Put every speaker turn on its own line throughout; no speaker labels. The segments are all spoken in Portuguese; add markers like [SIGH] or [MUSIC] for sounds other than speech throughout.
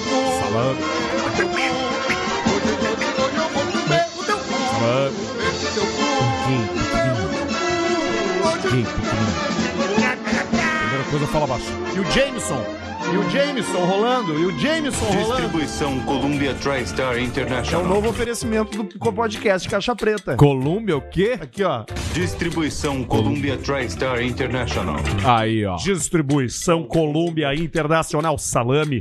Smug. Smug. Gay, pequenininho. Gay, pequenininho. Primeira coisa, fala baixo.
E o Jameson. E o Jameson rolando. E o Jameson rolando.
Distribuição Columbia TriStar
É um
International.
novo oferecimento do Picô Podcast Caixa Preta.
Colômbia, o quê?
Aqui, ó.
Distribuição Columbia TriStar International.
Aí, ó.
Distribuição Colômbia Internacional Salame.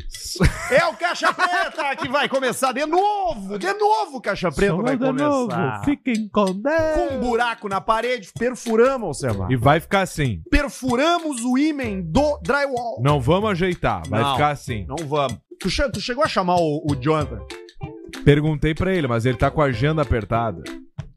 É o Caixa Preta que vai começar de novo. De novo, o Caixa Preta vai começar.
fiquem com
Com um buraco na parede, perfuramos, Alcemar.
E vai ficar assim.
Perfuramos o ímen do drywall.
Não vamos ajeitar, vai
Não.
ficar assim.
Não vamos. Tu, che- tu chegou a chamar o, o Jonathan?
Perguntei pra ele, mas ele tá com a agenda apertada.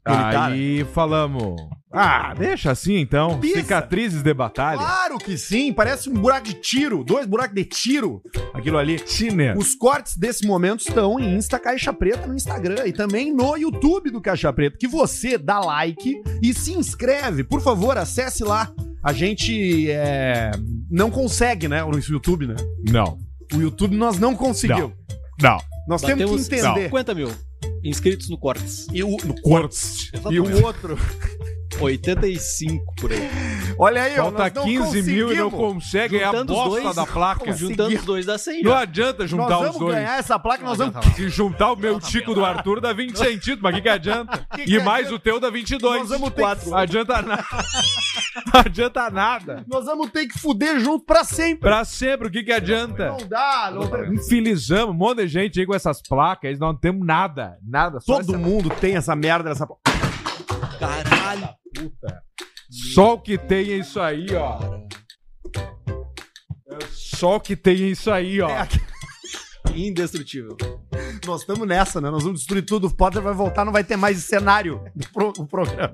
tá,
Aí falamos. Ah, deixa assim então.
Pisa.
Cicatrizes de batalha.
Claro que sim, parece um buraco de tiro, dois buracos de tiro, aquilo ali.
China.
Os cortes desse momento estão em Insta Caixa Preta no Instagram e também no YouTube do Caixa Preta, que você dá like e se inscreve. Por favor, acesse lá. A gente é, não consegue, né? O YouTube, né?
Não.
O YouTube nós não conseguimos.
Não.
Nós temos
Batemos
que entender.
50 mil inscritos no Cortes.
E o, no
Cortes.
E o outro.
85 por aí.
Olha aí, ó,
Falta
nós não
15 mil e não
conseguimos.
consegue ganhar a
Juntando os
bosta
dois, assim?
da placa.
Juntando os dois dá 100
é?
Não
já.
adianta
Nós
juntar os
vamos
dois.
ganhar essa placa, nós vamos,
Se juntar o meu tico do Arthur dá 20 centímetros, mas o que, que adianta?
Que que
E mais o teu dá
Nós
22.
vamos ter
Não adianta nada. [LAUGHS] Não adianta nada.
nós vamos ter que fuder junto pra sempre.
Pra sempre, o que, que adianta?
Não dá, não dá.
Infelizamos, um monte de gente aí com essas placas, eles não temos nada. Nada. Só,
Todo mundo tem essa merda nessa.
Caralho.
só o que tem é isso aí, ó. É Só o que tem é isso aí, ó.
É,
Indestrutível.
nós estamos nessa, né? Nós vamos destruir tudo. O Potter vai voltar, não vai ter mais cenário do pro- o programa.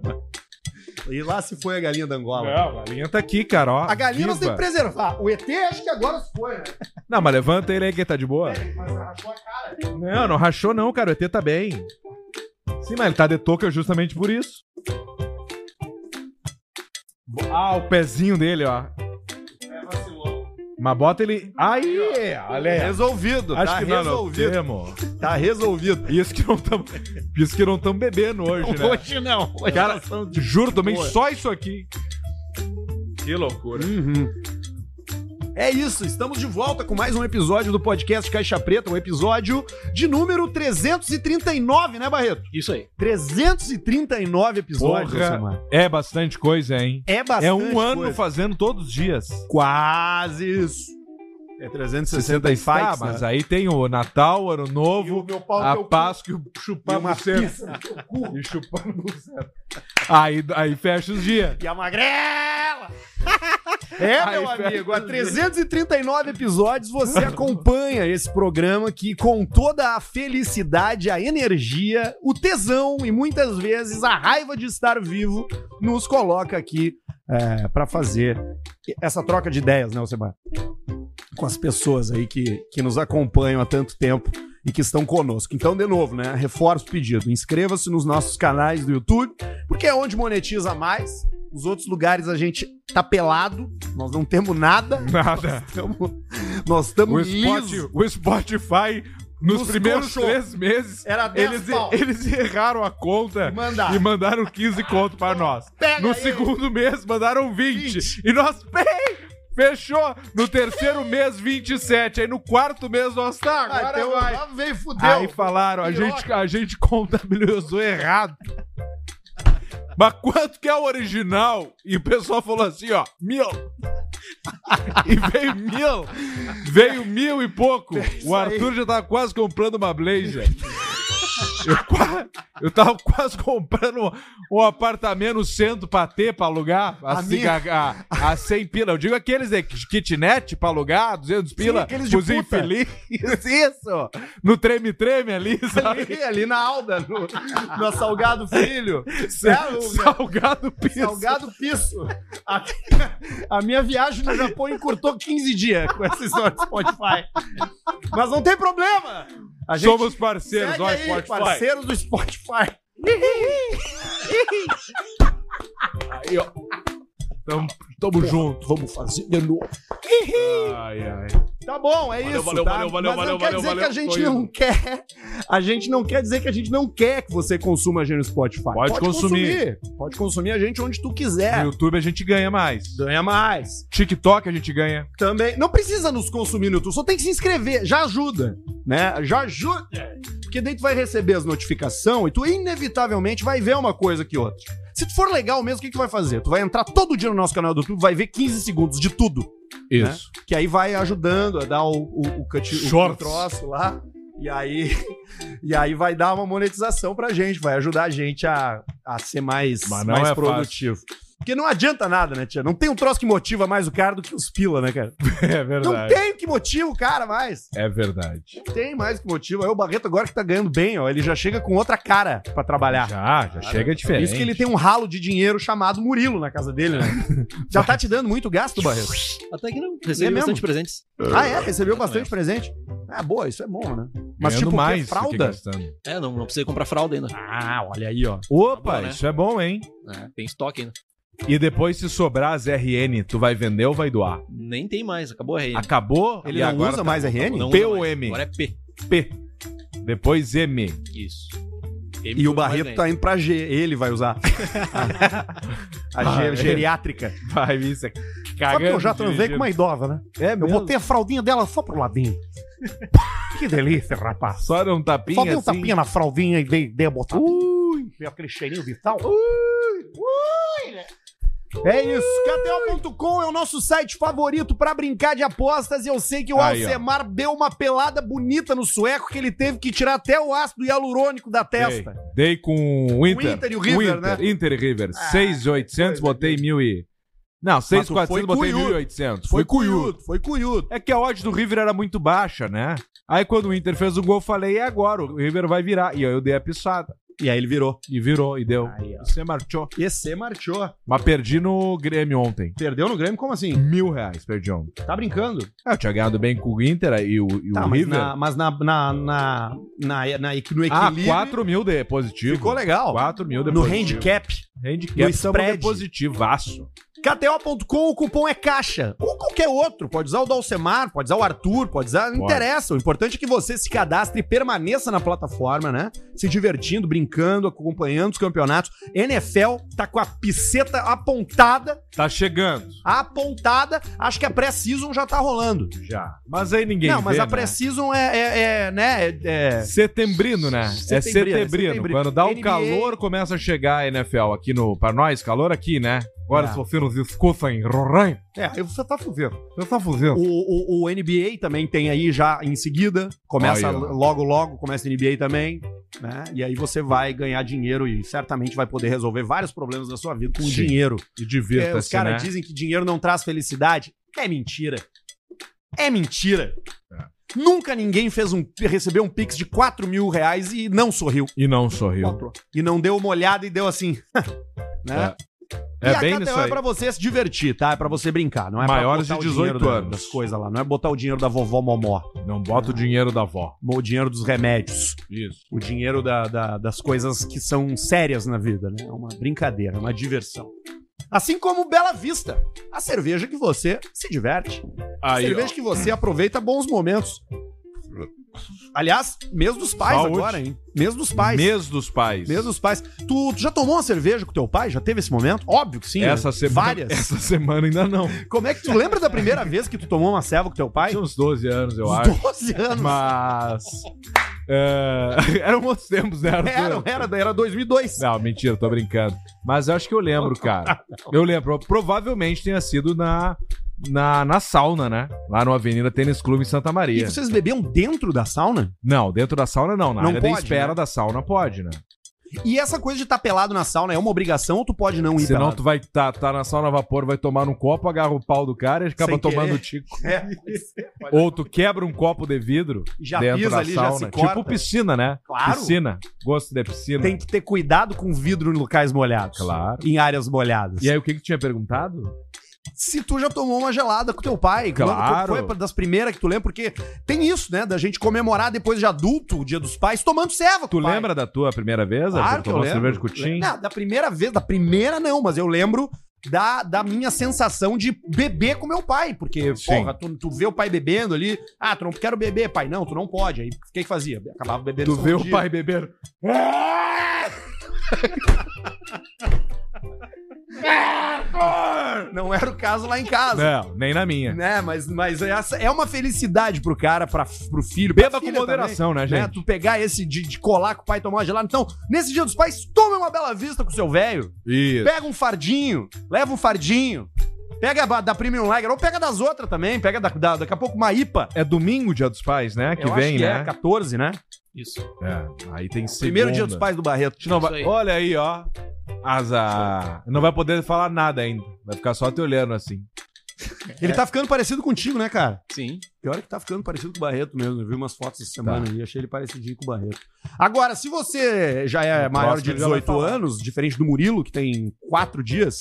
E lá se foi a galinha da Angola.
Não, a galinha tá aqui, cara, ó.
A galinha nós
Viva.
temos que preservar. O ET acho que agora se foi, né?
Não, mas levanta ele aí que tá de boa.
Mas rachou a cara.
Não, não rachou não, cara. O ET tá bem. Sim, mas ele tá de touca justamente por isso. Ah, o pezinho dele, ó. Mas bota ele. Aí! Olha aí.
Resolvido,
Acho
tá
que nós não
resolvido.
temos.
tá resolvido.
Isso que não estamos. Isso que não estamos bebendo hoje, né?
Hoje não. Hoje
Cara,
nós estamos de-
juro, também
Boa.
só isso aqui. Que loucura. uhum.
É isso, estamos de volta com mais um episódio do podcast Caixa Preta, o episódio de número 339, né, Barreto?
Isso aí.
339 episódios. né?
Porra.
Alcemar.
É bastante coisa, hein?
É bastante.
é um ano
coisa.
fazendo todos os dias.
Quase isso. É 360
Tá,
fights,
mas
né?
aí tem o Natal, o Ano
E
Novo,
o meu pau no
a
teu cu.
Páscoa e
E
chupar
uma
buceta.
pizza no teu cu.
[LAUGHS] E chupar buceta. Aí, aí fecha os dias.
E a magrela! É,
Aí,
meu
pera-
amigo, há 339 episódios [LAUGHS] você acompanha esse programa que, com toda a felicidade, a energia, o tesão e muitas vezes a raiva de estar vivo, nos coloca aqui é, para fazer essa troca de ideias, né, Alcemar? Com as pessoas aí que, que nos acompanham há tanto tempo e que estão conosco. Então, de novo, né? Reforço o pedido. Inscreva-se nos nossos canais do YouTube, porque é onde monetiza mais. Nos outros lugares a gente tá pelado, nós não temos nada. [LAUGHS]
Nada.
tamo- nós
O,
estamos lisos.
Spot, o Spotify, nos,
tá Nos
primeiros
coxou.
três meses,
Era 10
eles, [LAUGHS]
pau.
eles erraram a conta
Mandar.
e mandaram 15 conto pra nós.
Pega
No
aí. [LAUGHS]
segundo mês, mandaram 20. E nós, bem, fechou. No terceiro mês, 27. Aí no quarto mês, nós, tá,
Ah,
agora
então,
vai.
lá vem fudeu.
Aí falaram, a
Piroca.
gente, a gente contabilizou errado. Mas quanto que é o original? E o pessoal falou assim, ó, mil. [LAUGHS] e veio mil. Veio mil e pouco.
É
o Arthur já tava quase comprando uma blazer. Eu, qua- eu tava quase comprando um, um apartamento no centro pra ter, pra alugar. A,
A
cin-
minha-
a, a, a 100 pila. Eu digo aqueles de kitnet pra alugar, 200 pila.
aqueles de
os
puta.
infelizes. [LAUGHS] Isso! No treme-treme ali, sabe?
ali, ali na Alda, no, no Salgado Filho. Né, Sa-
Salgado piso.
é Salgado Piso. A, a minha viagem no Japão encurtou 15 dias com essa história do Spotify. Mas não tem problema. A gente
Somos parceiros,
segue
ó,
aí,
Spotify.
parceiros do Spotify.
Tamo, tamo junto.
Vamos fazer de novo.
Ai, ai.
Tá bom, é
Valeu,
isso.
valeu,
tá?
valeu, valeu,
Mas
valeu,
não quer
valeu,
dizer
valeu,
que a gente
foi
não
indo.
quer. A gente não quer dizer que a gente não quer que você consuma a gente no Spotify.
Pode
Pode consumir a gente onde tu quiser.
No YouTube a gente ganha mais.
Ganha mais.
TikTok a gente ganha.
Também. Não precisa nos consumir no YouTube, só tem que se inscrever. Já ajuda. Né? Já ajuda. Porque daí tu vai receber as notificações e tu inevitavelmente vai ver uma coisa que outra. Se tu for legal mesmo, o que que tu vai fazer? Tu vai entrar todo dia no nosso canal do YouTube, vai ver 15 segundos de tudo.
Isso.
que aí vai ajudando a dar o, o, o, cut- o-
Shorts.
o troço lá. E aí, e aí vai dar uma monetização pra gente, vai ajudar a gente a, a ser mais,
Mas não
mais
é
produtivo. Porque não adianta nada, né, tia? Não tem um troço que motiva mais o cara do que os pila, né, cara?
[LAUGHS] É
Não tem o que motiva o cara mais.
É verdade.
Não tem mais o que motiva. Aí o Barreto agora que tá ganhando bem, ó. Ele já chega com outra cara pra trabalhar.
Já, já chega É diferente.
Isso que ele tem um ralo de dinheiro chamado Murilo na casa dele, né? já tá te dando muito gasto, Barreto?
Até que não. Recebi
É mesmo?
bastante presentes.
Ah, é? Recebeu bastante presente? Ah, boa, isso é bom, né? Mas
Ganhando
tipo, mais que
mais
fralda?
É, não, não precisei comprar fralda ainda.
Ah, olha aí, ó.
Opa,
bom, né?
isso é bom, hein?
É, tem estoque ainda.
E depois, se sobrar as RN, tu vai vender ou vai doar?
Nem tem mais, acabou a rei.
Ah,
Acabou?
Ele
e
não
agora
usa
tá-
mais RN?
Não usa
P ou
mais.
M?
Agora é P.
P. Depois M.
Isso.
E o Barreto tá indo pra G, ele vai usar. a G
Ah, é.
geriátrica.
[LAUGHS] Vai, isso é
Sabe que eu já transei
cagando,
com
dirigindo.
uma idosa, né?
É
Eu
mesmo?
botei a fraldinha dela só pro ladinho. [LAUGHS] que delícia, rapaz.
Só deu um tapinha
Só dei um
assim?
tapinha na fraldinha e dei, dei a botada. Ui, deu aquele cheirinho vital. né? É isso, KTO.com é o nosso site favorito pra brincar de apostas. E eu sei que o
Aí, ó.
Alcemar deu uma pelada bonita no sueco que ele teve que tirar até o ácido hialurônico da testa.
Dei, dei com o Inter.
O Inter e o River,
Inter,
né?
Inter e River.
Ah,
6,800, botei mil e... Não,
foi
6,400, botei
cuiudo.
1.800. Foi cuiudo.
foi cuiudo.
É que a odd do River era muito baixa, né? Aí quando o Inter fez o gol, eu falei, e agora? O River vai virar. E aí eu dei a pisada.
E aí ele virou.
E virou, e deu.
Aí, ó.
Você marchou.
EC marchou.
Mas perdi no Grêmio ontem.
Perdeu no Grêmio? Como assim?
Mil reais, perdi ontem.
Tá brincando?
É, Eu tinha ganhado bem com o Inter e o, e o
Tá, mas
River.
na, mas na, na, na, na, na- no equilíbrio.
Ah, 4 mil de positivo.
Ficou legal.
4 mil de
No
positivo.
handicap.
handicap.
no
No
spread.
positivaço.
KTO.com, o cupom é caixa. Ou qualquer outro. Pode usar o do Alcemar, pode usar o Arthur, pode usar. Não
Pode.
interessa. O importante é que você se cadastre e permaneça na plataforma, né? Se divertindo, brincando, acompanhando os campeonatos. NFL tá com a piceta apontada.
Tá chegando.
Apontada. Acho que a pré-season já tá rolando.
Já. Mas aí ninguém
Não, mas
vê,
a pré-season é, é, é, né? É,
Né?
é-
Setembrino, né? é
Setembrino,
setembrino.
é setembrino.
Quando dá o
NBA.
calor, começa a chegar a NFL aqui no... Pra nós, calor aqui, né? Agora
É.
se você nos escuta em Roraima,
é, aí você tá fudendo.
você tá fazendo.
O, o, o NBA também tem aí já em seguida. Começa
Aí, ó.
logo, logo, começa o NBA também. Né? E aí você vai ganhar dinheiro e certamente vai poder resolver vários problemas da sua vida com
Sim.
dinheiro.
E
Porque É, os
divirta-se,
caras
né?
dizem que dinheiro não traz felicidade. É mentira. É mentira.
É.
Nunca ninguém fez um, recebeu um pix de 4 mil reais e não sorriu.
E não sorriu.
E não deu uma olhada e deu assim. [LAUGHS] né?
É,
e a
bem
KTO
nisso
é
aí.
pra você se divertir, tá? É pra você brincar. Não é pra
Maiores
botar
de
o dinheiro
18
da-
anos.
das coisas lá. Não é botar o dinheiro da vovó Momó.
Não
Ah.
bota o dinheiro da avó.
O dinheiro dos remédios.
Isso.
O dinheiro da- da- das coisas que são sérias na vida, né? É uma brincadeira, é uma diversão. Assim como Bela Vista. A cerveja que você se diverte. A
Aí, ó.
cerveja que você aproveita bons momentos. Aliás, mesmo dos pais
Saúde.
agora, hein? Mesmo dos pais.
Mês dos pais.
Mesmo dos pais. Tu, tu já tomou uma cerveja com teu pai? Já teve esse momento? Óbvio que sim. né?
Essa semana,
Várias.
[LAUGHS] Essa semana ainda não.
Como é que tu lembra da primeira vez que tu tomou uma ceva com teu pai?
Tinha uns 12 anos, eu
Uns
acho.
12 anos.
Mas. é, [LAUGHS] eram outros tempos, né? Arthur?
Era, era, era 2002.
Não, mentira, tô brincando. Mas eu acho que eu lembro, cara. Eu lembro. Provavelmente tenha sido na, na, na sauna, né? Lá no Avenida Tênis Clube em Santa
E
Maria.
vocês bebiam dentro da sauna?
Não, dentro da sauna não. Na
Não
área
pode,
da espera
né?
da sauna pode, né?
E essa coisa de estar pelado na sauna é uma obrigação ou tu pode não ir
Senão
pelado?
tu vai tá, tá na sauna a vapor, vai tomar num copo, agarra o pau do cara e acaba
Sem
tomando
querer.
tico.
É.
[LAUGHS] Ou tu quebra um copo de vidro
Já
dentro
pisa
da
ali, já
sauna.
se corta.
tipo piscina, né?
Claro.
Piscina. Gosto de piscina.
Tem que ter cuidado com vidro em locais molhados.
Claro.
Em áreas molhadas.
E aí, o que que tu tinha perguntado?
Se tu já tomou uma gelada com teu pai,
Claro.
quando tu foi das primeiras que tu lembra, porque tem isso, né? Da gente comemorar depois de adulto o dia dos pais tomando ceva. com
Tu
o pai.
lembra da tua primeira vez?
Claro
Arthur?
que eu
tomou
lembro.
cerveja de cutim?
Não, da primeira vez, da primeira não, mas eu lembro da, da minha sensação de beber com meu pai. Porque,
Sim.
porra, tu, tu vê o pai bebendo ali. Ah, tu não quero beber, pai. Não, tu não pode. Aí o que que fazia? Acabava bebendo
Tu vê o
escondido. [LAUGHS]
pai beber.
Não era o caso lá em casa.
Não, nem na minha.
Né, mas, mas essa é uma felicidade pro cara, pra, pro filho. pra
Beba com
filha
moderação, né,
também, né?
gente?
Tu pegar esse de, de colar com o pai e tomar uma gelada. Então, nesse dia dos pais, tome uma bela vista com o seu velho.
Isso.
Pega um fardinho, leva um fardinho. Pega a da Premium Lager, ou pega das outras também, pega da, da- daqui a pouco uma IPA.
É domingo, dia dos pais, né? Que
Eu acho
vem,
É,
né?
14, né?
Isso.
É. Aí tem segunda.
Primeiro dia dos pais é do Barreto.
A gente não
Isso
vai-
aí.
Olha aí, ó. Asa. Não vai poder falar nada ainda. Vai ficar só te olhando assim. É.
Ele tá ficando parecido contigo, né, cara?
Sim.
Pior é que tá ficando parecido com o Barreto mesmo. Eu vi umas fotos essa semana
Tá.
e achei ele parecidinho com o Barreto. Agora, se você já é
No
maior
próximo
de
ele já vai
18
falar.
anos, diferente do Murilo, que tem quatro dias,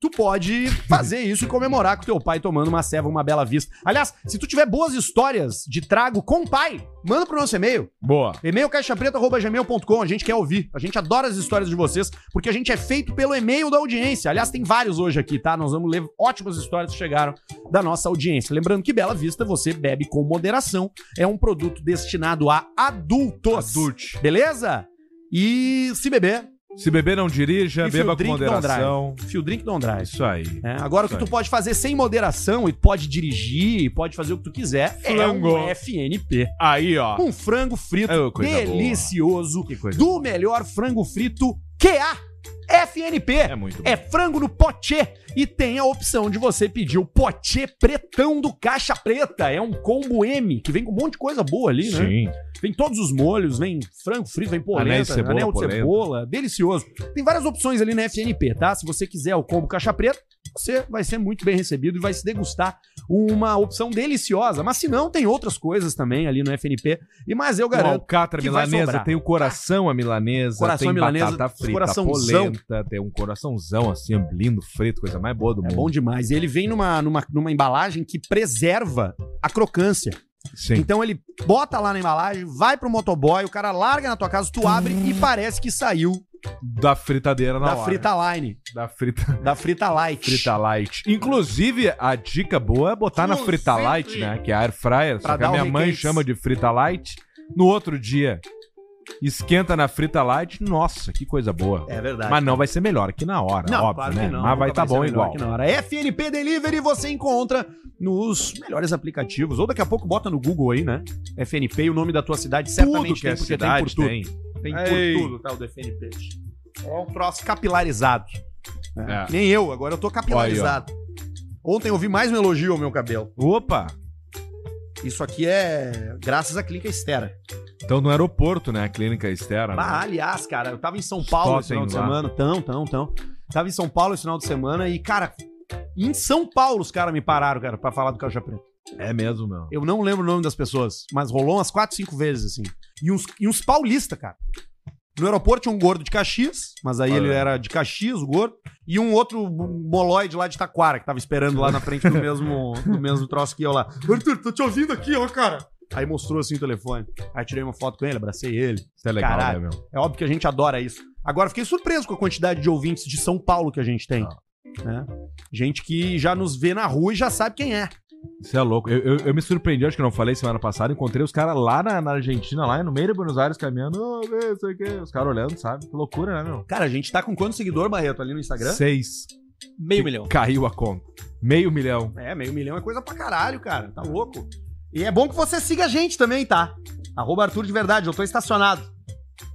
tu pode fazer isso e comemorar com teu pai tomando uma ceva, uma bela vista. Aliás, se tu tiver boas histórias de trago com o pai, manda pro nosso e-mail.
Boa.
E-mail caixapreta.gmail.com, a gente quer ouvir. A gente adora as histórias de vocês, porque a gente é feito pelo e-mail da audiência. Aliás, tem vários hoje aqui, tá? Nós vamos ler ótimas histórias que chegaram da nossa audiência. Lembrando que Bela Vista você bebe com moderação. É um produto destinado a adultos.
Adult.
Beleza? E se beber,
Se beber não dirija,
E
beba
fio
com
drink don't drive.
moderação.
fio drink don't drive.
Isso aí.
É, agora o que
Isso
tu pode fazer sem moderação e tu pode dirigir, e pode fazer o que tu quiser,
Frango.
é um FNP.
Aí, ó.
Um frango frito
Ô, coisa boa.
delicioso
Que coisa.
do melhor frango frito QA
É
FNP.
muito bom.
É frango no pochê e tem a opção de você pedir o pochê pretão do Caixa Preta. É um combo M que vem com um monte de coisa boa ali, né?
Sim.
Vem todos os molhos, vem frango frito, vem
Anel
polenta,
de cebola,
anel de
polenta.
cebola, delicioso. Tem várias opções ali na FNP, tá? Se você quiser o combo caixa preta, você vai ser muito bem recebido e vai se degustar uma opção deliciosa. Mas se não, tem outras coisas também ali no FNP. E mas eu
O
garanto.
alcatra
Tipo, que vai
milanesa,
sobrar.
tem o coração à milanesa,
Coração
tem
à milanesa,
batata frita,
coraçãozão.
polenta, tem um coraçãozão assim, lindo, frito, coisa mais boa do
É
mundo.
bom demais. E ele vem numa, numa, numa embalagem que preserva a crocância.
Sim.
Então ele bota lá na embalagem, vai pro motoboy, o cara larga na tua casa, tu abre e parece que saiu
Da fritadeira na
da
hora.
Frita Line.
Da frita, [LAUGHS]
Da Frita Light.
frita light. Inclusive, a dica boa é botar na frita light, né? Que é a air fryer,
Pra
só que a
dar um
minha mãe
requinte.
chama de frita light. No outro dia, esquenta na frita light, nossa, que coisa boa.
É verdade.
Mas não vai ser melhor que na hora,
Não,
óbvio,
claro
né?
que não.
Mas vai
nunca
estar tá
ser
bom
melhor
igual.
que na hora. FNP Delivery você encontra nos melhores aplicativos. Ou daqui a pouco bota no Google aí, né? FNP e o nome da tua cidade certamente
Tudo que
tem,
a
porque
cidade
tem por tudo.
tem.
Tem
Ei.
por tudo, tá? O do FNP. É um troço capilarizado. né?
É.
Nem eu, agora eu tô capilarizado. Ontem eu vi mais um elogio ao meu cabelo.
Opa!
Isso aqui é graças à Clínica Estera.
Então no aeroporto, né? A clínica externa.
Ah,
né?
aliás, cara, eu tava em São Paulo esse final de
Totem lá.
semana. Tão, tão, tão. Tava em São Paulo esse final de semana e, cara, em São Paulo os caras me pararam, cara, pra falar do Caixa Preta.
É mesmo, meu.
Eu não lembro o nome das pessoas, mas rolou umas 4, 5 vezes, assim. E uns, e uns paulista, cara. No aeroporto tinha um gordo de Caxias, mas aí
Olha.
ele era de Caxias, o gordo, e um outro moloide lá de Taquara, que tava esperando lá na frente do mesmo, do mesmo troço que eu lá. Arthur, tô te ouvindo aqui, ó, cara. Aí mostrou assim o telefone. Aí tirei uma foto com ele, abracei ele.
Isso é legal,
Caralho.
né, meu?
É óbvio que a gente adora isso. Agora, fiquei surpreso com a quantidade de ouvintes de São Paulo que a gente tem. né? Gente que já nos vê na rua e já sabe quem é.
Isso é louco. Eu, eu, eu me surpreendi, acho que eu não falei semana passada. Encontrei os caras lá na, na Argentina, lá no meio de Buenos Aires, caminhando. Ô, vê, isso aqui. Os caras olhando, sabe? Que loucura, né, meu?
Cara, a gente tá com quanto seguidor, Barreto, ali no Instagram?
Seis.
Meio milhão.
Caiu a conta. Meio milhão.
É, meio milhão é coisa pra caralho, cara. Tá louco. E é bom que você siga a gente também, tá? Arroba Arthur de Verdade, eu tô estacionado.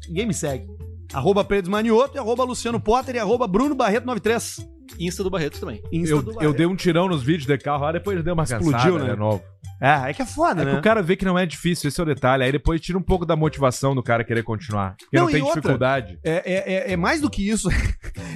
Ninguém me segue. Arroba Pedro Manioto, e arroba Luciano Potter e arroba Bruno Barreto 93.
Insta do Barreto também.
Insta
Eu,
do
eu
Barreto.
dei um tirão nos vídeos de carro lá, depois deu uma
Explodiu,
explodiu,
né?
né? De novo.
É, é que é foda,
É
né?
que o cara vê que não é difícil, esse é o detalhe. Aí depois tira um pouco da motivação do cara querer continuar. Porque
Não,
não,
e
tem
outra.
dificuldade.
É, é- é- é mais do que isso. [LAUGHS]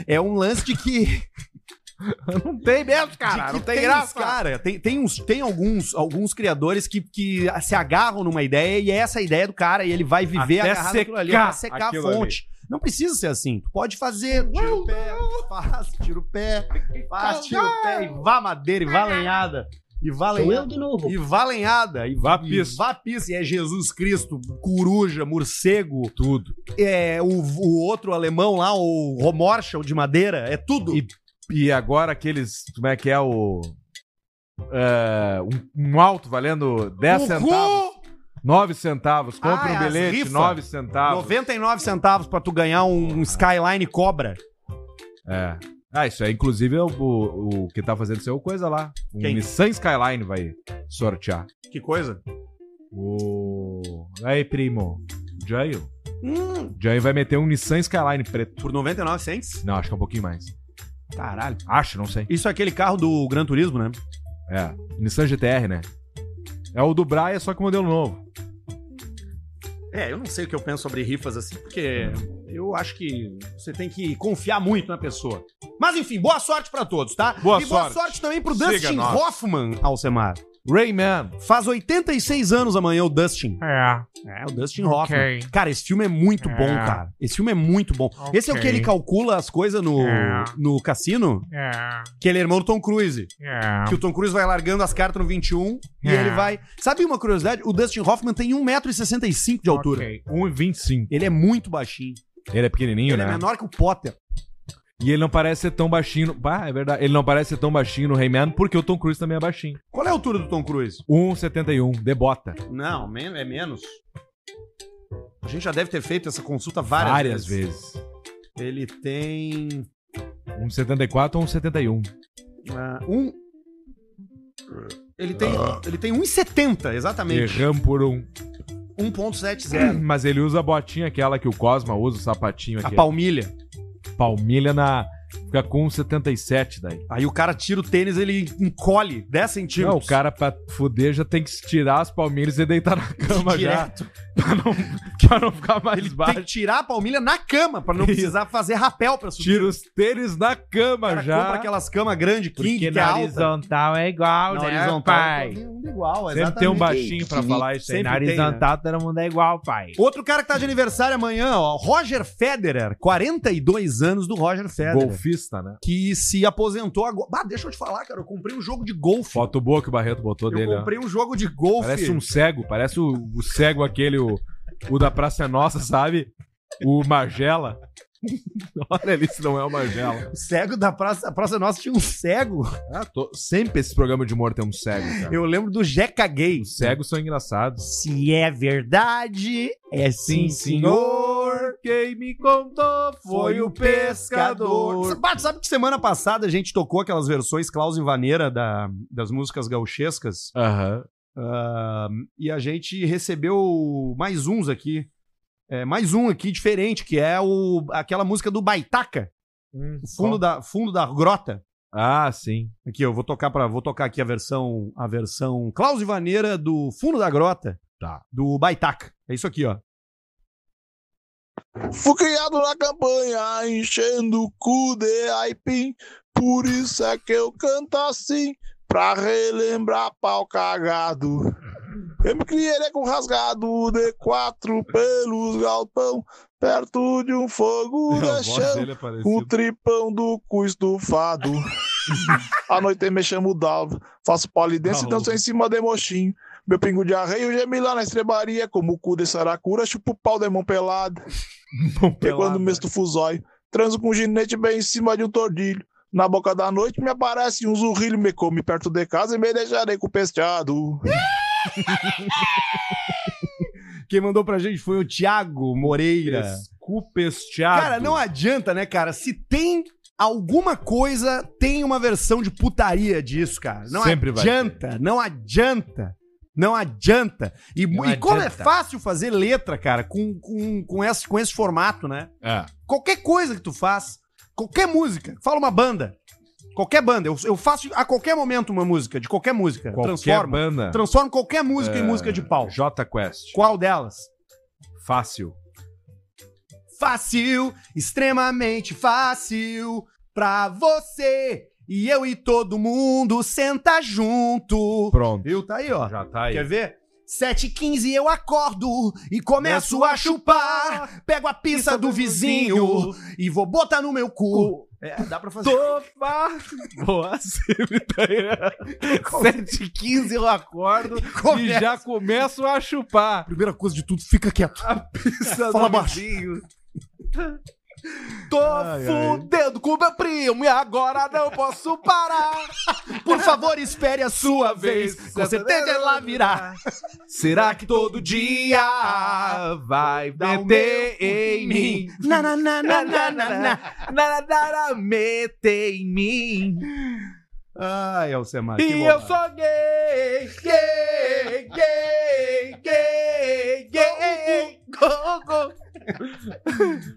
É um lance de que [LAUGHS]
Não tem mesmo,
de que tem uns cara, tem, tem, uns, tem alguns, alguns criadores que, que se agarram numa ideia e essa é a ideia do cara e ele vai viver
Até
agarrado naquilo ali,
secar
até secar a
aquilo
fonte. Não precisa ser assim. Tu pode fazer, tira o pé, faz, tira o pé, faz, tira o pé e vá madeira e vá lenhada. E vá lenhada. E vá lenhada. E
Vá
e
piso.
Vá piso. E é Jesus Cristo, coruja, morcego,
Tudo.
é, o, o outro alemão lá, o Romorschel de madeira, é tudo.
E E agora aqueles. Como é que é o. é, um, um alto valendo 10 centavos. 9 centavos. Compre
Ah,
um
é as
bilhete,
rifa.
9 centavos.
99 centavos pra tu ganhar um, um Skyline Cobra.
É. Ah, isso é inclusive é o, o, o que tá fazendo seu coisa lá. O
Quem?
Nissan Skyline vai sortear.
Que coisa?
O. Aí, primo. Jail.
Hum.
Jail vai meter um Nissan Skyline preto.
por 99 cents?
Não, acho que é um pouquinho mais.
Caralho.
Acho, não sei.
Isso é aquele carro do Gran Turismo, né?
É. Nissan GTR, né? É o do Braia, só que modelo novo.
É, eu não sei o que eu penso sobre rifas assim, porque eu acho que você tem que confiar muito na pessoa. Mas enfim, boa sorte pra todos, tá?
Boa
e boa
sorte.
sorte também pro
Siga
Dustin
nós.
Hoffman, Alcemar.
Rayman.
Faz 86 anos amanhã o Dustin.
É.
É, o Dustin Hoffman. Cara, esse filme é muito bom, cara. Esse filme é muito bom. Esse é o que
Ok.
ele calcula as coisas no,
É.
no cassino,
É.
que ele é irmão do Tom Cruise.
É.
Ah.
Que o Tom Cruise vai largando as cartas no 21 e
É.
ele vai. Sabe uma curiosidade? O Dustin Hoffman tem 1,65m de altura.
Ok.
1,25.
Ele é muito baixinho.
Ele é pequenininho,
ele
né?
é menor que o Potter.
E ele não parece ser tão baixinho. No... Ah, é verdade. Ele não parece ser tão baixinho no Rayman porque o Tom Cruise também é baixinho.
Qual é a altura do Tom Cruise?
1,71. Debota.
Não, men- é menos. A gente já deve ter feito essa consulta várias,
Várias, vezes.
Ele tem.
1,74 ou 1,71.
ah, um. Ele tem, ele tem 1,70, exatamente.
Erramos por um. [CLEARS THROAT]
1,70.
Mas ele usa a botinha aquela que o Cosma usa, o sapatinho
A
aqui.
palmilha.
Palmilha na. Fica com 1,77 daí.
Aí o cara tira o tênis, ele encolhe 10 centímetros.
Não, o
[LAUGHS]
cara pra fuder já tem que se tirar as palmilhas e deitar na cama já.
direto.
Pra não, pra não ficar mais
Tem
baixo.
que tirar a palmilha na cama pra não
Isso.
precisar fazer rapel pra subir.
Tira os tênis na cama
O cara
já.
compra aquelas camas grandes, king, que é alta.
horizontal é igual,
Na todo mundo igual,
né, Sempre tem um baixinho pra falar isso aí.
Sempre
Na
tem, né?
horizontal todo mundo é igual, pai.
Outro cara que tá de aniversário amanhã, ó, Roger Federer, 42 anos do Roger Federer,
Golfista, né?
que se aposentou agora. Ah, deixa eu te falar, cara, eu comprei um jogo de golfe.
Foto boa que o Barreto botou
eu
dele, ó.
comprei um jogo de golfe.
Parece um cego, parece o, o cego aquele, o, o da Praça é Nossa, sabe? O Magela. [LAUGHS] Olha ali se não é o Magela.
cego da praça, a praça nossa tinha um cego.
Ah, tô- Sempre esse programa de humor tem um cego, cara.
Eu lembro do Jeca Gay.
Os cegos são engraçados.
Se é verdade, é sim, senhor.
Quem me contou
Foi o pescador. Bate, sabe que semana passada a gente tocou aquelas versões Klaus Vaneira da, das músicas gauchescas?
Aham.
Ah, e a gente recebeu mais uns aqui. É, mais um aqui diferente, que é o, aquela música do Baitaca, o fundo da, fundo da grota.
Ah, sim.
Aqui, eu vou tocar para vou tocar aqui a versão a versão Klaus Vaneira do fundo da grota.
Tá.
Do Baitaca. É isso aqui, ó.
Fui criado na campanha, enchendo o cu de aipim. Por isso é que eu canto assim, pra relembrar pau cagado. Eu me criei com rasgado de quatro pelos galpão, perto de um fogo
A voz
deixando
dele é
um
parecida.
tripão do cu
[LAUGHS]
estufado. à noite me chamo Dalva, faço polidense
Tá
e danço em cima de mochinho. Meu pingo de arreio geme lá na estrebaria, como o cu de saracura, chupo o pau de mão pelada.
né?
Pegando o mês do fusóio, transo com um ginete bem em cima de um tordilho. Na boca da noite me aparece um zurrilho, me come perto de casa e me deixarei com o pesteado.
Quem mandou pra gente foi o Thiago Moreira.
Cupesteado.
Cara, não adianta, né, cara? Se tem alguma coisa, tem uma versão de putaria disso, cara. Não
Sempre vai
adianta, não adianta. Não adianta. E, mu- e como é
adianta.
fácil fazer letra, cara, com, com, com, esse, com esse formato, né?
É.
Qualquer coisa que tu faz, qualquer música, fala uma banda. Qualquer banda. Eu, eu faço a qualquer momento uma música, de qualquer É, música.
Qualquer
transforma.
banda.
Transforma qualquer música em música de pau.
J Quest.
Qual delas?
Fácil.
Fácil, extremamente fácil pra você. E eu e todo mundo senta junto.
Pronto.
Viu? Tá aí, ó.
Já tá aí.
Quer ver? 7h15 eu acordo e começo a chupar. Pego a pizza do vizinho e vou botar no meu cu. É, dá pra fazer.
Topa! Boa, sempre tá aí. 7h15 eu acordo e
Começa.
já começo a chupar.
Ah, Primeira coisa de tudo, fica quieto.
A pizza
Fala
do
baixo.
vizinho. Tô fudendo com meu primo e agora não posso parar.
Por favor, espere a sua vez. Com certeza ela virá.
Será que todo dia vai
Dá o
meter
meu
em mim?
Na, na, na, na, na, na, na.
Nada meter em mim.
Ai, Alcemar, que
E eu
bobagem.
sou gay, gay, gay, gay, gay. Go, go.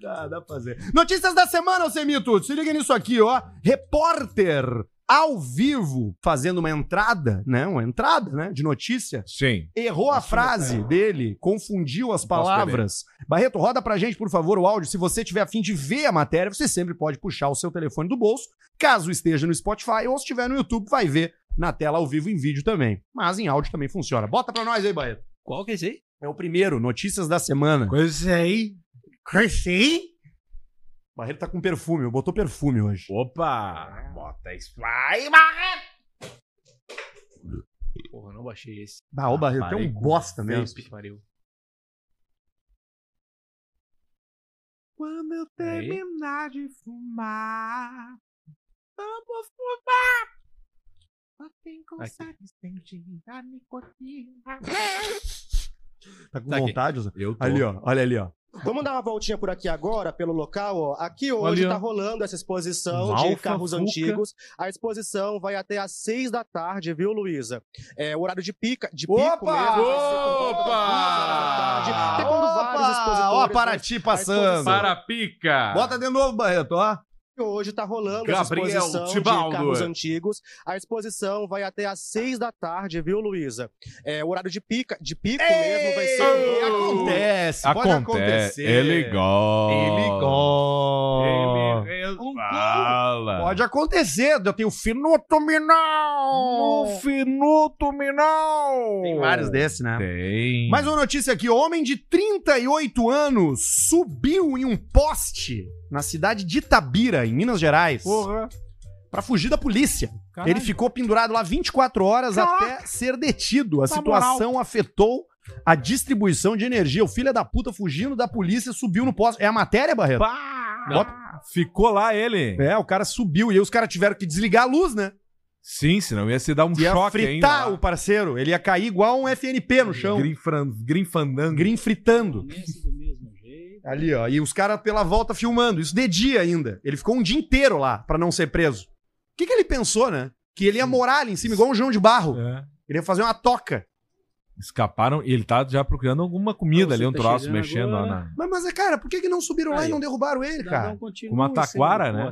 Dá, dá pra fazer. Notícias da semana, Alcemito. Se liga nisso aqui, ó. Repórter ao vivo fazendo uma entrada, né? Uma entrada, né? De notícia.
Sim.
Errou a frase dele, confundiu as palavras. Barreto, roda pra gente, por favor, o áudio. Se você tiver a fim de ver a matéria, você sempre pode puxar o seu telefone do bolso, caso esteja no Spotify ou se estiver no YouTube, vai ver na tela ao vivo em vídeo também. Mas em áudio também funciona. Bota pra nós aí, Barreto.
Qual que é esse aí?
É o primeiro, notícias da semana.
Coisa aí.
Cresci?
Barreto tá com perfume, botou perfume hoje.
Ah.
Opa. Bota isso. Vai,
Porra, não baixei esse.
Ah, ô Barreto, tem um
Raparigo.
bosta mesmo.
Puta que pariu.
Quando eu
Peraí.
terminar de fumar, vamos fumar! Só quem consegue sentir a nicotina.
Tá com
Tá aqui.
vontade, Zé?
Eu
Ali, ó. Olha ali, ó.
Vamos dar uma voltinha por aqui agora, pelo local, ó. Aqui hoje
Ali, ó.
está rolando essa exposição
Valfa,
de carros
Fuca.
antigos. A exposição vai até às seis da tarde, viu, Luísa? É o horário de pica, de pico
Opa!
mesmo. vai ser por volta das duas horas da tarde. Até quando vários expositores
Ah, Ó,
vão-
a Paraty
expositores-
passando.
Para pica!
Bota de novo, Barreto, ó.
Hoje está rolando
Gabriel
essa exposição
Tibaldo.
de carros antigos. A exposição vai até às seis da tarde, viu, Luísa? É o horário de pica, de pico mesmo vai ser.
Ei!
por volta-
Acontece, pode acontecer. Ele
gosta.
gosta.
fala.
Pode acontecer, eu tenho finuto minal.
finuto minal.
Tem vários desses, né?
Tem.
Mais uma notícia aqui. Homem de 38 anos subiu em um poste na cidade de Itabira, em Minas Gerais,
Porra.
pra fugir da polícia.
Caralho.
Ele ficou pendurado lá 24 horas até ser detido. A situação afetou a distribuição de energia. O filho da puta fugindo da polícia subiu no poste. É a matéria, Barreto? Bota-
Ficou lá ele.
É, o cara subiu e aí os caras tiveram que desligar a luz, né?
Sim, senão ia se dar um
ia
choque
fritar
ainda.
o parceiro. Ele ia cair igual um FNP no chão. Grim,
Grinfandango.
fritando. Ali, ó. E os caras pela volta filmando. Isso de dia ainda. Ele ficou um dia inteiro lá pra não ser preso. O que, que ele pensou, né? Que ele ia morar ali em cima, igual um João de Barro.
É.
Ele ia fazer uma toca.
Escaparam e ele tá já procurando alguma comida ali, um troço, mexendo lá na.
Mas, mas cara, por que, que não subiram lá e não derrubaram ele, cara?
um Uma taquara, né?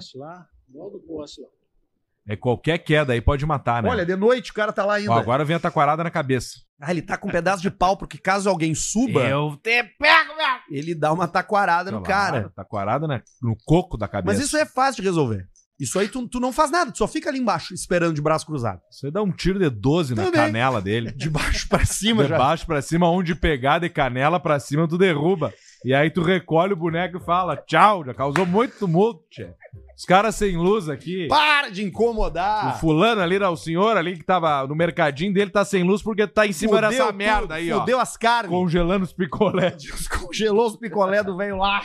É qualquer queda aí pode matar, né?
Olha, de noite o cara tá lá ainda.
Ó, agora vem a taquarada na cabeça.
Ah, ele tá com um pedaço de pau, porque caso alguém suba,
Eu te pego, meu!
ele dá uma taquarada no
Claro,
Tá cara.
Taquarada na- no coco da cabeça.
Mas isso é fácil de resolver. Isso aí tu, tu não faz nada, tu só fica ali embaixo esperando de braço cruzado.
Isso aí dá um tiro de 12 na
Também.
canela dele.
De baixo pra cima
De
já.
baixo pra cima, onde pegar de canela pra cima, tu derruba. E aí tu recolhe o boneco e fala: tchau, já causou muito tumulto, tchê. Os caras sem luz aqui.
Para de
O
incomodar.
fulano ali, lá, o senhor ali que tava no mercadinho dele, tá sem luz porque tá em cima dessa merda aí, ó.
Fudeu as carnes.
Congelando os picolés.
Congelou os picolé do velho lá.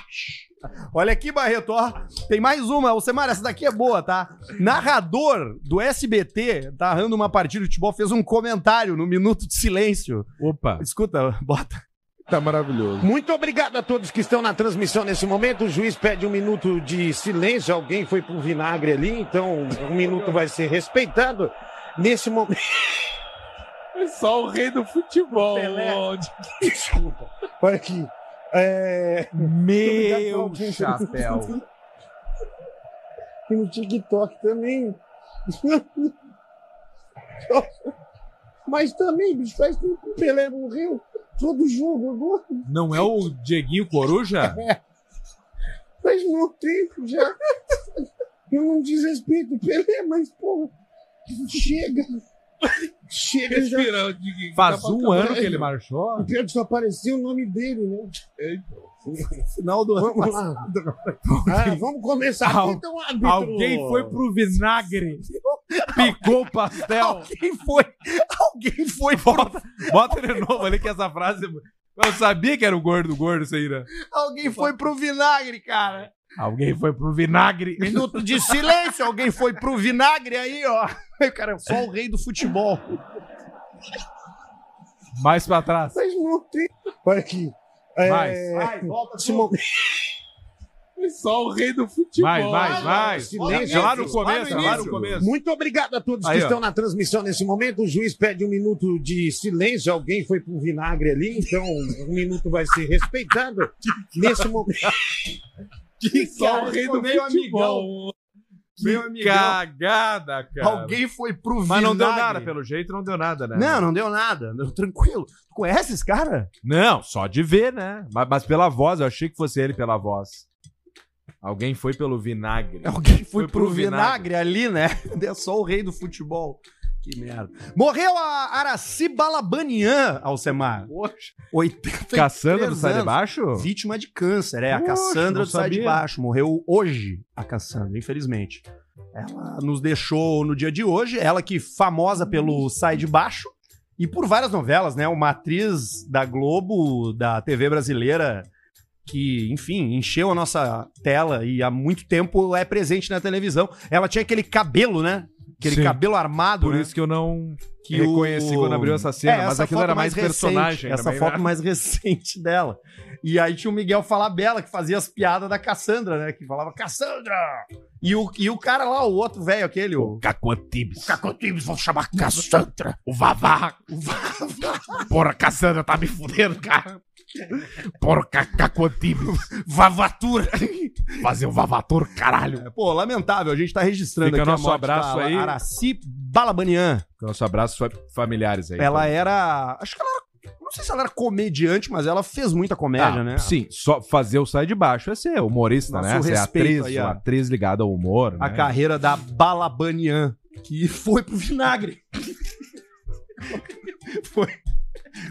Olha aqui, Barreto, ó. Tem mais uma. Ô, Semar, essa daqui é boa, tá? Narrador do SBT, tá narrando uma partida de futebol, fez um comentário no Minuto de Silêncio.
Opa.
Escuta, bota.
Tá
[LAUGHS]
maravilhoso.
Muito obrigado a todos que estão na transmissão Então, nesse momento. O juiz pede um minuto de silêncio. Alguém foi pro vinagre ali, então um minuto vai ser respeitado. Nesse
[LAUGHS]
momento.
É Só o rei do futebol.
Pelé. [LAUGHS] Desculpa. Olha aqui. É...
Meu
[LAUGHS]
chapéu. E no TikTok também. [LAUGHS] Mas também, bicho, faz tempo que o Pelé morreu. Todo jogo agora.
Não é o
[LAUGHS]
Dieguinho
Tá
Coruja?
Faz muito tempo já. Eu não desrespeito o Pelé, mas, pô, chega. Chega já.
tá
Faz um ano que ele marchou.
O pior que só apareceu o nome dele, né?
Final do
Vamos lá. Ah, vamos começar
Al-
aqui, então, árbitro.
Alguém foi pro vinagre. Picou o pastel.
Alguém foi. Alguém foi.
Bota, bota de novo ali que essa frase. Eu sabia que era o gordo gordo isso aí, né?
Alguém foi pro vinagre, cara.
Alguém foi pro vinagre.
Minuto de silêncio, alguém foi pro vinagre aí, ó. O cara é só o rei do futebol.
Mais pra trás.
Mas não tem. Olha aqui. É,
Mais.
esse momento-
Só o rei do futebol.
Mais, mais, mais.
Silêncio.
É lá no começo, é lá no começo.
Muito obrigado a todos
Aí,
que
ó.
estão na transmissão nesse momento. O juiz pede um minuto de silêncio. Alguém foi pro vinagre ali, então um minuto vai ser respeitado. nesse momento.
Só o rei do futebol.
Que cagada, cara.
Alguém foi pro vinagre.
Mas não deu nada, pelo jeito não deu nada, né?
Não, não deu nada. Não, Tranquilo. Tu conhece esse cara?
Não, só de ver, né? Mas, mas pela voz, eu achei que fosse ele pela voz. Alguém foi pelo vinagre.
Alguém foi,
Foi
pro,
pro
vinagre, ali, né? [LAUGHS] É só o rei do futebol. Que merda. Morreu a Araci Balabanian, Alcemar.
Poxa.
83
Caçando do Sai de
anos.
Baixo?
Vítima de câncer, é. A
Poxa,
Cassandra
não
do Sai de
sabia.
Baixo. Morreu hoje, a Cassandra, infelizmente. Ela nos deixou no dia de hoje. Ela que famosa pelo Sai de Baixo e por várias novelas, né? Uma atriz da Globo, da TV brasileira, que, enfim, encheu a nossa tela e há muito tempo é presente na televisão. Ela tinha aquele cabelo, né? Aquele
Sim.
cabelo armado,
Por
né?
isso que eu não
que
reconheci
o-
quando abriu essa cena,
É,
mas
essa
aquilo
foto
era mais, personagem.
Recente, essa
também,
foto
né?
mais recente dela. E aí tinha o Miguel Falabella, que fazia as piadas da Cassandra, né? Que falava, Cassandra! E o, e o cara lá, o outro velho, aquele... O
Cacoantibes.
Cacotibes, vão chamar Cassandra!
O Vavá. O Vavá. Porra, Cassandra tá me fudendo, cara. Porra, Cacotibo.
Vavatura!
Fazer o Vavator, caralho.
É, Pô, lamentável, a gente tá registrando
Fica
aqui
nosso abraço
da
aí.
Araci Balabanian.
Nosso abraço fa- familiares aí.
Ela era... Acho que ela era... Não sei se ela era comediante, mas ela fez muita comédia,
Ah,
né?
Sim, só fazer o sai de baixo é ser humorista,
Nosso
né? Ser
respeito
atriz,
aí, ó.
uma atriz ligada ao humor.
A
né?
carreira da Balabanian, que foi pro vinagre.
[LAUGHS]
foi,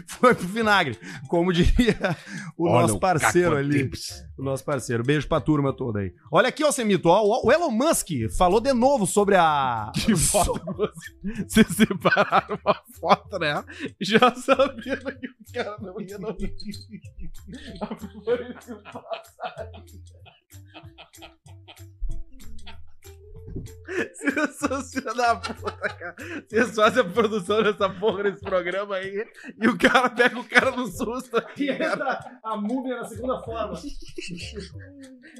foi pro vinagre, como diria o
Olha
nosso
o
parceiro ali.
Cacoantibes.
O nosso parceiro. Beijo pra turma toda aí. Olha aqui, Alcemito, ó, o- o Elon Musk falou de novo sobre a...
[LAUGHS] Que foto você- Vocês separaram uma foto, né? Já sabia que o cara não ia não. Vocês são filha da puta, cara. Vocês fazem a produção dessa porra desse programa aí e o cara pega o cara no susto aqui.
a múmia na segunda forma.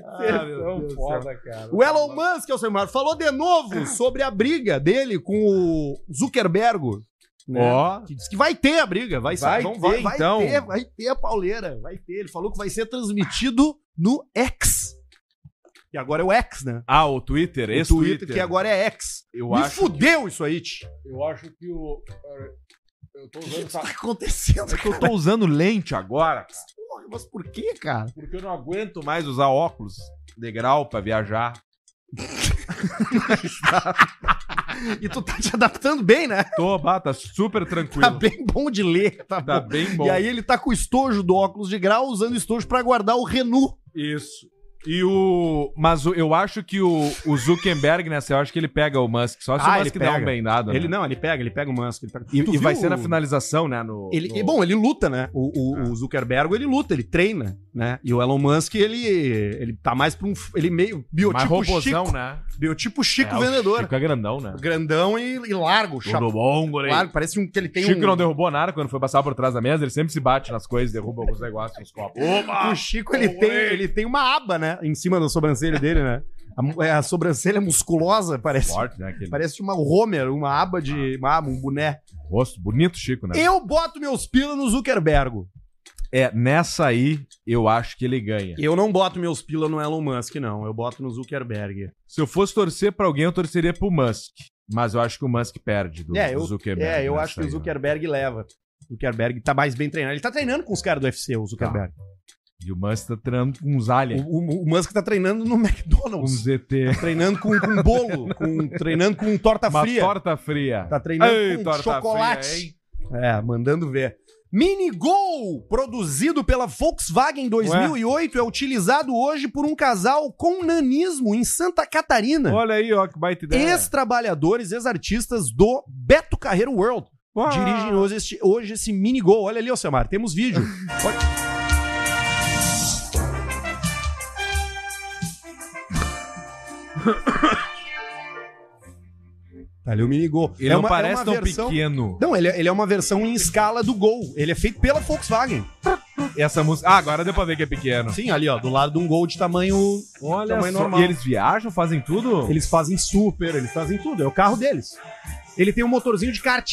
Ah,
Vocês
é
são
um
foda, cara.
O Elon Musk, Alcemar, falou de [COUGHS] novo sobre a briga dele com o Zuckerberg. né?
Ó,
Que diz que vai ter a briga, vai,
Vai
vão-
ter,
vai, vai
então.
ter, vai ter a pauleira, vai ter. Ele falou que vai ser transmitido no X. E agora é o X, né?
ah, o Twitter,
O
esse
Twitter,
Twitter.
que agora é X.
Eu
Me
acho
fudeu isso aí, Ti.
Eu acho que o. pera, Eu tô usando essa.
O que tá [LAUGHS] acontecendo?
É que eu tô usando lente agora, cara,
Porra, mas por que, cara?
porque eu não aguento mais usar óculos de grau pra viajar.
E tu tá te adaptando bem, né?
Tô, bah, tá super
Tá
tranquilo.
bem bom de ler, tá,
Tá
bom.
bem bom.
E aí ele tá com o estojo do óculos de grau, usando o estojo pra guardar o Renu.
Isso. E o. Mas o- eu acho que o, o Zuckerberg, né? Eu acho que ele pega o Musk. Só se
Ah,
o
ele
Musk der
pega.
um bem dado. né?
não, ele pega, ele pega o Musk. Ele pega...
E,
Tu
e vai
viu
ser na
o-
finalização, né? No,
Ele,
no- É.
e, Bom, ele luta, né? O, o- o Zuckerberg, ele luta, ele treina, né? E o Elon Musk, ele, ele tá mais pra um... f- Ele meio
mais
biotipo
robozão,
Chico.
né?
Biotipo Chico
É, o
Vendedor.
Chico é grandão, né?
Grandão e, e largo. Chapéu
Tudo bom, guri?
largo. Parece um, que ele tem
Chico
um...
não derrubou nada quando foi passar por trás da mesa. Ele sempre se bate nas coisas, derruba alguns negócios, uns copos.
O Chico, Ah, ele tem, ele tem uma aba, né? Em cima da sobrancelha dele, né? A, mu- é, a sobrancelha musculosa, parece.
Forte, Ah. né? Aquele
Parece uma Homer, uma aba de... Uma aba, um boné.
rosto bonito, Chico, né?
Eu boto meus pila no Zuckerberg.
É, nessa aí, eu acho que ele ganha.
Eu não boto meus pila no Elon Musk, não. Eu boto no Zuckerberg.
Se eu fosse torcer pra alguém, eu torceria pro Musk. Mas eu acho que o Musk perde do,
É,
do Zuckerberg.
É, eu
nessa
acho que o
aí, né?
Zuckerberg leva. O Zuckerberg tá mais bem treinado. Ele tá treinando com os caras do UFC, o Zuckerberg.
Tá, E o Musk tá treinando com uns aliens.
O, o- o Musk tá treinando no
Um
McDonald's.
ZT.
Treinando com, com
[LAUGHS]
bolo, com- treinando com torta
Uma
Tá fria.
torta fria.
Tá treinando
Ei,
com
torta
chocolate.
fria, hein?
é, mandando ver. Minigol, produzido pela Volkswagen em 2008, é utilizado hoje por um casal com nanismo em Santa Catarina.
Olha aí, ó, que baita ideia.
Ex-trabalhadores, ex-artistas do Beto Carreiro World.
Uau.
Dirigem hoje este, hoje esse mini gol. Olha ali, Alcemar, temos
[LAUGHS]
vídeo. Tá, ele é o minigol.
Ele
é
não
uma- é
parece
uma
tão
versão-
pequeno.
Não, ele é, ele é uma versão em escala do Gol. Ele é feito pela Volkswagen.
Essa música. Ah, agora deu pra ver que é pequeno.
Sim, ali, ó, do lado de um Gol de tamanho,
Olha
tamanho
só.
normal.
E eles viajam, fazem tudo?
Eles fazem super, eles fazem tudo. É o carro deles. Ele tem um motorzinho de kart.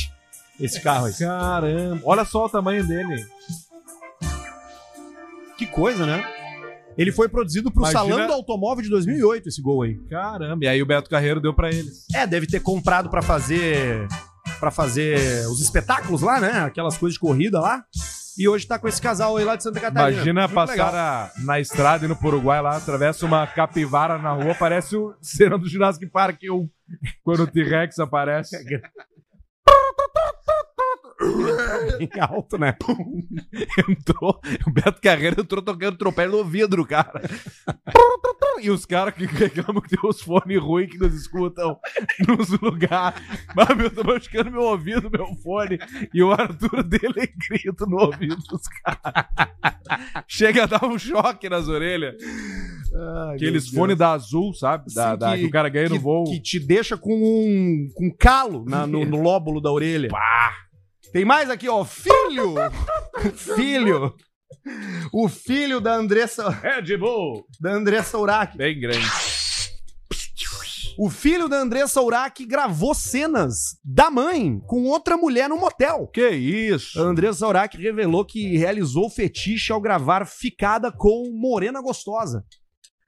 Esse carro aí.
Caramba. Olha só o tamanho dele.
Que coisa, né? Ele foi produzido pro
Imagina-
Salão do Automóvel de 2008, esse Gol aí.
Caramba. E aí o Beto Carreiro deu pra eles.
É, deve ter comprado pra fazer para fazer os espetáculos lá, né? Aquelas coisas de corrida lá. E hoje tá com esse casal aí lá de Santa Catarina. [LAUGHS]
Imagina
Muito
passar
legal.
a- na estrada e no Uruguai lá, atravessa uma capivara na rua, parece o cena do Jurassic Park 1, quando o T-Rex aparece.
[LAUGHS] em alto, né?
entrou, o Beto Carreiro entrou tocando trompete no vidro, cara. E os caras que reclamam que tem os fones ruins que nos escutam nos lugares. Mas meu, tô machucando meu ouvido, meu fone. E o Arthur dele grita no ouvido dos caras. Chega a dar um choque nas orelhas. Aqueles fones da Azul, sabe? Da,
Sim,
da- que,
que-
o cara ganha
que,
no voo.
que te deixa com um com um calo na- no, no lóbulo da orelha. Tem mais aqui, ó. Filho! O filho! O filho da Andressa,
Red Bull.
da Andressa Urach.
Bem grande.
O filho da Andressa Urach gravou cenas da mãe com outra mulher no motel.
Que isso?
A Andressa Urach revelou que realizou o fetiche ao gravar Ficada com Morena Gostosa.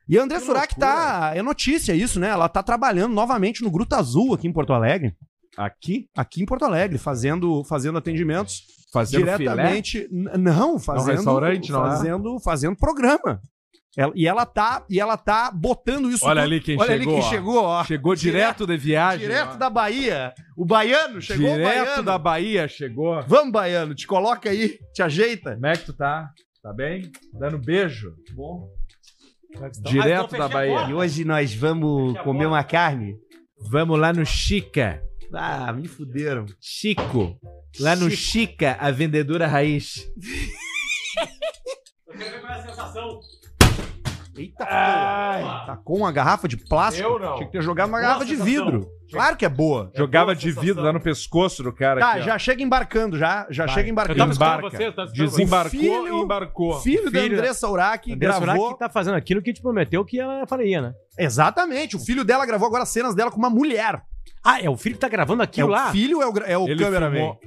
E a Andressa Urach tá. É notícia isso, né? Ela tá trabalhando novamente no Gruta Azul aqui em Porto Alegre.
Aqui?
Aqui em Porto Alegre, fazendo, fazendo atendimentos
Fazendo filé?
diretamente. N- Não, fazendo.
restaurante, não é?
fazendo, fazendo programa. Ela- e, ela tá, e ela tá botando isso.
Olha
tudo-
ali quem
Olha
chegou.
ali
ó.
quem chegou, ó.
Chegou direto, da viagem.
Direto da Bahia. O baiano, chegou o
né? Direto
baiano.
da Bahia chegou.
Vamos, baiano, te coloca aí, te ajeita.
Como é que tu tá? Tá bem? Dando beijo. é Bom. tá?
Ah, então
Direto
fechei
da
a
Bahia.
E hoje nós vamos comer uma carne.
Vamos lá no Chica.
Ah, me fuderam.
Chico. Lá no Chica, a vendedora raiz.
Eita porra. Tacou uma garrafa de plástico?
Eu não.
Tinha que ter jogado uma garrafa de vidro. Claro que é boa.
Jogava de vidro lá no pescoço do cara.
Tá,
aqui, ó.
já chega embarcando, já. Já chega embarcando.
Embarca. Desembarcou
você. O filho-
e tá embarcou.
Filho, da
Filho-
Andressa Urach gravou.
que tá fazendo aquilo que te prometeu que ela faria, né?
Exatamente, o filho dela gravou agora cenas dela com uma mulher.
Ah, é o filho que tá gravando
é
aquilo
O
lá?
filho é o, gra- é o
Ele
cameraman.
fumou.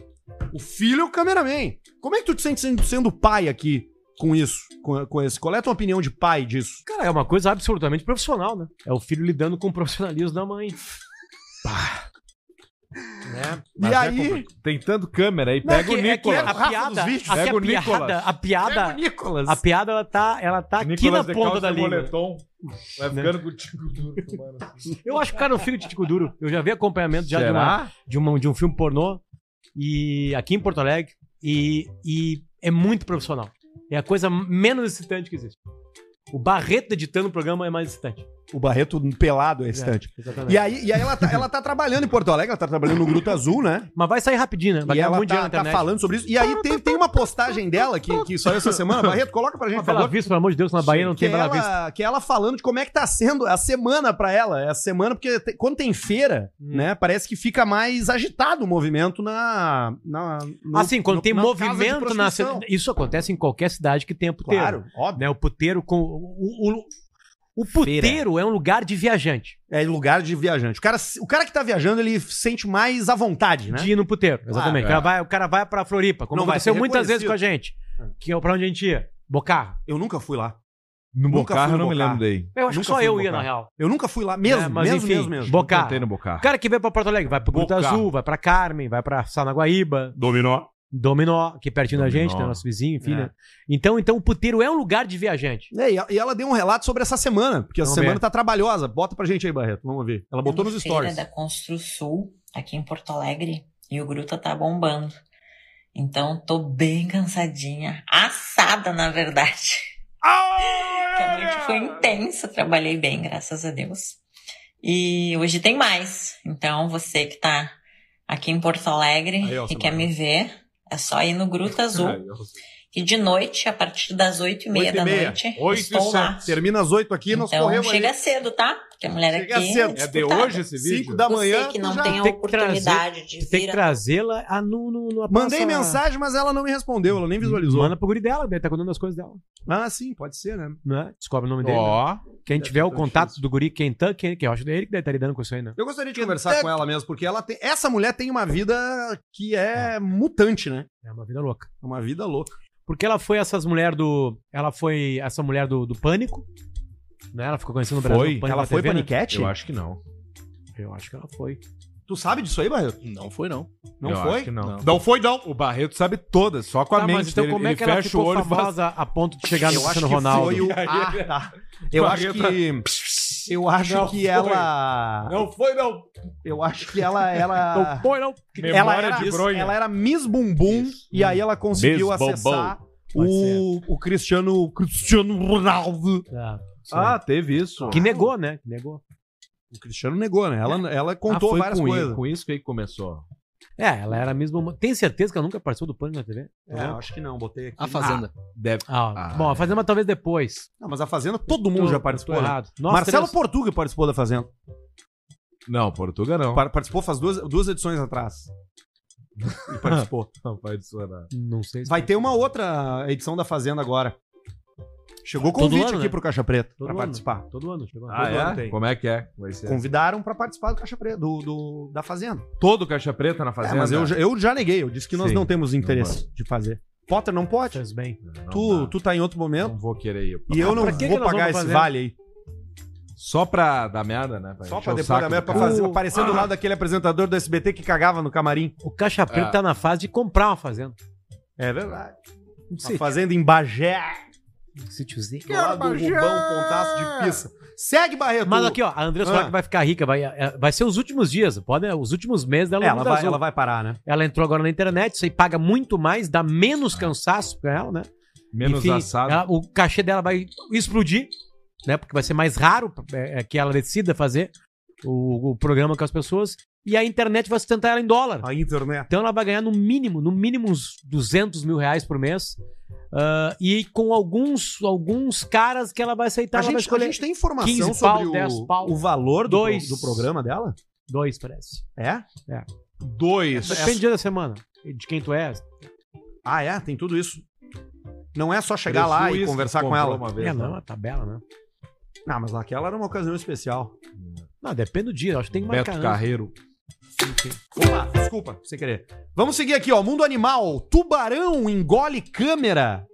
O filho é o cameraman. Como é que tu te sente sendo, sendo pai aqui com isso? Com, com esse? Qual é a tua opinião de pai disso?
Cara, é uma coisa absolutamente profissional, né? É o filho lidando com o profissionalismo da mãe.
e aí,
Tem tanto câmera aí.
Não,
Pega
é
o
que- é que
Nicolas.
a piada, a, que
Pega
a
o Nicolas.
piada, a piada,
Nicolas.
a piada, ela tá, ela tá aqui na
de
ponta
calça
da
e
língua.
moletom. Vai ficando com o tico duro.
Eu acho que o cara é um filho de tico duro. Eu já vi acompanhamento já de, uma,
Será?
de, uma- de um filme pornô e aqui em Porto Alegre e, e é muito profissional. É a coisa menos excitante que existe. O Barreto editando o programa é mais excitante.
O Barreto pelado é excitante.
É, exatamente.
E aí, e aí ela, tá, ela tá trabalhando em Porto Alegre, ela tá trabalhando no Gruta Azul, né?
Mas vai sair rapidinho, né? Vai
e
ganhar
ela
Tá muito
tá,
dinheiro na
tá
internet.
falando sobre isso. E aí tem, tem uma postagem dela que, que saiu essa semana. Barreto, coloca pra gente,
Uma
por
Bela
favor.
Vista, pelo amor de Deus, na Bahia não
que
tem Bela Vista.
ela, que ela falando de como é que tá sendo a semana pra ela. É a semana, porque te- quando tem feira, né? Parece que fica mais agitado o movimento na. na no-
assim, quando
no-
tem
na casa
movimento
de
na
prostituição.
cidade. Isso acontece em qualquer cidade que tenha puteiro.
Claro, óbvio.
Né? O puteiro com. O, o, o puteiro é um lugar de viajante.
É lugar de viajante. O cara, o cara que tá viajando, ele sente mais à vontade, né?
De ir no puteiro. Exatamente.
é.
o, cara vai, o cara vai pra Floripa, como
Não vai
aconteceu
ser
muitas vezes
reconhecido.
com a gente. Que é pra onde a gente ia. Bocarro.
Eu nunca fui lá.
No
Nunca fui
Bocarro
no
eu não me
Bocarro.
lembro daí.
Eu acho
Nunca
que só
fui
eu
no
ia, na
Bocarro.
real.
Eu nunca fui lá mesmo,
É, mas
mesmo,
enfim,
mesmo, mesmo.
Bocarro.
Cantei no
O
Bocarro.
cara que vem pra Porto Alegre vai pro Gruta
Bocarro.
Azul, vai pra Carmen, vai pra Sanaguaíba,
Dominó.
Dominó, que é pertinho da
Dominó.
gente, né? Nosso vizinho, enfim.
É.
né? Então, então o puteiro é um lugar de viajante.
É, e ela- e ela deu um relato sobre essa semana, porque essa
Vamos
semana
ver.
tá trabalhosa. Bota pra gente aí, Barreto. Vamos ver. Ela botou nos
feira
stories.
da ConstruSul, aqui em Porto Alegre, e o Gruta tá bombando. Então, tô bem cansadinha, assada, na verdade.
Ah!
[LAUGHS] Que a noite foi intensa, trabalhei bem, graças a Deus. E hoje tem mais. Então, você que tá aqui em Porto Alegre
Aí, ó, [LAUGHS]
e quer me ver, é só ir no Gruta Azul, E de noite, a partir das oito e meia
Oito
da
e meia.
noite,
Oito e
estou lá.
sete. Termina às 8 aqui, nós
Então
corremos
chega
aí.
cedo, tá? Porque a mulher
Chega
aqui
cedo.
é
É de
disputada.
hoje esse vídeo? Cinco da manhã,
Você que
tu
não
já-
tem a
Tem que
oportunidade de vir
Tem que
a-
trazê-la a- no, no, numa
Mandei
praça-
mensagem, mas ela não me respondeu, ela nem visualizou.
Manda pro guri dela, deve estar contando as coisas dela.
Ah, sim, pode ser, né?
Né? Descobre o nome dele.
Ó.
né? Quem tiver
tá
o contato do guri, quem tá, quem, que eu acho que é ele que deve estar lidando com isso aí, né?
Eu gostaria de conversar com ela mesmo, porque ela tem, essa mulher tem uma vida que é, mutante, né?
É uma vida louca.
É uma vida louca.
Porque ela foi essas mulheres do. Ela foi essa mulher do, do Pânico. Né? Ela ficou conhecendo o Brasil.
Foi?
do Pânico
Ela
na
foi
né?
paniquete? Eu acho que não.
Eu Tá, acho que ela foi.
Tu sabe disso aí, Barreto?
Não foi, não.
Não
Eu
foi?
acho que não.
Não.
não. foi, não. O Barreto sabe todas, só com a
Tá,
mente.
mas então
dele.
como é
Ele
que ela
fecha
ficou
o olho e faz-
famosa a ponto de chegar no
Eu acho
Cristiano
que
Ronaldo?
foi [LAUGHS] o- Ah, tá.
assim,
Eu acho que. Eu
Não
acho que
foi.
ela.
Não foi, não.
Eu acho que ela ela
Não foi, não.
ela
Memória
era,
de bronha.
é
ela era Miss Bumbum e aí ela conseguiu
Miss Bumbum.
acessar o, o Cristiano o Cristiano Ronaldo.
Tá.
Ah, teve isso.
Que negou, né? Que negou.
O Cristiano negou, né? Ela, ela
Ah,
contou
foi
várias
com
coisas.
Com isso que aí começou.
É, ela era a mesma. Tem certeza que ela nunca participou do Pânico na TV?
É, eu acho que não, botei aqui.
Deve.
Ah, Bom, a Fazenda talvez depois.
Não, mas a Fazenda todo mundo
Tô-
já participou.
tô
né?
errado. Nós
Marcelo
três.
Portuga participou da Fazenda.
Não, Portuga não.
Par- Participou faz duas, duas edições atrás. E
[LAUGHS]
participou.
Não vai adicionar.
Não sei se.
Vai ter uma outra edição da Fazenda agora. Chegou
Todo
convite
ano,
aqui
né?
pro Caixa Preta
Todo
pra
ano.
participar.
Todo ano chegou.
Ah,
Todo ano
é?
tem.
Como é que é? Vai ser.
Convidaram pra participar do Caixa Preta, do, do- da Fazenda.
Todo caixa preta na
É,
fazenda.
mas eu, já- eu já neguei, eu disse que nós
Sim.
não temos interesse de fazer. Potter não pode.
Fez bem.
Não
tu,
dá.
tu tá em outro momento
Não vou querer ir.
e eu não
pra que que
vou
nós
pagar esse
vamos fazer?
vale aí.
Só pra dar merda, né?
Só
encher
pra
o
depois
saco
da
do
merda, pra
cara.
fazer,
O-
aparecer do lado daquele apresentador do SBT que cagava no camarim.
O Caixa Preto
É.
tá na fase de comprar uma fazenda.
É verdade.
Não
Tá
sei.
fazendo em Bagé,
Um sítiozinho.
do lado do Rubão,
um
pontaço de pista. Segue, Barreto.
Mas aqui, ó, a Andressa
Ah.
Flack vai ficar rica. Vai, é, vai ser os últimos dias, pode, os últimos meses dela.
É,
no
ela
mundo
vai,
azul.
ela vai parar, né?
Ela entrou agora na internet, isso aí paga muito mais, dá menos
Ah.
cansaço pra ela, né?
Menos
Enfim, é
assado.
ela- o cachê dela vai explodir, né? Porque vai ser mais raro é, é, que ela decida fazer o, o programa com as pessoas. E a internet vai sustentar ela em dólar.
A né? internet.
Então ela vai ganhar no mínimo, no mínimo uns 200 mil reais por mês. Ah, e com alguns, alguns caras que ela vai aceitar,
a,
ela vai
gente, a
escolher
gente tem informação
15
sobre
pau, 10 pau.
o, o valor do,
Dois.
do programa dela?
dois, parece.
É?
Dois.
Depende do dia da semana, de quem tu é.
Ah, é? Tem tudo isso. Não é só chegar lá e
Prejuízo
conversar
que
com
comprou
ela.
Uma vez,
É, não, é
né?
uma tabela, né?
Não, mas naquela era uma ocasião especial.
Não, depende do dia, eu acho que tem que
Beto
marcar né? antes.
Carreiro.
Vamos lá, desculpa, sem querer. Vamos seguir aqui, ó. Mundo animal. Tubarão engole câmera.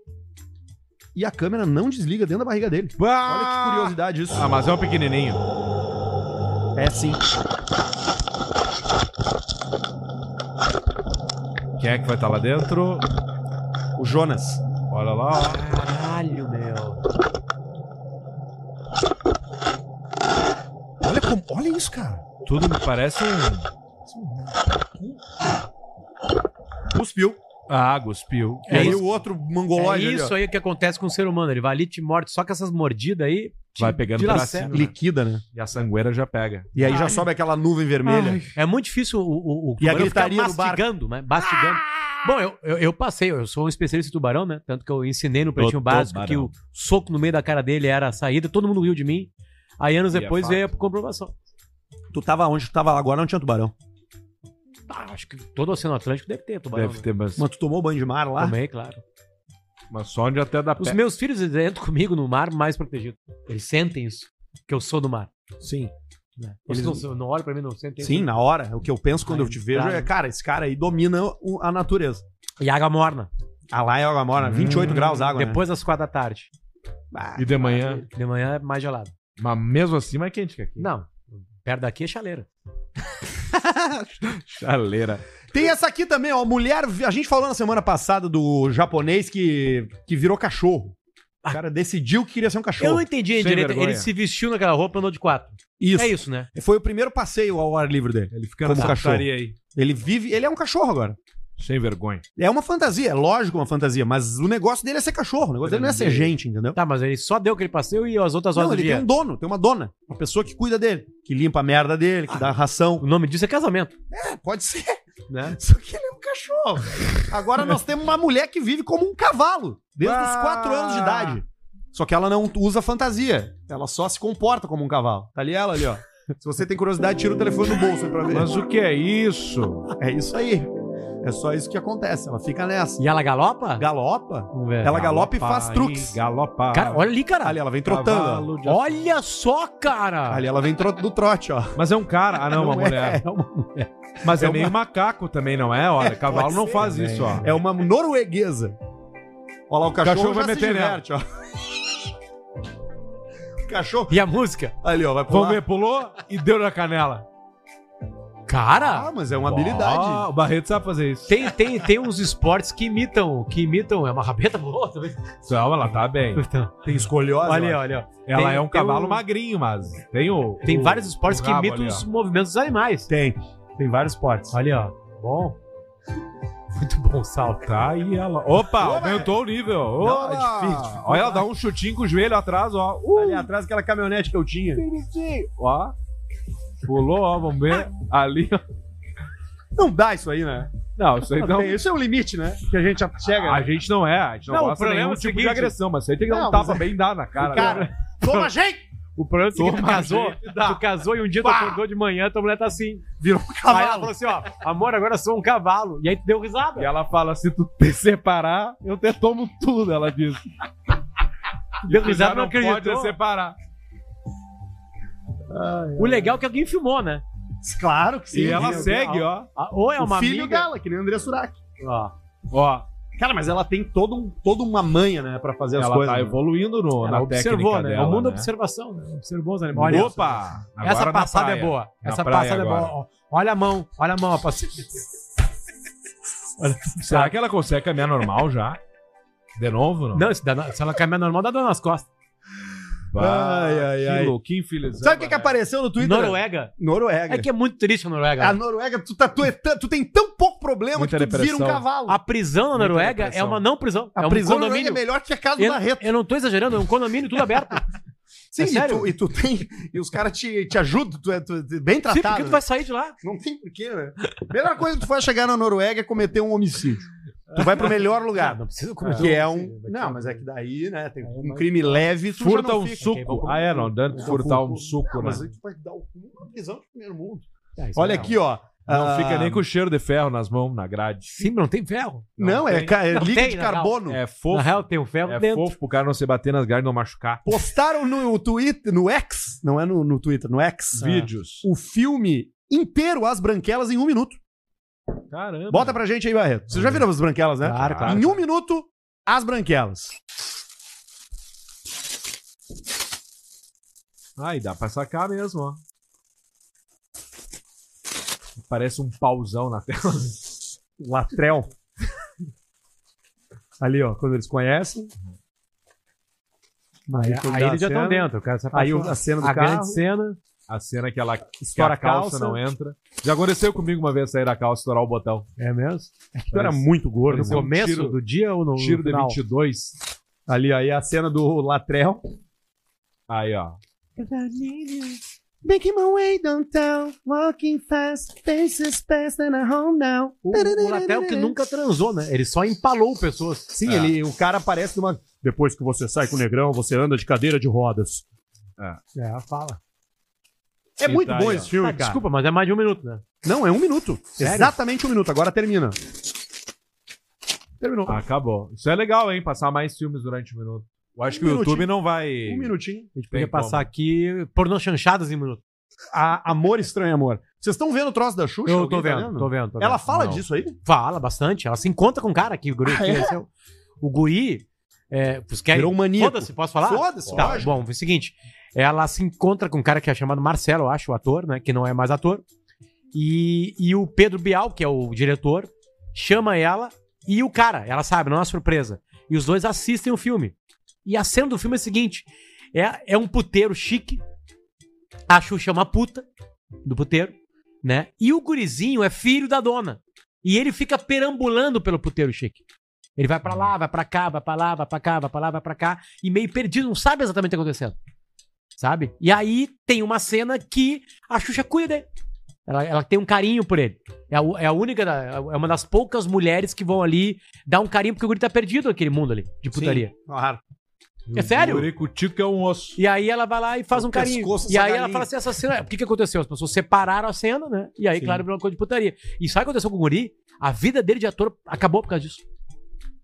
E a câmera não desliga dentro da barriga dele. Olha que curiosidade isso.
Ah, mas é um pequenininho.
É sim.
Quem é que vai estar lá dentro?
O Jonas.
Olha lá, ó.
Caralho, meu.
Olha, como, olha isso, cara.
Tudo me parece um.
Cuspiu.
Ah, cuspiu.
E aí
isso.
o outro
É
mongoloide.
isso aí que acontece com o ser humano. Ele vai ali, te morde, só que essas mordidas aí. te
Vai pegando
dilacera.
pedacinho.
Liquida, né?
E a sangueira já pega.
E aí já sobe aquela nuvem vermelha.
É muito difícil o, o, o
E a
tubarão ficar
gritaria no barco.
mastigando, né? Mastigando. Bom, eu, eu, eu passei, eu sou um especialista em tubarão, né? Tanto que eu ensinei no Pretinho
Do
Básico
tubarão.
que o soco no meio da cara dele era a saída, todo mundo riu de mim. Aí anos
E é
depois
fato.
veio a comprovação.
Tu tava onde? Tu tava lá agora, não tinha tubarão.
Ah, acho que todo o Oceano Atlântico deve ter tubarão.
Deve
né?
ter, mas,
Mas tu tomou banho de mar lá?
Também, claro.
mas só onde até dá
Os
pé.
meus filhos eles entram comigo no mar mais protegido. Eles sentem isso, que eu sou do mar.
Sim.
Né? Eles
Eles-
não, não olham pra mim, não sentem
Sim,
isso.
na hora. O que eu penso quando
Ah,
eu te vejo é,
claro.
cara, esse cara aí domina o- a natureza.
E água morna.
Ah, lá é água morna,
Hum.
28 graus né? água,
Depois das quatro da tarde.
né? Ah,
E de manhã.
De manhã é mais gelado.
Mas mesmo assim, mais quente que aqui.
Não, perto daqui é chaleira.
Chaleira.
Tem essa aqui também, ó. Mulher. vi- A gente falou na semana passada do japonês que, que virou cachorro. O cara decidiu que queria ser um
Eu
cachorro.
não entendi
Sem
direito.
vergonha.
Ele se vestiu naquela roupa e andou de quatro.
Isso.
É isso, né?
Foi o primeiro passeio ao ar livre dele.
Ele fica
Como
nessa
cachorro.
putaria aí.
Ele vive. Ele é um cachorro agora.
Sem vergonha.
É uma fantasia, é lógico uma fantasia, mas o negócio dele é ser cachorro. O negócio dele não é ser gente, entendeu?
Tá, mas ele só deu aquele passeio e as outras horas
Não,
do
ele
dia.
tem um dono, tem uma dona. Uma pessoa que cuida dele, que limpa a merda dele, que dá ração.
O nome disso é casamento,
Ah. É, pode ser.
né?
[LAUGHS] Só que ele é um cachorro. Agora nós temos uma mulher que vive como um cavalo, desde os 4 anos de idade. Só que ela não usa fantasia. Ela só se comporta como um cavalo. Tá ali ela ali, ó. Se você tem curiosidade, tira o telefone do bolso aí pra ver.
Mas o que é isso?
É isso aí. É só isso que acontece. Ela fica nessa.
E ela galopa?
Galopa?
Vamos ver.
Ela galopa e
Galopa
faz
aí,
truques.
Galopa.
Cara, olha ali, cara.
Ali ela vem trotando. ó.
Cavalo de-
Olha só, cara.
Ali ela vem tro- do trote, ó.
Mas é um cara. Ah, não, uma
é,
mulher.
É uma mulher.
Mas é,
é uma-
meio macaco também, não é? Olha, cavalo
pode
não
ser
faz isso, ó.
É uma norueguesa. Olha lá, o cachorro,
cachorro
já
vai
se
meter nela.
diverte, ó. [LAUGHS] O cachorro.
E a música?
Ali, ó, vai pular.
Vamos ver, pulou e deu na canela.
Ah,
Cara,
mas é uma habilidade.
Ah, o Barreto sabe fazer isso.
tem, tem, tem uns esportes que imitam, que imitam. É uma rabeta boa também.
Calma, ela tá bem.
Tem escolhose.
Olha, aí,
ó.
olha. ó.
Ela
Tem-
é um
tem
cavalo
um-
magrinho, mas
[LAUGHS]
tem o.
Tem
o-
vários esportes
o
que
rabo
imitam
ali, ó.
os movimentos dos animais.
Tem. Tem vários esportes.
Olha, ó. Bom. Muito bom, salto.
Tá, e ela. Opa, aumentou o nível. Opa!
Não, é difícil, difícil.
Olha, ela dá um chutinho com o joelho atrás, ó. Uh,
Ali atrás, aquela caminhonete que eu tinha.
ó. Pulou, ó, vamos ver.
Ah!
Ali, ó.
Não dá isso aí, né?
Não, isso aí
Não
não.
tem, Isso é um limite, né? Que a gente já chega.
A gente não é, a gente não,
Não, o
gosta de
problema
nenhum
é o
tipo de
seguinte-
agressão, mas isso aí tem que dar um
Não,
tapa
mas-
bem dá na cara. né?
Toma jeito!
[LAUGHS]
O problema é o seguinte, tu
Toma,
casou, tu casou e um dia tu acordou de manhã, tua mulher tá assim.
Virou um
Aí ela falou assim, ó, amor, agora eu sou um cavalo. E aí tu deu risada.
E ela fala: se tu te separar, eu te tomo tudo,
[LAUGHS]
ela diz.
Deu
Tu já
risada, não acreditou.
pode separar.
O legal é que alguém filmou, né?
Claro que sim.
e ela
viu?
segue, ó.
Ah, Ou é
O
uma
filho
amiga...
dela, que nem o André Surak.
Ó,
Ó,
Cara, mas ela tem todo um, toda uma manha, né, pra fazer as
ela
coisas.
tá
né?
evoluindo no,
ela
na
observou,
técnica
né?
dela,
o mundo da
né?
observação, né? Observou os animais. Olha,
Opa!
essa
agora na
passada
praia.
é boa.
Na
essa
praia
passada é
agora.
boa. Ó, Olha a mão, olha a mão, a passada. Olha,
Será que ela consegue caminhar normal já? De novo,
[LAUGHS]
não?
Não, se, dá- se ela caminhar normal, dá dor nas costas.
Bah,
Ai, ai,
que
ai.
louquinho, filho.
Sabe o que, que apareceu
né?
no Twitter?
Noruega.
Noruega.
É que é muito triste a Noruega.
A Noruega, tu, tá, tu, é tan- tu tem tão pouco problema
Muita
que tu vira
depressão.
um cavalo.
A prisão na
Muita
Noruega é
depressão.
uma não prisão. Ah, é um
noruega
condomínio.
é melhor que a casa do
eu,
Barreto.
eu não tô exagerando, é um condomínio tudo aberto.
Sim,
é
e,
sério?
tu, e tu tem. E os caras te, te ajudam, tu é, tu é bem
Sim,
tratado.
porque tu vai sair de lá.
Não tem porquê, né? Melhor coisa que tu for chegar na Noruega é cometer um homicídio. Tu vai pro melhor lugar.
precisa
que é um. Não, mas é que daí, né? Tem um crime leve, tu já
Furta
não
um
fica.
suco. Ah, é, não. Dando furtar um suco,
Não,
né?
mas aí tu vai dar o cu na prisão de primeiro mundo. Olha aqui, ó.
Não
Ah,
fica nem com cheiro de ferro nas mãos, na grade.
Sim, mas não tem ferro.
Não, é, ca- é
Não
líquido
tem,
de
na real.
carbono.
É
Na
fofo.
real, tem o ferro
É
dentro.
fofo pro cara não se bater nas grades e não machucar.
Postaram no Twitter, no X, não é no, no Twitter, no
Ah.
É.
X,
Vídeos.
o filme inteiro As Branquelas em um minuto.
Caramba.
Bota pra gente aí, Barreto. Vocês já viram As Branquelas, né?
Claro, claro.
Em um minuto, As Branquelas.
Ai, dá pra sacar mesmo, ó. Parece um pauzão na tela.
Latrel. Ali, ó, quando eles conhecem. Aí, quando
Aí
dá
eles já
a cena,
estão dentro. O cara se
Aí
apaixona.
a cena do
a
carro.
grande cena.
A cena que ela que
Estoura
a calça,
a calça.
não entra. Já aconteceu comigo uma vez sair da calça e estourar o botão.
É mesmo?
Eu era
muito gordo.
No
Parecia um
começo
tiro-
do dia ou no
Tiro de
final?
22.
Ali, ó, aí a cena do Latrel.
Aí, ó.
Making my way downtown, walking fast, faces fast and I home now.
O, o Latel que nunca transou, né? Ele só empalou pessoas.
Sim, ele, o cara aparece numa. Depois que você sai com o negrão, você anda de cadeira de rodas.
É, fala.
É
Sim,
muito
tá
bom
aí, ó.
esse filme,
Ah,
cara.
desculpa, mas é mais de um minuto, né?
Não, é um minuto.
Sério?
Exatamente um minuto. Agora termina. Terminou.
Acabou. Isso é legal, hein? Passar mais filmes durante um minuto. Eu acho
Um
que o
minutinho.
YouTube não vai.
Um minutinho.
A gente
Tem
podia
como.
passar aqui pornô chanchadas em um minuto.
A- amor estranho, amor. Vocês estão vendo o troço da Xuxa?
Eu
Alguém
tô
tá
vendo, tô vendo, tô vendo.
Ela fala
Não.
disso aí?
Fala bastante. Ela se encontra com um cara aqui, o guri.
Ah,
que
é?
cresceu. O guri. É, os que-
Virou um maníaco.
Foda-se, posso falar?
Foda-se,
Tá,
lógico.
bom, foi o seguinte. Ela se encontra com um cara que é chamado Marcelo, eu acho, o ator, né? Que não é mais ator. E, e o Pedro Bial, que é o diretor, chama ela e o cara. Ela sabe, não é uma surpresa. E os dois assistem o filme. E a cena do filme é a seguinte: é, é um puteiro chique. A Xuxa é uma puta do puteiro, né? E o gurizinho é filho da dona. E ele fica perambulando pelo puteiro chique. Ele vai pra lá, vai pra cá, vai pra lá, vai pra cá, vai pra lá, vai pra cá, e meio perdido, não sabe exatamente o que tá acontecendo. Sabe? E aí tem uma cena que a Xuxa cuida dele. Ela, ela tem um carinho por ele. É a, u- é a única, da- é uma das poucas mulheres que vão ali dar um carinho, porque o guri tá perdido naquele mundo ali, de putaria.
Ah,
claro.
É sério?
O tico é um osso. É
E aí ela vai lá e faz um carinho. E
pescoço essa
aí ela
galinha.
fala assim, essa cena... O que que aconteceu? As pessoas separaram a cena, né? E aí,
Sim.
claro, virou uma coisa de putaria. E sabe o que aconteceu com o guri? A vida dele de ator acabou por causa disso.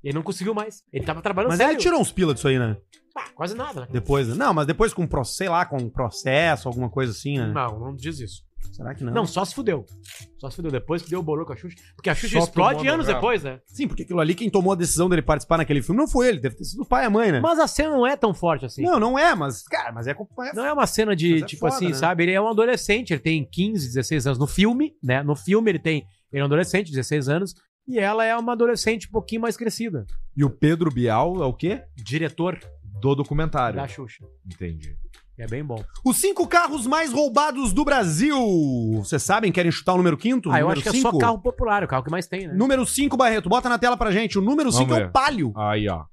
Ele não conseguiu mais. Ele tava trabalhando
Mas
sério.
ele tirou uns pila disso aí, né?
Quase nada, né?
Depois, né? não, mas depois com, pro- sei lá, com processo, alguma coisa assim, né?
Não, não diz isso.
Será que não?
Não, só se fudeu. Só se fudeu depois que deu o bolô com a Xuxa. Porque a Xuxa
Só
explode
tomou no
anos
rabo.
depois, né?
Sim, porque aquilo ali, quem tomou a decisão dele participar naquele filme não foi ele, deve ter sido o pai e a mãe, né?
Mas a cena não é tão forte assim.
Não, não é, mas, cara, mas é acompanhado.
Não é uma cena de,
Mas é
tipo
foda,
assim,
né?
sabe? Ele é um adolescente, ele tem 15, 16 anos no filme, né? No filme ele tem. Ele é um adolescente, 16 anos. E ela é uma adolescente um pouquinho mais crescida.
E o Pedro Bial é o quê?
Diretor
do documentário.
da Xuxa.
Entendi.
É bem bom.
Os cinco carros mais roubados do Brasil. Vocês sabem, querem chutar o número quinto?
Ah, eu acho
número
que é só
cinco?
carro popular, o carro que mais tem, né?
Número 5, Barreto, bota na tela pra gente. O número
Vamos
5 é
ver.
o Palio.
Aí, ó.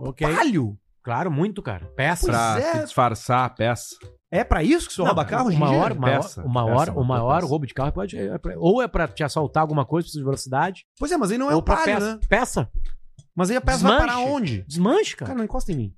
Ok.
Palio?
Claro, muito, cara. Peça.
Pra
Pois é.
se disfarçar a peça.
É pra isso que você rouba carro, é
uma
em dia?
hora, uma hora,
Peça,
uma
peça,
hora,
uma
o maior
peça.
roubo de carro pode, é pra- ou é pra te assaltar alguma coisa, precisa de velocidade,
Pois é, mas aí não é
ou
o
pra
Palio,
peça.
né?
Peça.
Mas aí a peça vai parar onde?
Desmanche, Tá. cara.
Cara, não encosta em mim.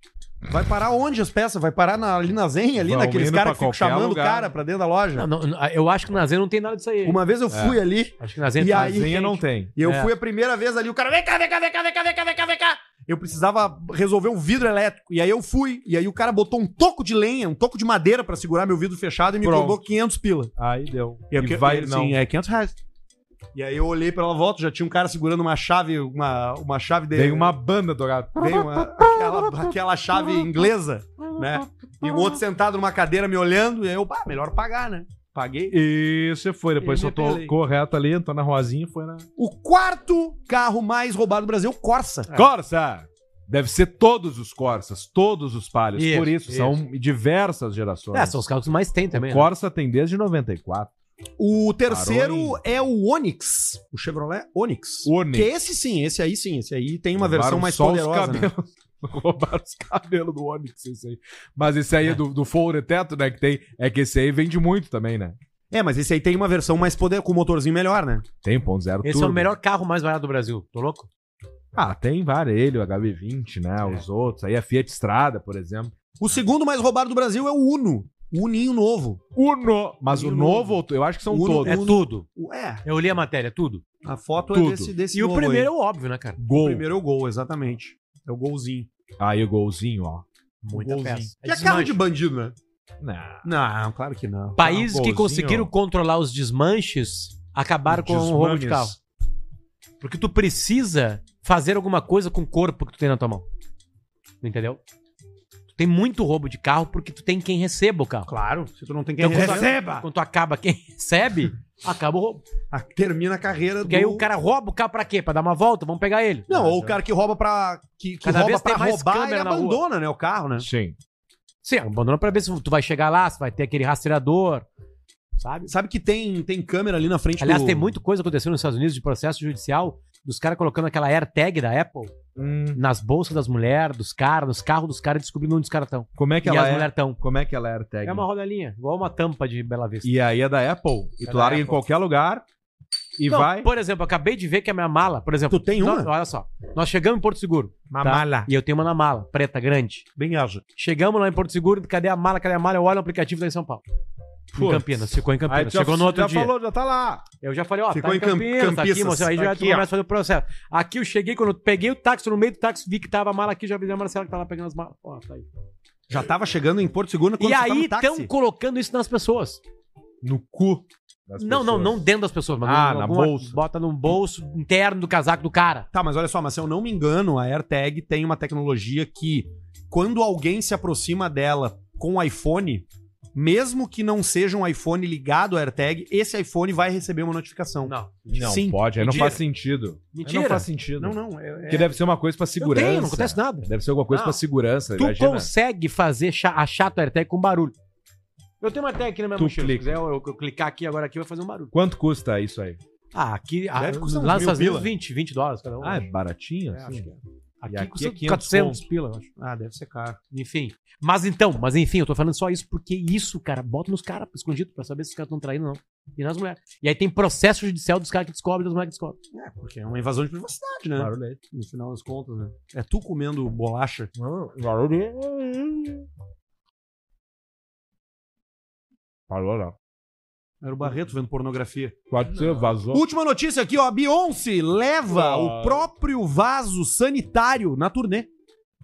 Vai parar onde as peças? Vai parar na- ali na Zen, ali,
Vão
naqueles
indo pra
caras que ficam
qualquer
chamando o
lugar.
cara pra dentro da loja?
Não, não, não, eu acho que na Zen não tem nada disso aí. hein?
Uma vez eu
É.
fui ali
Acho que na Zen tá
E aí-
Zenha não tem.
e eu
É.
fui a primeira vez ali, o cara, vem cá, vem cá, vem cá, vem cá, vem cá, vem cá, vem cá. Eu precisava resolver um vidro elétrico. E aí eu fui. E aí o cara botou um toco de lenha, um toco de madeira pra segurar meu vidro fechado e me
Pronto.
cobrou 500 pila.
Aí deu.
E, eu, que-
vai,
assim,
não.
é 500 reais. E aí eu olhei pela volta, já tinha um cara segurando uma chave, uma, uma chave dele.
Tem uma banda dourada.
Veio uma- aquela, aquela chave inglesa, né? E o outro sentado numa cadeira me olhando, e aí eu, pá, melhor pagar, né? Paguei.
E você foi. Depois
Eu
você
me apelei.
tocou reto ali, entrou na ruazinha e foi na.
O quarto carro mais roubado do Brasil, Corsa.
É. Corsa! Deve ser todos os Corsas, todos os Palhos.
Isso,
Por isso,
isso.
são diversas gerações.
É, são os carros que mais tem também.
o
né?
Corsa tem desde 94.
O terceiro
Parou
é o Onix, o Chevrolet Onix.
Onix.
Que é esse sim, esse aí sim, esse aí tem uma versão
Roubaram
mais
só os
poderosa. né?
cabelos. [LAUGHS] Roubaram os cabelos do Onix, esse aí. Mas esse aí é do, do Full Teto, né? Que tem. É que esse aí vende muito também, né?
É, mas esse aí tem uma versão mais poderosa, com motorzinho melhor, né?
Tem 1.0
Esse é
turbo.
o melhor carro mais barato do Brasil. Tô louco?
Ah, tem varelho, HB20,
É.
né? Os outros. Aí a Fiat Strada, por exemplo.
O segundo mais roubado do Brasil é o Uno, o Uninho novo.
Uno. Mas
E
o
o
novo, eu acho que são
Uno-
todos.
É tudo.
O- É,
Eu li a matéria, é tudo.
a foto
Tudo.
é desse, desse
e o
novo aí.
primeiro é o óbvio, né, cara?
O
Gol.
primeiro é o gol, exatamente. É o golzinho.
Aí o golzinho, ó.
Muita
golzinho.
peça.
E é carro de bandido, né?
Não.
Não, claro que não.
Países
Ah,
que
golzinho.
conseguiram controlar os desmanches acabaram com o roubo de carro.
Desmames.
Porque tu precisa fazer alguma coisa com o corpo que tu tem na tua mão. Entendeu? Tu tem muito roubo de carro porque tu tem quem receba o carro.
Claro, se tu não tem quem
quando tu-
receba.
Quando tu acaba quem [LAUGHS] recebe, Ah. acaba o roubo.
Ah, Termina a carreira
Porque aí o cara rouba o carro pra quê? Pra dar uma volta? Vamos pegar ele.
Não, ou o cara que rouba pra. Que, que
é. Cada
rouba
vez tem
pra
mais
roubar, ele
câmera na rua.
abandona, né? O carro, né?
Sim.
Sim, abandona pra ver se tu vai chegar lá, se vai ter aquele rastreador, sabe?
Sabe que tem, tem câmera ali na frente
Aliás,
do...
tem muita coisa acontecendo nos Estados Unidos de processo judicial dos caras colocando aquela AirTag da Apple
Hum,
nas bolsas das mulheres, dos caras, nos carros dos caras, descobrindo onde os caras estão.
Como é
E
que ela
as
é?
mulheres estão.
Como é que ela é a AirTag?
É uma rodelinha, igual uma tampa de Bela Vista.
E aí é da Apple. E
É da
tu larga em
Apple.
qualquer lugar e
Não,
vai.
Por exemplo, eu acabei de ver que a minha mala, por exemplo.
Tu tem uma?
Nós- olha só. Nós chegamos em Porto Seguro.
Uma
tá?
mala.
E eu tenho uma na mala, preta, grande.
Bem ágil.
Chegamos lá em Porto Seguro, cadê a mala? Cadê a mala? Eu olho no aplicativo tá em São Paulo. Em
Putz.
Campinas, ficou em
Aí
Campinas.
tu já-
Chegou no outro
já
dia.
falou, já tá lá.
Eu já falei, ó,
Ficou
tá
em
em
Cam-
Campinas, tá aqui,
Campiças.
moça, aí já
Aqui,
tu começa a fazer o processo. Aqui eu cheguei, quando eu peguei o táxi, no meio do táxi, vi que tava a mala aqui, já avisei a Marcela que tava pegando as malas. Ó, tá aí.
Já tava chegando em Porto Seguro quando
E
você
tá
tava
aí então,
no táxi.
estão colocando isso nas pessoas.
No cu. das
Não, não,
pessoas.
não dentro das pessoas, mas
Ah,
em
na
alguma-
bolsa.
Bota no bolso interno do casaco do cara.
Tá, mas olha só, mas se eu não me engano, a AirTag tem uma tecnologia que quando alguém se aproxima dela com o iPhone, mesmo que não seja um iPhone ligado à AirTag, esse iPhone vai receber uma notificação.
Não.
Não
Sim.
pode, aí não
Mentira.
faz sentido. Aí
Mentira.
Não faz sentido.
Não, não, é- é-
Porque deve ser uma coisa pra segurança.
Eu tenho, não acontece nada.
Deve ser alguma coisa
Não.
pra segurança.
Tu
imagina.
consegue fazer cha- a chata AirTag com barulho. Eu tenho uma AirTag aqui na minha
Tu
mochila.
clica.
Se quiser, eu, eu clicar aqui agora aqui vai fazer um barulho.
Quanto custa isso aí?
Ah, aqui a,
Deve custar uns
lá
mil
nos Estados Unidos,
pila.
20, 20 dólares cada um.
Ah, é
acho.
baratinho?
É, acho que é. Aqui,
E aqui
custa
é 500
400 pila, eu acho.
Ah, deve ser caro.
Enfim. Mas então, mas enfim, eu tô falando só isso porque isso, cara, bota nos caras escondido pra saber se os caras estão traindo ou não. E nas mulheres. E aí tem processo judicial dos caras que descobrem e das mulheres que descobrem.
É, porque é uma invasão de privacidade, né?
Barulho.
No final das contas, né? É tu comendo bolacha.
Parou lá.
Era o Barreto vendo pornografia.
Pode ser,
Uh!
vazou.
Última notícia aqui, ó. Beyoncé leva
Ah.
o próprio vaso sanitário na turnê.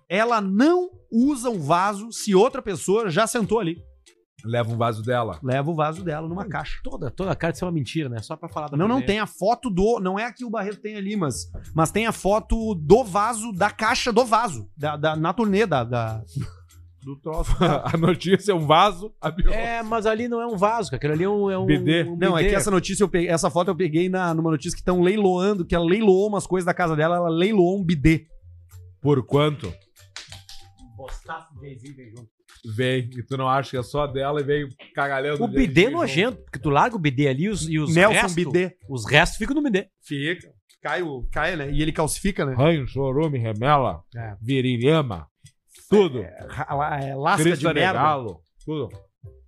Ela não usa um vaso se outra pessoa já sentou ali.
Leva um vaso dela.
Leva o vaso dela numa caixa.
Toda, toda a cara de ser uma mentira, né? Só pra falar da
Não, não
primeira.
tem a foto do. Não é a que o Barreto tem ali, mas, mas tem a foto do vaso, da caixa do vaso. Da, da- na turnê da. da- do troço.
[LAUGHS] a notícia é um vaso. A Beyoncé.
É, mas ali não é um vaso, cara. Aquilo ali é um. É um
BD.
um
Não, é
BD.
que essa notícia eu peguei, essa foto eu peguei na, numa notícia que estão leiloando, que ela leiloou umas coisas da casa dela, ela leiloou um bidê.
Por quanto?
Bostaço invisível junto.
Vem. E tu não acha que é só dela e veio cagalhando.
O
de-
bidê é
junto.
nojento, porque tu larga o bidê ali e os, e os
Nelson
restos.
Bidê.
Os restos ficam no bidê.
Fica. Cai, o, cai, né? E ele calcifica, né?
Ranho, chorume, remela, virilhama, tudo.
É, lasca
Crista
tá
de merda.
Galo, tudo.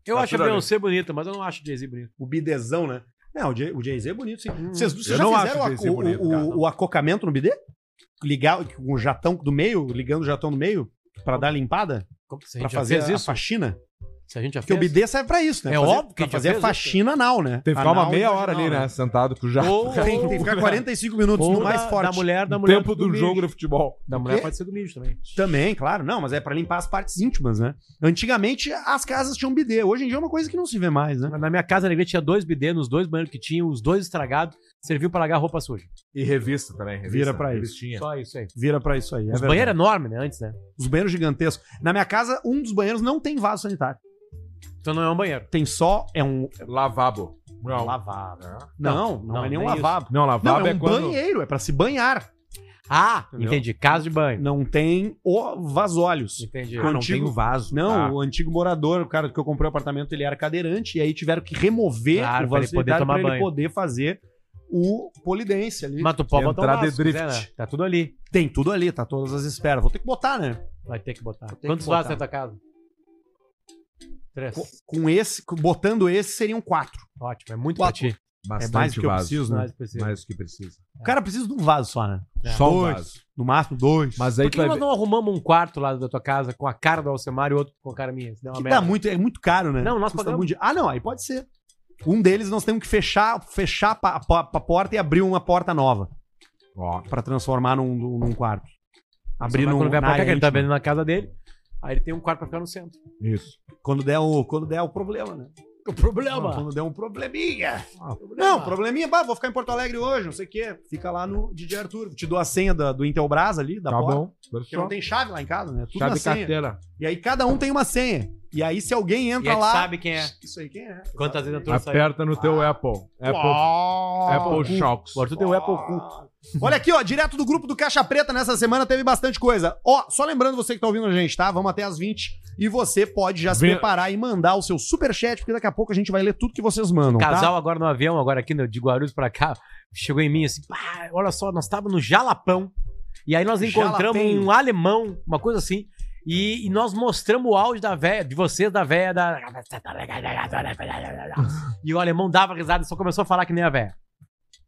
Eu
Tá
acho a
tudo ali.
Beyoncé bonita, mas eu não acho o Jay-Z bonito.
O bidezão, né? Não, o Jay- o Jay-Z é bonito, sim.
Hum.
Vocês vocês
Eu
já
não
fizeram
acho
o
o Jay-Z
aco-
bonito,
o,
cara.
o- o acocamento no bidê? Ligar o- com o jatão do meio, ligando o jatão no meio, pra dar limpada?
Como que se a
Pra
gente já
fazer
fez
a
isso?
faxina?
Se a gente já
Porque o
fez.
bidê serve pra isso, né?
É
fazer,
óbvio que a
pra
gente já
fazer a
fez,
faxina anal, né?
Tem que ficar uma
Anal e
meia hora ali,
vaginal, né?
né? Sentado com o jato.
Ou,
Tem, tem que ficar 45 minutos
ou
no mais
da,
forte.
da mulher,
[LAUGHS]
da
O
mulher.
tempo do jogo é de futebol.
Da
quê?
mulher pode ser do mijo também.
Também, claro. Não, mas é pra limpar as partes íntimas, né? Antigamente as casas tinham bidê. Hoje em dia é uma coisa que não se vê mais, né?
Mas Na minha casa, na igreja, tinha dois bidê nos dois banheiros que tinha, os dois estragados, serviu pra largar roupa suja.
E revista também. Revista,
Vira pra isso.
Revistinha.
Só isso aí.
Vira pra isso aí. é
Os
verdade.
banheiros enormes, né? Antes, né?
Os banheiros gigantescos. Na minha casa, um dos banheiros não tem vaso sanitário.
Então não é um banheiro.
Tem só. É um.
Lavabo. Não.
Lavabo.
É.
Não, não,
não,
é nenhum
nem isso.
lavabo.
Não,
Não,
lavabo
é
é,
um
quando...
banheiro, é pra se banhar.
Ah,
Entendeu?
entendi. Casa de banho.
Não tem o vasólhos.
Entendi.
Ah, não tem o
vaso.
Não,
Não,
o antigo morador, o cara que eu comprei o apartamento, ele era cadeirante, e aí tiveram que remover
Claro,
o
pra ele
vaso
poder
sanitário
tomar
pra ele
banho.
poder fazer o polidência ali.
mas tu pode botar um
Entrada
vaso,
de
se quiser,
drift.
né? Tá tudo ali.
Tem tudo ali, tá todas as esferas. Vou ter que botar, né?
Vai ter que botar.
que
Quantos
botar.
vasos tem na tua casa? Três.
Co- Com esse, co- botando esse, seriam quatro.
Ótimo, é muito
Quatro.
pra ti.
Bastante
é mais do que eu
vaso.
preciso, né?
Mais precisa.
Mais do que precisa.
O cara precisa de um vaso só, né?
É.
Só um
Dois.
vaso.
No máximo dois.
Mas aí
Por
tu
que
vai
nós
ver.
não arrumamos um quarto lá da tua casa com a cara do Alcemar e outro com a cara minha? Isso dá uma
que
merda.
dá muito, é muito caro, né?
Não, nós
Custa
pagamos.
muito dinheiro. Ah, não, aí pode ser. Um deles nós temos que fechar, fechar a pa- pa- pa- porta e abrir uma porta nova
Ó,
pra transformar num, num num quarto. Abrir
Alcemar,
num
quando vier pra
na
cá,
área
que ele tá
íntima.
vendo na casa dele. Aí ele tem um quarto pra ficar no centro.
isso.
Quando der o quando der o problema, né?
O problema.
Quando der um probleminha.
Ah,
Não, probleminha, bah, vou ficar em Porto Alegre hoje, não sei o quê. Fica lá no DJ Arthur. Te dou a senha da- do Intelbras ali, da
Tá
porta.
bom.
Porque não
Pessoal,
tem chave lá em casa, né? Então, Tudo
Chave
na
de
senha.
carteira.
E aí cada um tem uma senha. E aí se alguém
E
entra
aí tu
lá...
sabe quem é.
Isso aí quem é.
Quantas vezes entrou e saiu.
Aperta no teu Apple. Apple,
Apple,
Apple Shocks.
O Arthur tem o Apple Cu.
Olha aqui, ó, direto do grupo do Caixa Preta nessa semana teve bastante coisa. Ó, só lembrando você que tá ouvindo a gente, tá? Vamos até as 20 e você pode já se
Vem-
preparar e mandar o seu superchat, porque daqui a pouco a gente vai ler tudo que vocês mandam, tá?
Casal agora no avião, agora aqui no- de Guarulhos pra cá, chegou em mim assim, "Pá, olha só, nós estávamos no Jalapão, e aí nós encontramos
Jalapenho.
um alemão, uma coisa assim, e, e nós mostramos o áudio da véia, de vocês, da véia, da... E o alemão dava risada e só começou a falar que nem a véia.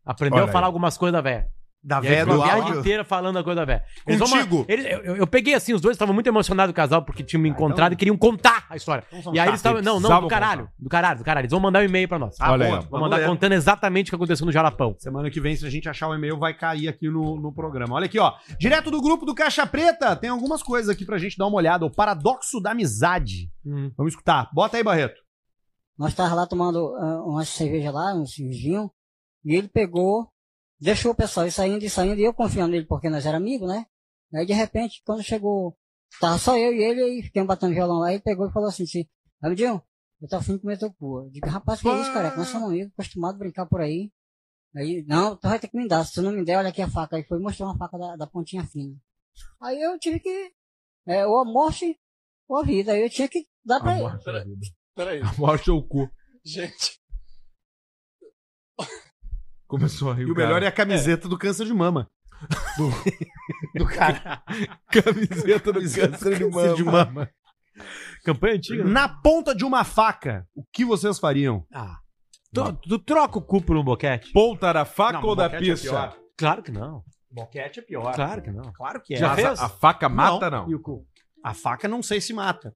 Aprendeu
Olha
a falar
aí.
algumas coisas da véia.
Da
E aí,
véia
ficou
do
a viagem
áudio.
inteira falando a coisa da véia. Eles vão-
Contigo.
eles- eu, eu- eu peguei assim, os dois estavam muito emocionados, o casal, porque tinham me encontrado e queriam contar a história. E aí eles estavam. Não, não, do
precisavam
caralho. Do caralho, do caralho. Eles vão mandar um e-mail pra nós.
Ah, Olha aí, ó.
Vão mandar contando exatamente o que aconteceu no Jalapão.
Semana que vem, se a gente achar o e-mail, vai cair aqui no, no programa. Olha aqui, ó. Direto do grupo do Caixa Preta, tem algumas coisas aqui pra gente dar uma olhada. O paradoxo da amizade.
Hum.
Vamos escutar. Bota aí, Barreto.
Nós estávamos lá tomando ah, uma cerveja lá, um vinho, e ele pegou, deixou o pessoal ir saindo e saindo, e eu confiando nele porque nós éramos amigos, né? Aí de repente, quando chegou, tava só eu e ele, aí fiquei batendo violão lá, ele pegou e falou assim, assim Amidinho, eu tô afim de comer teu cu. Eu digo, rapaz, que é isso, careca? Nós somos amigos, acostumados a brincar por aí. Aí, não, tu vai ter que me dar, se tu não me der, olha aqui a faca. Aí foi mostrar uma faca da, da pontinha fina. Aí eu tive que, é, ou a morte, ou a vida. Aí eu tinha que dar pra ele.
Peraí,
Mostra o cu.
gente.
Começou a rir.
E o
cara.
melhor é a camiseta do câncer de mama. [LAUGHS] Do, do cara.
camiseta do câncer de mama.
de mama.
Campanha antiga. né?
Na ponta de uma faca, o que vocês fariam?
Ah, Tu, tu troca o cu por um boquete?
Ponta da faca
Não,
ou da
boquete é
pizza?
pior. claro que não.
Boquete é pior.
Claro que não.
Claro que é.
Já
Mas
fez?
a faca mata, não?
E o cu? A faca não sei se mata.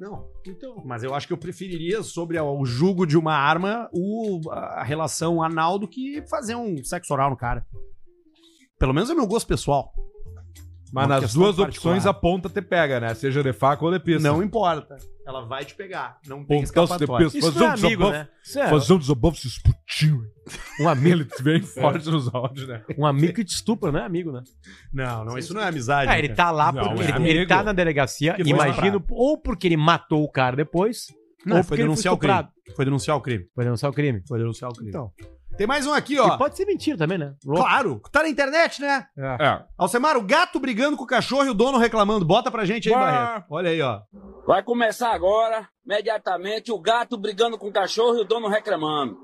Não, então. Mas eu acho que eu preferiria, sobre a- o jugo de uma arma, o, a relação anal do que fazer um sexo oral no cara. Pelo menos é meu gosto pessoal.
Mas
Uma
nas
questão
duas opções
particular.
a ponta te pega, né? Seja de faca ou de pizza.
Não importa. Ela vai te pegar. Não tem
Ponta de
escapatória.
pizza.
é
Fazer um desabafo.
é.
Fazer um desabafo se explodiu.
né? Um amigo.
Ele vem forte nos áudios, né?
Um amigo que te estupra, não é amigo, né?
Não, não, isso não é amizade.
Ah, ele tá lá
Não,
porque
é
ele,
amigo.
ele tá na delegacia,
Porque foi
imagino, ou porque ele matou o cara depois,
Não,
ou
foi
ele
denunciar o crime.
estuprado.
Foi denunciar o crime.
Foi denunciar o crime.
Foi denunciar o crime.
Então.
Tem mais um aqui, ó.
E pode ser mentira também, né? Louco.
Claro, tá na internet, né?
É.
Alcemar, o gato brigando com o cachorro e o dono reclamando. Bota pra gente aí,
Bah.
Barreto. Olha aí, ó.
Vai começar agora, imediatamente, o gato brigando com o cachorro e o dono reclamando.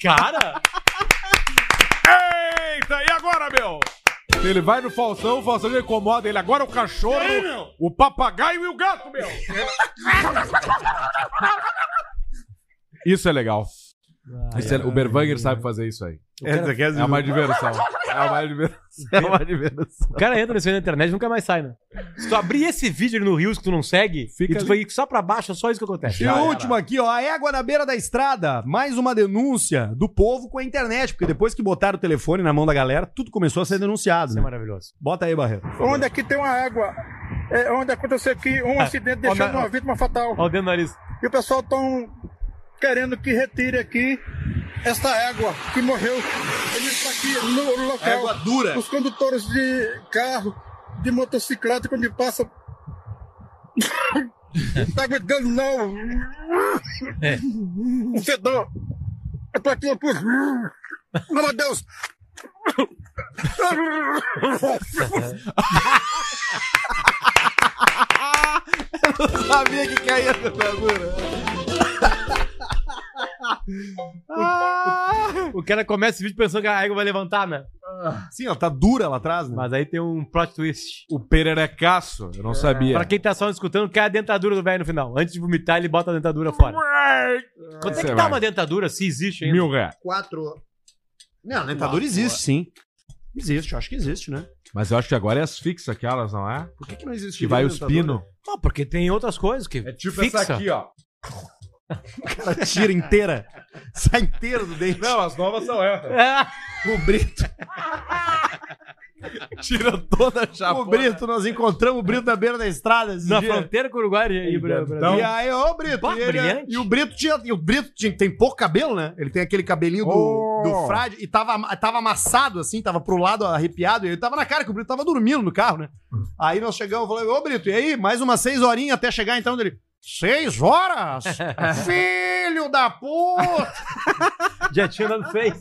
Cara!
Eita, e agora, meu? Ele vai no Falsão, o Falsão já incomoda ele. Agora o cachorro,
E aí, meu?
o papagaio e o gato, meu. Isso é legal. Isso é- o Berwanger sabe fazer isso aí.
Essa aqui é
É uma diversão. É uma diversão. É uma diversão.
O cara entra nesse vídeo na internet e nunca mais sai, né? Se tu abrir esse vídeo ali no Rios que tu não segue, e tu
ali.
vai só pra baixo, é só isso que acontece.
E o último aqui, ó, a égua na beira da estrada. Mais uma denúncia do povo com a internet, porque depois que botaram o telefone na mão da galera, tudo começou a ser denunciado. Isso é
maravilhoso.
Bota aí, Barreto.
Onde aqui tem uma égua, é, onde aconteceu aqui um acidente deixando
Olha-
uma vítima fatal.
Olha o dedo do nariz.
E o pessoal estão querendo que retire aqui esta égua que morreu. Ele está aqui no local.
Égua dura. [LAUGHS]
Os condutores de carro, de motocicleta, quando passam. não tá aguentando, não.
É.
Um fedor. Eu tô aqui, eu pus. Meu Deus!
Eu não sabia que é caía essa figura.
O cara começa esse vídeo pensando que a égua vai levantar, né?
Sim, ó, tá dura lá atrás, né?
Mas aí tem um plot twist.
O pererecaço, eu não sabia.
Pra quem tá só escutando, cai a dentadura do velho no final. Antes de vomitar, ele bota a dentadura fora. Quanto é que tá
Você vai.
uma dentadura, se existe ainda?
Mil reais.
Quatro.
Não, dentadura tá existe, sim. Existe, eu acho que existe, né?
Mas eu acho que agora é as fixas aquelas, não é?
Por que, que não existe?
Que vai os pinos.
Ah, porque tem outras coisas que. É
tipo
fixa.
essa aqui, ó.
Ela tira [LAUGHS] inteira. Sai inteira do dente.
Não, as novas são essas.
É.
O Brito.
Tira toda a chapa.
O Brito, nós encontramos o Brito na beira da estrada. esses
[LAUGHS] Na
dias.
fronteira com o Uruguai e Brasil.
e aí, ô Brito,
Pô,
e, ele- é-
brilhante.
e o Brito tinha. E o Brito tinha- tem pouco cabelo, né? Ele tem aquele cabelinho do,
Oh.
do frade e tava, tava amassado, assim, tava pro lado arrepiado, e ele tava na cara que o Brito tava dormindo no carro, né? Aí nós chegamos e falamos, ô Brito, e aí, mais umas seis horinhas até chegar então dele. Seis horas? [LAUGHS] Filho da puta!
[LAUGHS] Já tinha dado seis.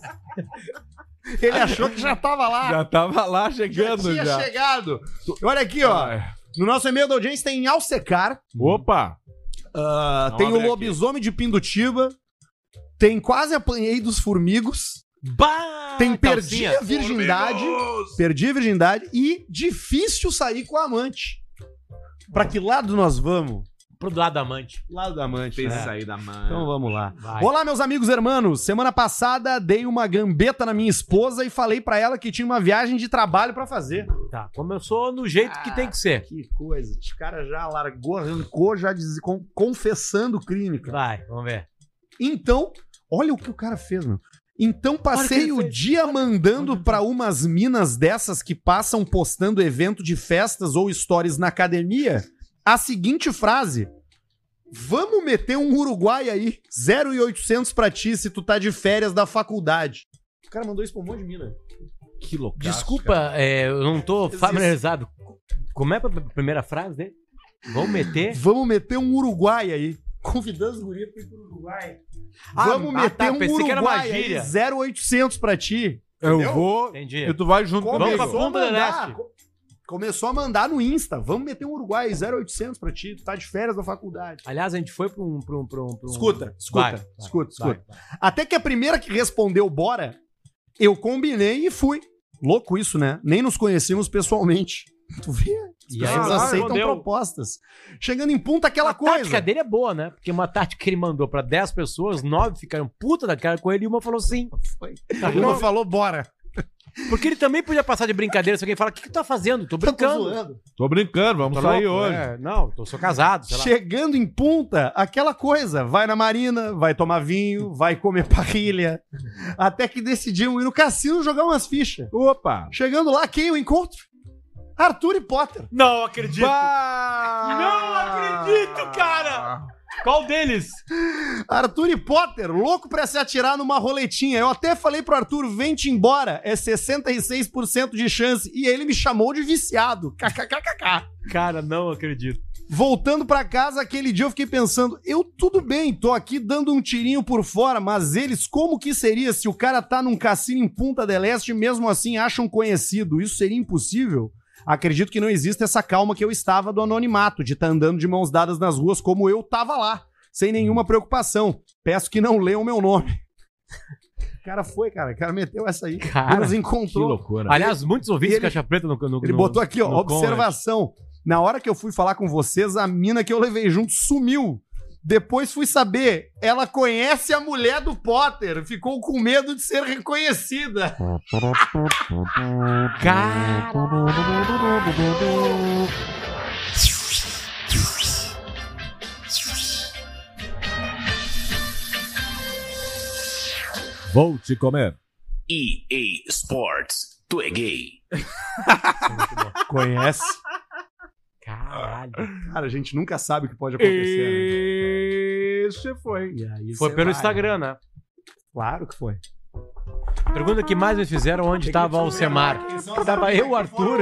Ele achou que já tava lá.
Já tava lá chegando
tinha
já.
chegado. É. Olha aqui, ó. No nosso e-mail da audiência tem Alsecar.
Opa!
Ah,
Vamos
tem o
abrir
lobisomem de Pindutiva. Tem quase apanhei dos formigos. tem perdi
calcinha.
a virgindade. Perdi a virgindade e difícil sair com a amante. Pra que lado nós vamos?
Pro lado da amante.
Lado da amante.
Fez
né?
sair da amante.
Então vamos lá.
Vai.
Olá, meus amigos hermanos. Semana passada dei uma gambeta na minha esposa e falei pra ela que tinha uma viagem de trabalho pra fazer.
Tá, começou no jeito que tem que ser.
Que coisa. O cara já largou, arrancou, já diz- con- confessando o crime, cara.
Vai, vamos ver.
Então, olha o que o cara fez, meu. Então passei o dia mandando pra umas minas dessas que passam postando evento de festas ou stories na academia a seguinte frase: Vamos meter um Uruguai aí, 0,800 pra ti se tu tá de férias da faculdade. O cara mandou isso pra um monte de mina.
Que louco.
Desculpa, é, eu não tô familiarizado. Como é a primeira frase dele? Vamos meter.
Vamos meter um Uruguai aí. Convidando os guris pra ir pro Uruguai.
Ah,
Vamos
ah,
meter
tá,
um
pensei que era uma
Uruguai aí,
gíria.
0,800 pra ti.
Eu vou
Entendi.
e tu vai junto
Começou
comigo.
pra né? Punta
a
del
mandar.
Este.
Co- Começou a mandar no Insta. Vamos meter um Uruguai 0800 pra ti. Tu tá de férias da faculdade.
Aliás, a gente foi pra um. Pra um, pra um, pra um-
Escuta, escuta,
Vai, vai,
escuta,
vai.
escuta. Até que a primeira que respondeu bora, eu combinei e fui. Louco isso, né? Nem nos conhecíamos pessoalmente. [LAUGHS] Tu vê? As
E aí,
pessoas
lá,
aceitam
respondeu.
propostas. Chegando em punta aquela
A
coisa.
tática dele é boa, né? Porque uma tática que ele mandou pra 10 pessoas, 9 ficaram puta da cara com ele e uma falou sim. Foi.
Uma falou bora.
Porque ele também podia passar de brincadeira se alguém fala: O que, que tu tá fazendo? Tô
Tô
brincando.
zoando.
Tô brincando, vamos sair
louco?
hoje.
É, não, tô, sou casado. Sei lá.
Chegando em punta, aquela coisa. Vai na marina, vai tomar vinho, vai comer [LAUGHS] parrilha. Até que decidimos ir no cassino jogar umas fichas.
Opa!
Chegando lá, quem eu encontro? Arthur e Potter.
Não acredito.
Não
acredito, cara! Qual deles?
Arthur e Potter, louco pra se atirar numa roletinha. Eu até falei pro Arthur, vem-te embora. É 66% de chance. E ele me chamou de viciado. KKKKK.
Cara, não acredito.
Voltando pra casa, aquele dia eu fiquei pensando, eu tudo bem, tô aqui dando um tirinho por fora, mas eles, como que seria se o cara tá num cassino em Punta del Este e mesmo assim acham conhecido? Isso seria impossível? Acredito que não existe essa calma que eu estava do anonimato, de estar andando de mãos dadas nas ruas como eu tava lá, sem
Hum.
nenhuma preocupação. Peço que não leiam meu nome. [LAUGHS] O cara foi, cara. O cara meteu essa aí.
Cara,
nos encontrou.
que loucura. Aliás, muitos ouvintes
E
do Caixa Preta no- no-
Ele
no-
botou aqui, ó,
no
observação. Na hora que eu fui falar com vocês, a mina que eu levei junto sumiu. Depois fui saber, ela conhece a mulher do Potter, ficou com medo de ser
[LAUGHS]
reconhecida.
Vou te comer.
EA Sports, tu é gay.
Conhece?
Caralho.
Cara, a gente nunca sabe o que pode acontecer. né?
Esse foi.
Foi pelo Instagram, né?
Claro que foi.
Pergunta que mais me fizeram onde tava o Alcemar. Tava eu, o Arthur.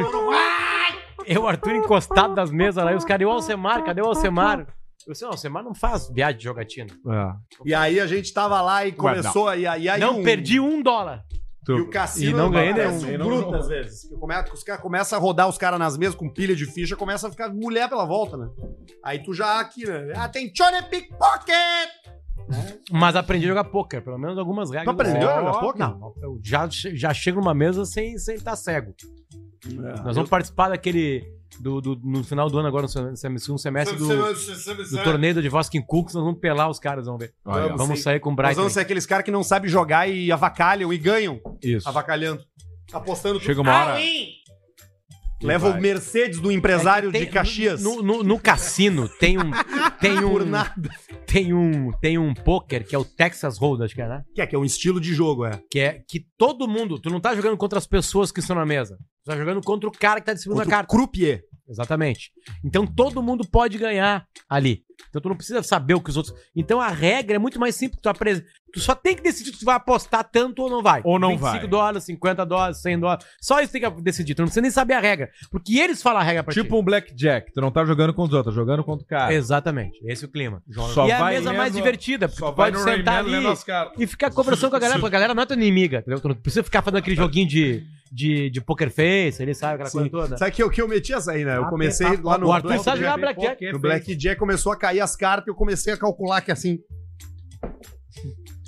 Eu, [LAUGHS] o Arthur, encostado das mesas lá. E os caras, e o Alcemar? Cadê o Alcemar? Eu sei, não, o Alcemar não faz viagem de jogatina.
E aí a gente tava lá e começou
não.
e aí, aí
Não
um-
perdi um dólar.
E o cassino
E não ganhei
parece
nenhum.
um bruto às vezes. Que Começa, os caras começam a rodar os caras nas mesas com pilha de ficha, começa a ficar mulher pela volta, né? Aí tu já aqui, né? Attenzione pickpocket!
Mas aprendi a jogar pôquer, pelo menos algumas regras.
aprendeu a
Ó,
jogar pôquer?
Não, eu já, che- já chego numa mesa sem estar sem tá cego. Nós vamos participar daquele. Do, do- no final do ano, agora, no sem- sem- segundo semestre do,
é-
do torneio de Voskin Cooks, nós vamos pelar os caras, vamos ver.
Olha,
vamos
vamos
sair com o
Nós
Brighton.
vamos ser aqueles caras que não sabem jogar e avacalham e ganham.
Isso.
Avacalhando. Apostando tudo. Ah,
Chega uma hora-
Leva o Mercedes do empresário
É que tem-
de Caxias.
No, no- no cassino tem
[LAUGHS]
um. Tem um.
Por nada.
Tem um. Tem um poker que é o Texas Hold, acho que é, né?
Que é, que é um estilo de jogo, é.
Que é que todo mundo. Tu não tá jogando contra as pessoas que estão na mesa. Tu tá jogando contra o cara que tá distribuindo a
Contra o
carta.
croupier.
Exatamente. Então todo mundo pode ganhar ali. Então tu não precisa saber o que os outros. Então a regra é muito mais simples. Tu, apres... tu só tem que decidir se tu vai apostar tanto ou não vai.
Ou não vai.
dólares, 50 dólares, 100 dólares. Só isso tem que decidir. Tu não precisa nem saber a regra. Porque eles falam a regra pra ti.
Tipo um blackjack. Tu não tá jogando contra os outros, tá jogando contra o cara.
Exatamente. Esse é o clima.
Só
e é a
vai
mesa mais
lendo-
divertida, porque
só
tu
vai
pode
no
sentar
Rayman
ali
lendo as cartas.
e ficar conversando com a galera, porque a galera não é tua inimiga, entendeu? Tu não precisa ficar fazendo
[LAUGHS]
aquele joguinho de, de, de poker face, ele sabe, aquela
Sim.
coisa toda.
Sabe que eu, que eu meti essa aí, né? Eu
Ah,
comecei
tá.
lá no.
O Arthur sabe jogar blackjack.
No Blackjack começou a cair as cartas e eu comecei a calcular que assim.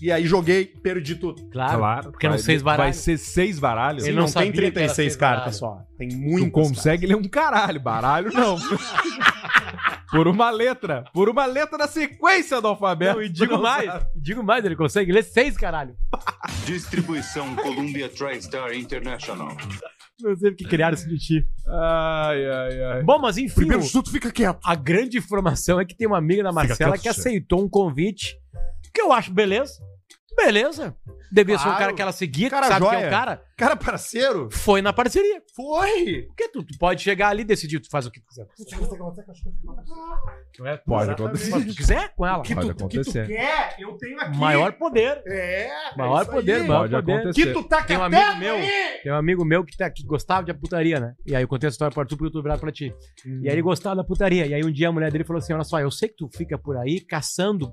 E aí joguei, perdi tudo.
Claro. porque eram
vai-
seis baralhos.
Vai ser seis baralhos?
Ele não tem 36 cartas só. Tem
Não
muito.
consegue ler um caralho. Baralho
[LAUGHS]
não. por uma letra. Por uma letra da sequência do alfabeto.
Não, e digo mais, e digo mais, ele consegue ler seis, caralho.
Distribuição Columbia TriStar International.
Não sei porque criaram isso de ti.
Ai, ai, ai.
é. Bom, mas enfim.
É. Primeiro
o-
de tudo,
fica quieto.
A grande informação é que tem uma amiga da Marcela
quieto,
que
você.
aceitou um convite que eu acho beleza. Beleza. Devia ser um
Claro.
cara que ela seguia, que
Cara
sabe que é
joia.
o cara.
Cara, parceiro.
Foi na parceria.
Foi.
Porque tu, tu pode chegar ali e decidir, tu faz o que tu quiser. Não é?
Pode
Exatamente.
acontecer.
Mas tu quiser com ela.
O que tu- Pode o que tu acontecer.
quer, eu tenho aqui.
Maior poder.
É.
Maior
isso aí.
poder, maior
Pode
poder.
acontecer. Que
tu tá
tem um
catando
amigo meu, tem um amigo meu que, tá, que gostava de putaria, né? E aí eu contei a história pro Arthur pro YouTube virado pra ti. E aí ele gostava da putaria. E aí um dia a mulher dele falou assim: Olha só, eu sei que tu fica por aí caçando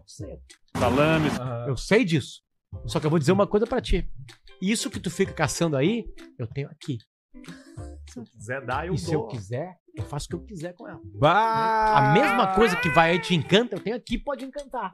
salames. Eu sei disso. Só que eu vou dizer uma coisa pra ti. Isso que tu fica caçando aí, eu tenho aqui.
Se eu quiser dar, eu
e
dou.
se eu quiser, eu faço o que eu quiser com ela.
Bah!
A mesma coisa que vai aí te encanta, eu tenho aqui pode encantar.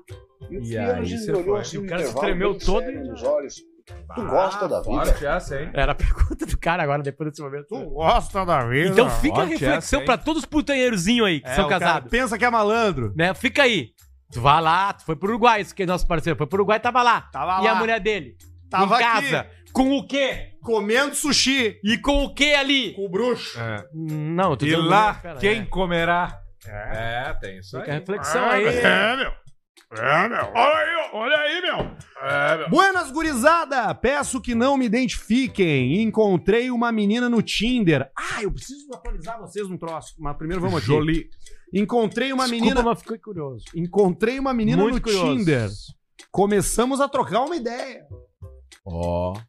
E aí, você foi.
assim
E o cara se tremeu todo e...
Nos olhos. Tu
Ah,
gosta da vida?
forte Era a pergunta do cara agora, depois desse momento. Tu
gosta da vida?
Então fica a
Forte Hum. essa,
reflexão
hein?
pra todos os putanheirozinhos aí que
É,
são
o cara
casados.
Pensa que é malandro.
Né? Fica aí. Tu vai lá, tu foi pro Uruguai, esse que é nosso parceiro. Foi pro Uruguai, tava lá.
Tá
Tava
e
lá.
a mulher dele?
Tava
em casa.
aqui.
Com o quê?
Comendo sushi.
E com o quê ali?
Com o bruxo.
Não, eu tô
É. E
dizendo-
lá,
Pera,
quem
é.
comerá? É, tem isso
Fica
aí.
a reflexão
É,
aí.
É, meu. É, meu. Olha aí, olha aí, meu. É, meu.
Buenas, gurizada! Peço que não me identifiquem. Encontrei uma menina no Tinder. Ah, eu preciso atualizar vocês num troço. Mas primeiro vamos aqui.
Jolie.
Encontrei uma
Desculpa,
menina...
mas fiquei curioso.
Encontrei uma menina
Muito
no
curioso.
Tinder. Começamos a trocar uma ideia.
Ó.
É.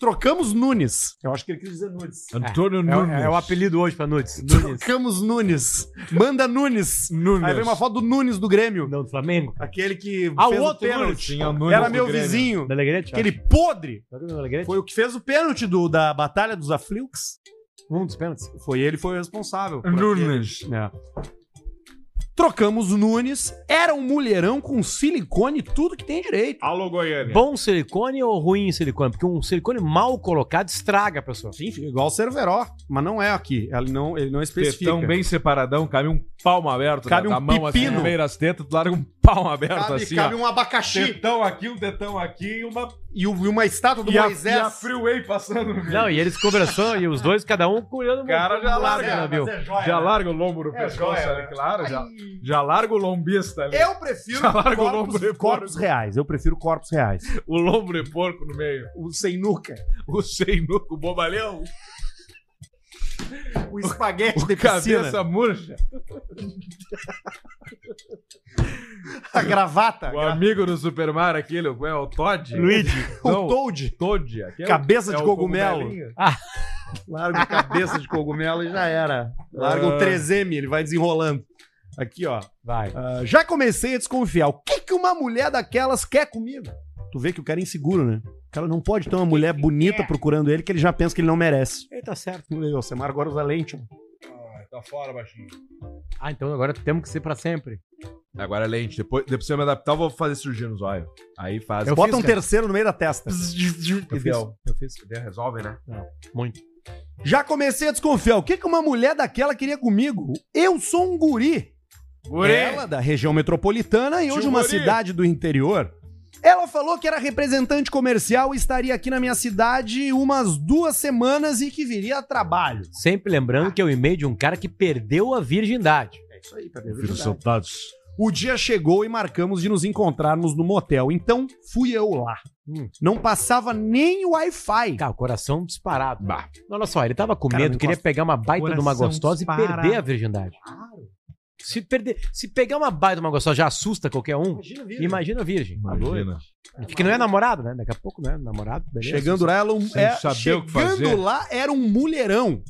Trocamos Nunes. Eu acho que ele quis dizer Nunes.
Antônio
É, o-
Nunes.
é o apelido hoje pra Nunes. Nunes.
Trocamos Nunes. Manda Nunes.
Nunes.
Aí vem uma foto do Nunes do Grêmio.
Não, do Flamengo.
Aquele que
Ah, o
fez
outro
pênalti.
Nunes. Tinha o Nunes
Era
do
meu
Grêmio.
vizinho.
Da Alegrete,
Aquele
acho.
podre.
Do Alegrete?
Foi o que fez o pênalti do, da Batalha dos Afliux.
Um dos pênaltis.
Foi ele foi o responsável. por
Nunes.
aquele. É. Trocamos Nunes. Era um mulherão com silicone, tudo que tem direito.
Alô, Goiânia.
Bom silicone ou ruim silicone? Porque um silicone mal colocado estraga a pessoa.
Sim, igual o Cerveró, mas não é aqui. Ele não, ele não especifica.
Tetão bem separadão, cabe um palmo aberto.
Cabe
né?
um
Da mão assim,
pepino.
no meio das tetas, tu larga um palmo aberto
Cabe-
assim,
cabe
ó.
um abacaxi.
Tetão aqui, um tetão aqui e uma...
E, o- e uma estátua um do
E a, e
Moisés.
a freeway passando no meio.
Não, e eles conversando, e os dois, cada um olhando
O cara já
"É,
larga,
né, viu?
né, já larga o lombo no pescoço,
joia,
ali, claro. Já, já larga o lombista ali.
né? Eu prefiro
Já larga o né, lombo
corpos,
de
corpos
porco.
reais. Eu prefiro corpos reais.
O lombo de porco no meio.
O sem nuca.
O sem nuca, o bobalhão.
O espaguete
O
de piscina.
cabeça murcha.
A gravata.
O amigo do Supermar, aquele, é o Todd?
Luigi.
Não,
o Toad.
Todd. aquele-
Cabeça
é
de
o
cogumelo.
cogumelinho.
Ah.
Larga a cabeça de cogumelo e já era. Larga
Ah.
o 3M, ele vai desenrolando. Aqui, ó.
Vai.
Ah, já comecei a desconfiar. O que, que uma mulher daquelas quer comigo? Tu vê que o cara é inseguro, né? O cara não pode ter uma mulher bonita procurando ele que ele já pensa que ele não merece.
Ele tá certo.
Meu, Você marca agora usa lente. ó.
Ah, tá fora, baixinho.
Ah, então agora temos que ser pra sempre.
Agora é lente. Depois, depois se eu me adaptar, eu vou fazer surgir nos olhos. Aí faz.
Bota um terceiro no meio da testa.
Eu fiz.
Ideal. Eu fiz.
Deu, Resolve, né?
Muito.
Já comecei a desconfiar. O que, que uma mulher daquela queria comigo? Eu sou um guri.
Guri.
É.
Ela, da região metropolitana e
Tio
hoje uma
guri.
cidade do interior. Ela falou que era representante comercial e estaria aqui na minha cidade umas duas semanas e que viria a trabalho.
Sempre lembrando que é o e-mail de um cara que perdeu a virgindade.
É isso aí, pra
soldados.
O dia chegou e marcamos de nos encontrarmos no motel. Então, fui eu lá. Não passava nem o Wi-Fi.
Hum. Cara, o coração disparado. Olha só, ele tava com
Cara,
medo,
não
queria
encosta.
pegar uma baita de uma
Coração
gostosa e
disparado.
perder a virgindade. Se, perder, se pegar uma baita de uma gostosa já assusta qualquer um,
Imagina virgem.
imagina a virgem. Tá doido?
Imagina.
Que não é namorado, né? Daqui a pouco não é namorado. beleza.
Chegando lá, ela um,
Sem
é,
saber o que fazer.
chegando lá era um mulherão.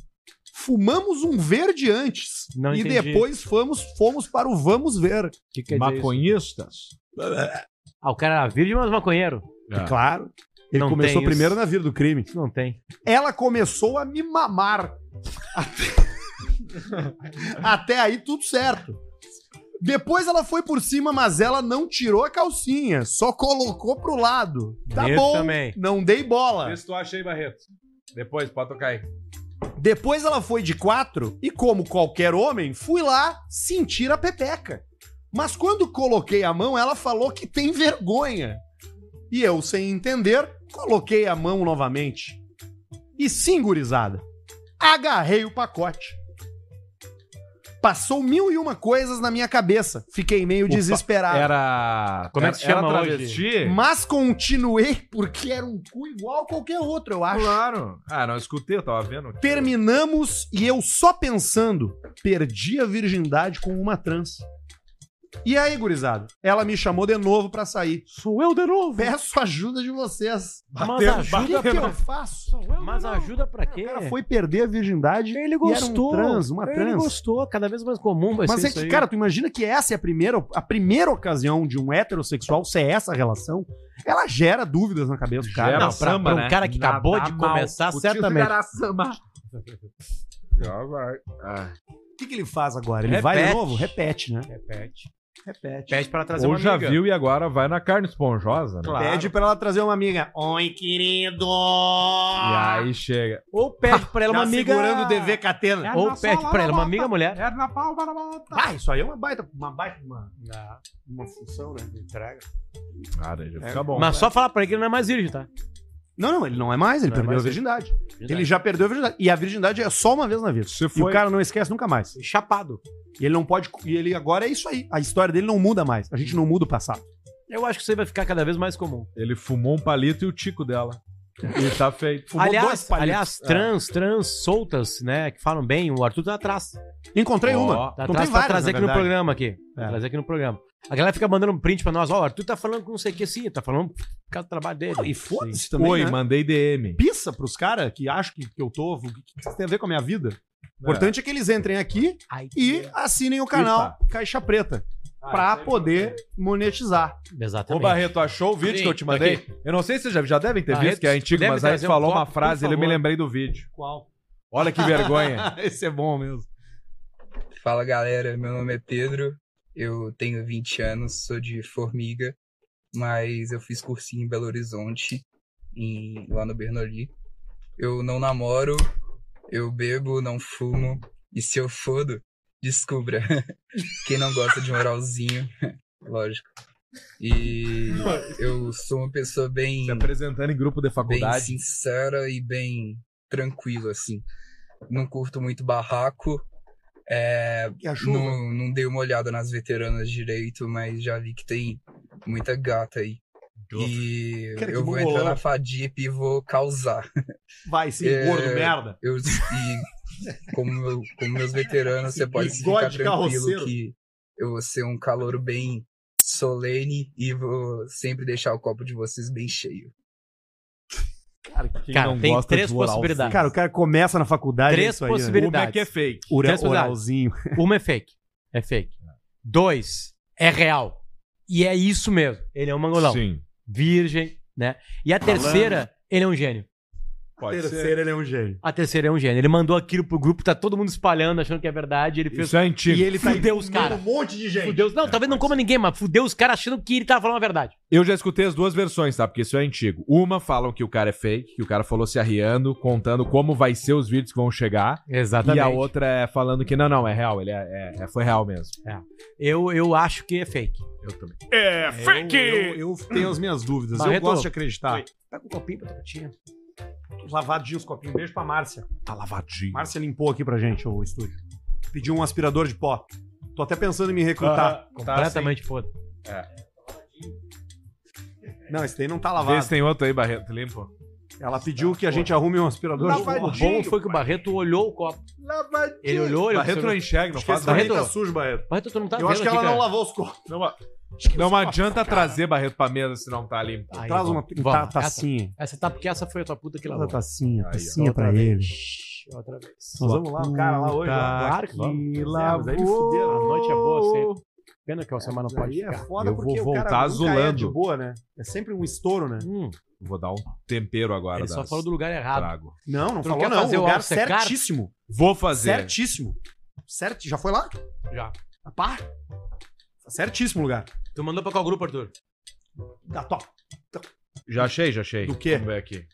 Fumamos um verde antes
Não
e
entendi.
depois fomos, fomos para o vamos ver.
Que quer dizer
Maconhistas?
isso? Ah, o cara era virgem, mas maconheiro.
É.
Claro.
Tá.
Ele
Não
começou
tem
primeiro
isso.
na vida do crime.
Isso não tem.
Ela começou a me mamar. Até... [LAUGHS] Até aí tudo certo. Depois ela foi por cima, mas ela não tirou a calcinha, só colocou pro lado. Tá
Bonito
bom,
também.
não dei bola.
Vê se tu acha aí, Barreto. Depois, pode tocar aí.
Depois ela foi de quatro e, como qualquer homem, fui lá sentir a pepeca. Mas quando coloquei a mão, ela falou que tem vergonha. E eu, sem entender, coloquei a mão novamente. E sim, gurizada, agarrei o pacote. Passou mil e uma coisas na minha cabeça. Fiquei meio desesperado.
Era.
Como é que se chama
Ah, era
hoje?
travesti?
Mas continuei porque era um cu igual a qualquer outro, eu acho.
Claro. Ah, não, eu escutei, eu tava vendo. aqui.
Terminamos e eu só pensando, perdi a virgindade com uma trans. E aí, gurizada? Ela me chamou de novo pra sair.
Sou eu de novo.
Peço ajuda de vocês.
Mas ajuda
O que que eu
[LAUGHS] pra...
faço?
Mas ajuda pra quê?
Cara, foi perder a virgindade.
Ele
e era um
gostou.
trans, uma
Ele
trans.
gostou. Cada vez mais comum vai
Mas
ser
é
isso
que,
aí.
cara, tu imagina que essa é a primeira, a primeira ocasião de um heterossexual ser essa relação? Ela gera dúvidas na cabeça do cara.
Não, pra- samba, pra um né? cara que acabou Nadar de mal. começar, O tio certamente. será
samba.
Já vai.
O que, que ele faz agora? Ele
Repete.
vai de novo? Repete, né?
Repete.
Repete.
Pede pra trazer
Ou
é uma
já
amiga.
viu e agora vai na carne esponjosa, né?
Claro.
Pede pra ela trazer uma amiga. Oi, querido! é
E aí chega.
Ou pede pra ela
Já
uma amiga.
Tá segurando o DV Catena.
Ou pede pra ela uma amiga mulher.
Era na palma, na volta.
Ah, isso aí é uma baita, uma baita, uma, uma função, né? de Entrega.
Cara, já fica bom.
Mas só falar pra ele que ele não é mais virgem, tá?
Não, não, ele não é mais, ele
Não é
perdeu
mais
a virgindade. Ele já perdeu a virgindade. E a virgindade é só uma vez na vida. E
foi-
o cara não esquece nunca mais.
Chapado.
E ele não pode. E ele agora é isso aí. A história dele não muda mais. A gente não muda o passado.
Eu acho que isso aí vai ficar cada vez mais comum.
Ele fumou um palito e o tico dela. E tá feito. Fumou dois
Aliás,
palitos.
aliás,
É.
trans, trans soltas, né? Que falam bem, o Arthur tá atrás.
Encontrei uma.
Tá
Não
atrás
tem
pra
várias,
trazer
na
aqui no
verdade.
programa aqui. Pra
É.
Trazer aqui no programa. A galera fica mandando um print pra nós, ó, o Arthur tá falando com não sei o que assim, tá falando por causa do trabalho dele.
E foda-se
Sim.
também.
Oi,
né?
mandei DM.
Pissa pros caras que acham que, que eu tô. O que, que isso tem a ver com a minha vida? O importante é que eles entrem aqui
É.
e assinem o canal Caixa Preta.
Ah,
pra poder monetizar.
Ô
Exatamente.
Barreto, tu achou o vídeo
Sim,
que eu te
tá
mandei?
aqui.
eu não sei se você já, já devem ter
Barreto,
visto, que é antigo,
deve
mas aí
trazer
tu
um
falou
copo,
uma
por
frase e eu me
favor.
lembrei do vídeo.
Qual?
Olha que vergonha. [LAUGHS]
Esse é bom mesmo.
Fala galera, meu nome é Pedro, eu tenho 20 anos, sou de Formiga, mas eu fiz cursinho em Belo Horizonte, em- lá no Bernoli. Eu não namoro, eu bebo, não fumo, e se eu fodo, descubra. Quem não gosta de um oralzinho, [LAUGHS] lógico. E eu sou uma pessoa bem. Se
apresentando em grupo de faculdade.
Bem sincera e bem tranquila, assim. Não curto muito barraco. É,
E a chuva?
não, não dei uma olhada nas veteranas direito, mas já vi que tem muita gata aí. E
Cara, que
eu vou
mongolão.
entrar na Fadip e vou causar.
Vai, sim, gordo,
é,
merda.
Eu, e
[LAUGHS]
como, meu- como meus veteranos, você pode
Bigode
ficar
de
tranquilo
carroceiro.
que eu vou ser um calor bem solene e vou sempre deixar o copo de vocês bem cheio.
Cara,
Cara, tem três possibilidades.
Cara, o cara começa na faculdade.
Três
é isso aí, né?
possibilidades.
Como é que é fake?
Três
Ura,
possibilidades.
oralzinho.
Uma é fake. É fake. Dois, é real. E é isso mesmo. Ele é um mangolão.
Sim.
Virgem, né? E a terceira, ele é um gênio.
Pode
Terceiro, ele é um gênio.
A terceira é um gênio. Ele mandou aquilo pro grupo, tá todo mundo espalhando, achando que é verdade. Ele fez.
Isso é antigo.
E ele tá fudeu os
Cara, um
caras.
monte de gente.
Fudeu os... Não, talvez não coma ninguém, mas fudeu os caras achando que ele tava falando a verdade.
Eu já escutei as duas versões, tá? Porque isso é antigo. Uma falam que o cara é fake, que o cara falou se arriando, contando como vai ser os vídeos que vão chegar.
Exatamente.
E a outra é falando que não, não, é real, ele é, é- é- foi real mesmo.
É. Eu, eu acho que é fake.
Eu também.
É fake! Eu, eu tenho as minhas dúvidas. eu
Barreto,
gosto de acreditar.
Oi. Pega um copinho pra tua
Lavadinho os copinhos. Beijo pra Márcia.
Tá lavadinho.
Márcia limpou aqui pra gente o estúdio. Pediu um aspirador de pó. Tô até pensando em me recrutar.
Aham,
tá Completamente foda.
Não, esse daí não tá
Vê
lavado.
se tem outro aí, Barreto, limpo.
Ela pediu que a gente arrume um aspirador de
O
pó.
bom foi que o Barreto olhou o copo.
Lavadinho.
Ele olhou, ele
Barreto
observou.
não enxerga, não
Acho que
faz
esse Barreto-
Tá sujo, Barreto.
Barreto, tu não tá
eu acho
vendo
que ela
aqui,
não
cara.
lavou os copos.
Não, não adianta trazer Barreto pra mesa se não tá limpo.
Aí,
Traz uma
vamos. Vamos,
ta-
essa-
tacinha.
Essa tá porque essa foi a tua puta que
Traz
lavou.
a tacinha,
Aí, ó.
tacinha
Outra
pra
vez.
ele.
Shhh, Outra vez.
Nós vamos lá, o cara lá hoje. lá.
Claro que tá
Vamos.
lavou.
Aí me fuderam.
A noite é boa sempre. Pena que o Alcemar não pode
Aí é
ficar.
foda
Eu
porque
vou
o cara
voltar
nunca é de
azulando.
boa, né? É sempre um estouro, né?
Hum,
Vou dar um tempero agora.
ele só
das-
falou do lugar errado.
Trago.
Não, não
Tu não
falou
quer
não. um
fazer o
lugar
Alce, cara?
certíssimo.
Vou fazer.
Certíssimo. Certo, já foi lá?
Já.
Pá. Certíssimo lugar.
Tu mandou pra qual grupo, Arthur?
Da top.
Já achei, já achei.
Do quê?
Vamos ver aqui.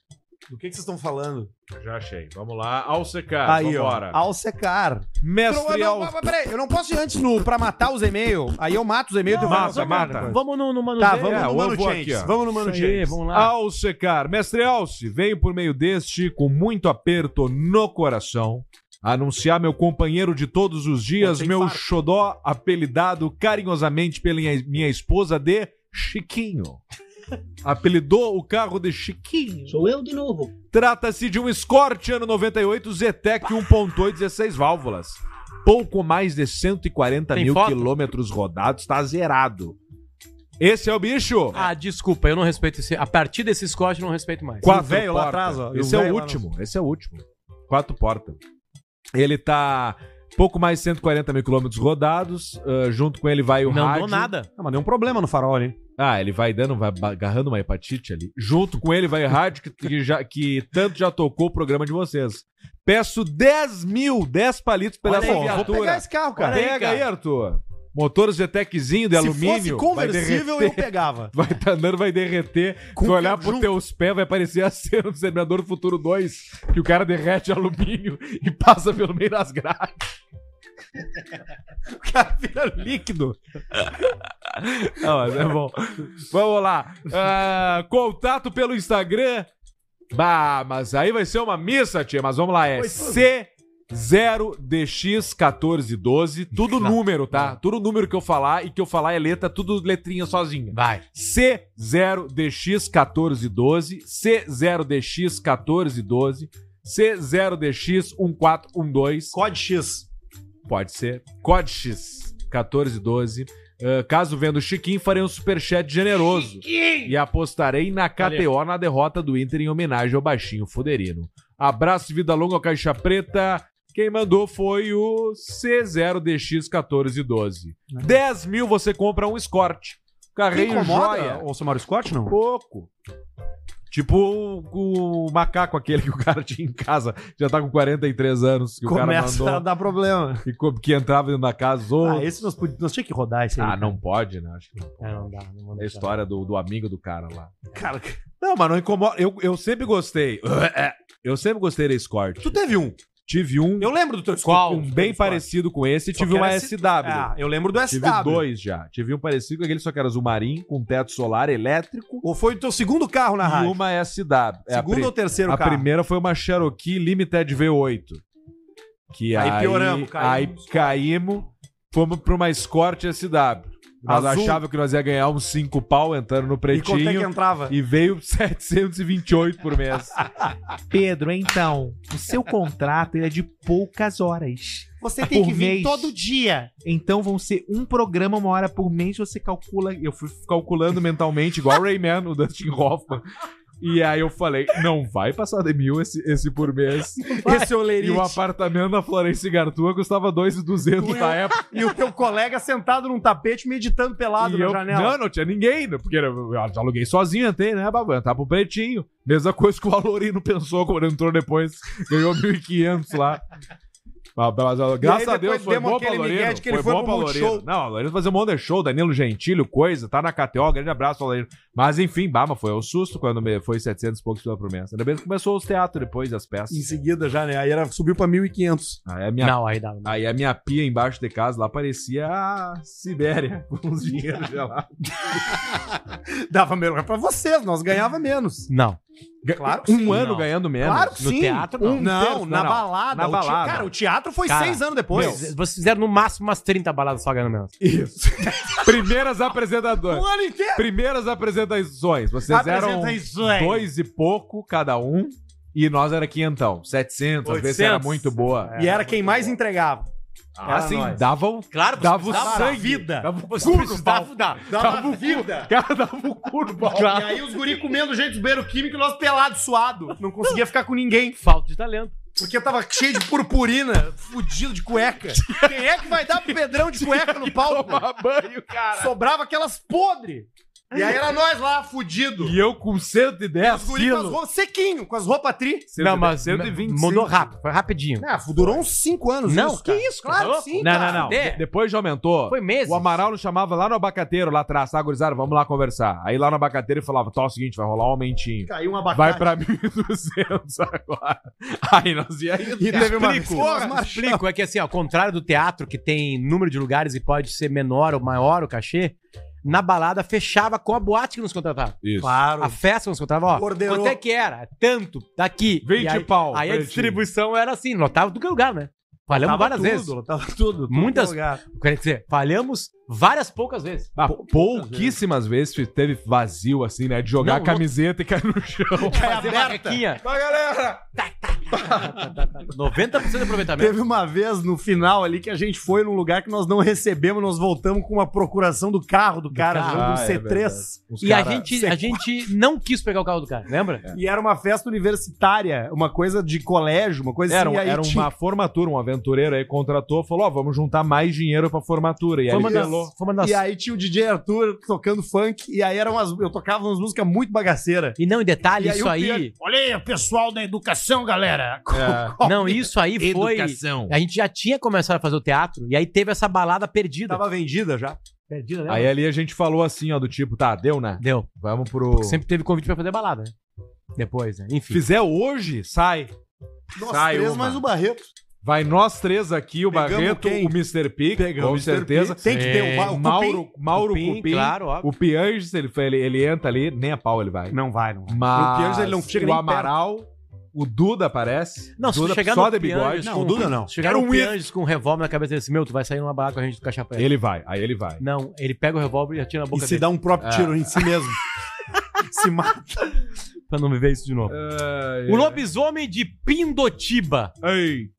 Do que, que vocês estão falando?
Já achei. Vamos lá. Ao secar,
aí,
Ah, vambora.
ó. Ao secar.
Mestre
Não,
Al-
não, não, peraí, eu não posso ir antes no, pra matar os e-mails. Aí eu mato os e-mails e tu vai
mata,
no seu cara
mata.
depois.
Vamos no, no Mano
Tá,
Zé.
vamos
É,
no
eu
Mano
vou
James.
aqui, ó.
Vamos no Mano
Isso aí,
James.
vamos lá.
Ao secar, mestre Alce, veio por meio deste, com muito aperto no coração, anunciar meu companheiro de todos os dias,
Pô, tem
meu
infarto.
xodó, apelidado carinhosamente pela minha- minha esposa de Chiquinho. Apelidou o carro de Chiquinho.
Sou eu de novo.
um Trata-se de um Escort ano 98 Zetec 1.8 16 válvulas. pouco mais de 140
Tem
mil
foto?
quilômetros rodados, tá zerado. Esse é o bicho.
Ah, desculpa, eu não respeito esse. A partir desse Scott, eu não respeito mais.
Quatro portas. Esse
Isso
é o último, esse é o último. Quatro portas. Ele tá pouco mais de 140 mil quilômetros rodados. ah, junto com ele vai o
Não dou
rádio.
nada.
Ah, mas deu um problema no farol ali. Ah, ele vai dando, vai ba- agarrando uma hepatite ali. Junto com ele vai o rádio que, que já, que tanto já tocou o programa de vocês. Peço 10 mil, 10 palitos pela
Olha
essa
aí, ó.
viatura.
Vou pegar esse carro, cara. Olha aí,
Pega aí,
cara.
Arthur. Motores Zeteczinho de
Se
alumínio.
fosse
vai
conversível,
derreter.
eu pegava.
[LAUGHS] Vai tá andando, vai derreter. Se tu olhar pros teus pés, vai parecer a cena do Semeador do Futuro 2, que o cara derrete alumínio e passa pelo meio das grades. [LAUGHS] O cara vira líquido. Não, mas é bom. Vamos lá. Ah, contato pelo Instagram. Bah, mas aí vai ser uma missa, tia. Mas vamos lá, é C0DX1412. Tudo número, tá? Tudo número que eu falar e que eu falar é letra, tudo letrinha sozinha.
Vai.
C0DX1412. C0DX1412. C0DX1412. Code X. Pode ser. Code X 1412. Ah, caso vendo o Chiquinho, farei um superchat generoso. E apostarei na KTO na derrota do Inter em homenagem ao baixinho fuderino. Abraço, e vida longa ao Caixa Preta. Quem mandou foi o C0DX1412. 10 mil você compra um Escort. Carreio
Incomoda
joia.
o Samaro Scott, não?
Pouco. Tipo o, o macaco aquele que o cara tinha em casa. Já tá com 43 anos. Que o cara
Começa
mandou.
a dar problema.
Que, co- que entrava dentro da casa. Ou...
Ah, esse nós, pod- nós tinha que rodar esse aí.
Ah, não pode, né? Acho que não pode. é a história do, do amigo do cara lá. Cara, não, mas não incomoda. Eu, eu sempre gostei. [LAUGHS] É, Eu sempre gostei da Escort. Tu teve um? Tive um. Eu lembro do teu Qual? Um bem parecido com esse.
Só
tive
que
uma
era
SW.
esse- Ah, eu lembro do
Tive
SW.
dois já. Tive um parecido com aquele, só que era azul marinho, com teto solar elétrico. Ou foi o teu segundo carro na rádio? E uma SW. É, a
Segundo
pri-
ou terceiro
a
carro?
A primeira foi uma Cherokee Limited V8. Que aí,
Aí pioramos,
caímos. Aí caímos, fomos pra uma Escort SW. Nós
Azul.
achávamos que nós ia ganhar uns 5 pau entrando no
E quanto é
pretinho.
que entrava?
E veio [LAUGHS] 728 por mês.
Pedro, então, o seu contrato ele é de poucas horas.
[LAUGHS] Você tem que vir todo [LAUGHS]
dia. Então vão ser um programa, uma hora por mês, você calcula.
Eu fui calculando mentalmente, igual o Rayman, o Dustin Hoffman. E aí eu falei, não vai passar de mil esse, esse por mês.
Esse é o Lerite.
E o apartamento da Florence Gartua custava 2,200 na época.
[LAUGHS] E o teu colega sentado num tapete meditando pelado
E
na
eu-
janela.
Não, não tinha ninguém, né? Porque eu eu aluguei sozinho até, né? Babu? Eu Tava pro pretinho. Mesma coisa que o Alorino pensou quando entrou depois. Ganhou 1.500 lá. Mas, mas, ó, graças
aí
a Deus
depois
foi
demos
bom
aquele
pra
migué
Alorino.
de que ele
Foi
foi
bom
pro
pra
Multishow.
Alorino. Não, Alorino fazer um monte de show. Danilo Gentilho, coisa. Tá na KTO. Grande abraço, Alorino. Mas enfim, bah, mas foi o susto quando me- foi 700 e poucos pela promessa. Ainda bem que começou os teatros depois, as peças.
Em seguida já, né? Aí era, subiu pra 1.500.
Aí a minha,
Não, né?
aí dava.
Aí a minha pia embaixo de casa lá parecia a Sibéria, [LAUGHS] com uns dinheiros gelados.
Dava melhor pra vocês, nós ganhava menos.
Não.
Claro
Um ano ganhando menos?
Claro que
No
sim.
teatro, não.
Um
Não,
terço,
na
na
balada,
balada.
o te-
Cara, o teatro foi
Cara,
seis anos depois.
meu, vocês fizeram no máximo umas 30 baladas só ganhando menos.
Isso.
[LAUGHS] Um
Primeiras apresentadoras.
Um ano inteiro.
Primeiras apresentações. Vocês eram
Apresentações.
dois e pouco cada um. E nós era quinhentão. 700, às vezes era
800.
muito boa.
E era quem mais entregava.
Ah, assim,
nós.
dava, o-
Claro, você
dava o
precisava da
sangue.
vida.
Tá
Dava o
Você
cu no
precisava
pau.
da-
Dava
da
o cu.
vida.
Cara, dava o cu no pau.
E aí os guri comendo gente do beiro químico e nós pelado, suado. Não conseguia ficar com ninguém.
Falta de talento.
Porque tava cheio de purpurina, fudido de cueca. Quem é que vai dar pro Pedrão de cueca no palco?
banho, [LAUGHS] cara.
Sobrava aquelas podre. E aí era nós lá, fudido.
E eu com 110
Os guri com as
quilos.
roupas sequinho, com as roupas tri.
Não, mas mudou rápido, foi rapidinho.
Ah, durou uns 5 anos.
Não, que isso,
Tá
cara?
Claro que sim,
não,
cara.
não, não.
É.
De- depois já aumentou.
Foi meses.
O Amaral nos chamava lá no abacateiro, lá atrás, tá, gurizada? Vamos lá conversar. Aí lá no abacateiro ele falava: tá, é o seguinte, vai rolar um aumentinho.
Caiu um abacate.
Vai pra 1.200 agora. Aí nós ia
[LAUGHS]
E teve uma vez que
Explico.
nós marchamos. explico, é que assim, ao contrário do teatro, que tem número de lugares e pode ser menor ou maior o cachê, na balada fechava com a boate que nos contratava.
Isso.
Claro. A festa que nos contratava, ó.
Ordenou.
Quanto é que era? Tanto, daqui.
20
E aí,
pau,
Aí a
pretinho.
distribuição era assim, lotava do que é lugar, né? Falhamos
Lotava
várias
tudo,
vezes.
lotava
tudo, Muitas.
que é lugar.
Quer dizer, falhamos várias poucas vezes.
Ah, pou- pouquíssimas vezes teve vazio, assim, né? De jogar
Não,
a camiseta e cair no chão.
Fazer barraquinha.
Vai, galera!
tá, 90% de aproveitamento.
Teve uma vez no final ali que a gente foi num lugar que nós não recebemos, nós voltamos com uma procuração do carro do cara,
carro.
um
Ah, é
C3.
verdade. E a gente, a gente não quis pegar o carro do cara, lembra?
É.
E era uma festa universitária, uma coisa de colégio, uma coisa
Era, um-
assim. aí
[LAUGHS] [LAUGHS] era
tinha-
uma formatura, um aventureiro aí contratou, falou: Ó, vamos juntar mais dinheiro pra formatura. E aí
Foi uma
ele
das-
falou-
foi uma das-
E aí tinha o DJ Arthur tocando funk, e aí eram umas, eu tocava umas músicas muito bagaceira.
E não, em detalhe, isso
o
aí-
Pedro-
Olha aí, pessoal da educação, galera.
Não, isso aí foi.
Educação.
É.
A gente já tinha começado a fazer o teatro e aí teve essa balada perdida.
Tava vendida né? já.
Perdida,
Aí ali a gente falou assim, ó, do tipo, tá, deu, né?
Deu.
Vamos pro.
Porque sempre teve convite pra fazer balada, né? Depois, né? Enfim.
Fizer hoje, sai.
Nós
Sai
três
uma.
mais o Barreto.
Vai nós três aqui, o
Pegamos
Barreto,
quem?
o Mr. Pig,
Pegamos
com
o Mr.
certeza.
Pig. Tem que ter o Ma- o Cupim.
Mauro, Mauro
Cupim,
Cupim,
claro, óbvio.
o Pianges, ele, foi- ele, ele entra ali, nem a pau ele vai.
Não vai, não vai.
Mas
O Pianges, ele não chega
o
nem
Amaral, o Duda aparece.
Não, se tu
Duda
chegar
só
no
de bigode.
Pianges com- se Chegar no
Quero um hit.
Pianges com um revólver na cabeça desse meu, tu vai sair numa balada com a gente do caixa preta.
Ele vai, aí ele vai.
Não, ele pega o revólver e atira na boca
E se
dele.
dá um próprio
É.
tiro em si mesmo. [LAUGHS] se mata.
pra não viver isso de novo.
É,
O lobisomem de Pindotiba.
Ei.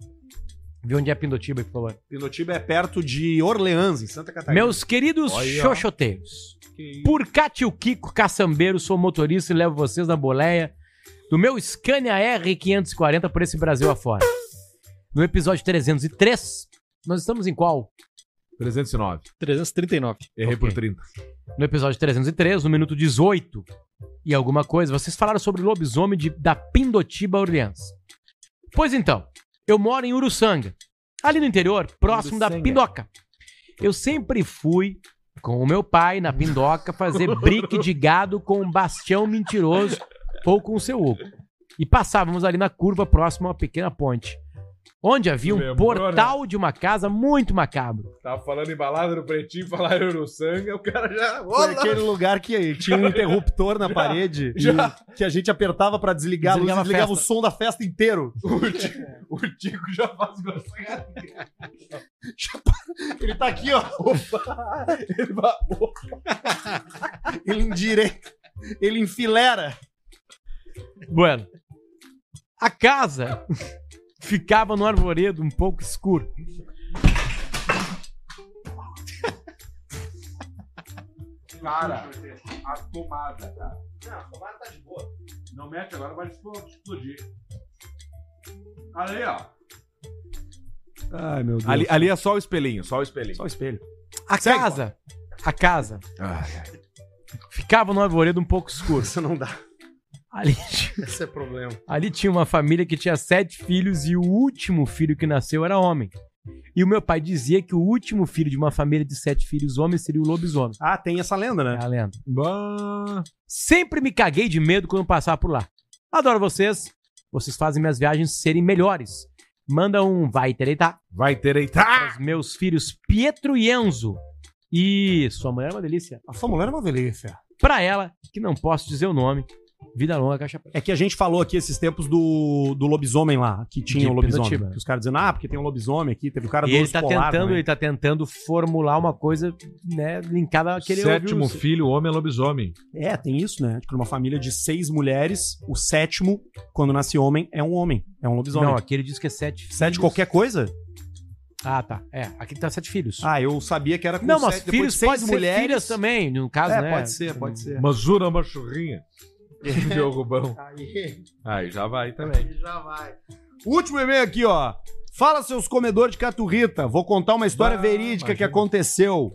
Vê onde é Pindotiba, por favor.
Pinotiba é perto de Orleans, em Santa
Tá
Catarina.
Meus queridos
Olha.
xoxoteiros, por Cátio Kiko Caçambeiro, sou motorista e levo vocês na boleia do meu Scania R540 por esse Brasil afora. No episódio 303, nós estamos em qual?
309.
339.
Errei por 30.
No episódio 303, no minuto 18 e alguma coisa, vocês falaram sobre o lobisomem de- da Pindotiba Orleans. Pois então, eu moro em Uruçanga, ali no interior, próximo da
Uruçanga.
Pindoca. Eu sempre fui com o meu pai na Pindoca fazer brique de gado com um bastião mentiroso ou com o seu Hugo. E passávamos ali na curva próximo a uma pequena ponte, onde havia um
Lembrou, né?
portal de uma casa muito macabro.
Tava Tá falando em balada do pretinho, [LAUGHS] falaram Uruçanga, o cara já.
Foi aquele lugar que tinha um interruptor na parede
já.
e que a gente apertava pra desligar a luz e
Desligava a
desligava o
festa.
som da festa inteiro.
O Tico já faz graça.
Ele tá aqui, ó. Ele, va- [LAUGHS] ele endireita. Ele enfilera.
Bueno. A casa ficava num arvoredo um pouco escuro.
Cara, a tomada, cara. Não, a tomada tá de boa. Não mete agora, vai explodir. Ali, ó.
Ai, meu Deus.
Ali, ali é só o espelhinho, só o espelhinho.
um
Só o
espelho.
A casa. A casa. Ficava num arvoredo um pouco escuro.
Isso não dá.
Ali,
Esse é problema.
ali tinha uma família que tinha sete filhos e o último filho que nasceu era homem. E o meu pai dizia que o último filho de uma família de sete filhos homens seria o lobisomem.
Ah, tem essa lenda, né?
É a lenda. Sempre me caguei de medo quando passava por lá. Adoro vocês. Vocês fazem minhas viagens serem melhores. Manda um vai tereitar.
Vai Tá! tereitar.
Os meus filhos Pietro e Enzo. E sua mulher é uma delícia.
A sua mulher é uma delícia.
Pra ela, que não posso dizer o nome. Vida longa, caixa preta.
É que a gente falou aqui esses tempos do, do lobisomem lá, que tinha
De
o lobisomem.
Pindotiba, né?
Que os caras dizendo, ah, porque tem um lobisomem aqui, teve o cara
E
do
ele
urso
tá,
polar
tentando,
também.
ele tá tentando formular uma coisa, né, linkada àquele
Sétimo
ouviu-
filho, homem é lobisomem.
É, tem isso, né? Tipo, numa família de seis mulheres, o sétimo, quando nasce homem, é um homem. É um lobisomem.
Não, aquele diz que é sete
Sete
filhos.
qualquer coisa?
Ah, tá. É, aqui tá sete filhos.
Ah, eu sabia que era com
Não, mas
sete, depois
filhos
seis
pode ser
mulheres.
filhas também, no caso,
É,
né?
pode ser, pode ser.
Mazura Machurrinha. Diogo Bão.
Aí.
Aí já vai também.
Já vai. Último e-mail aqui, ó. Fala, seus comedores de caturrita. Vou contar uma
Ah,
história verídica que aconteceu.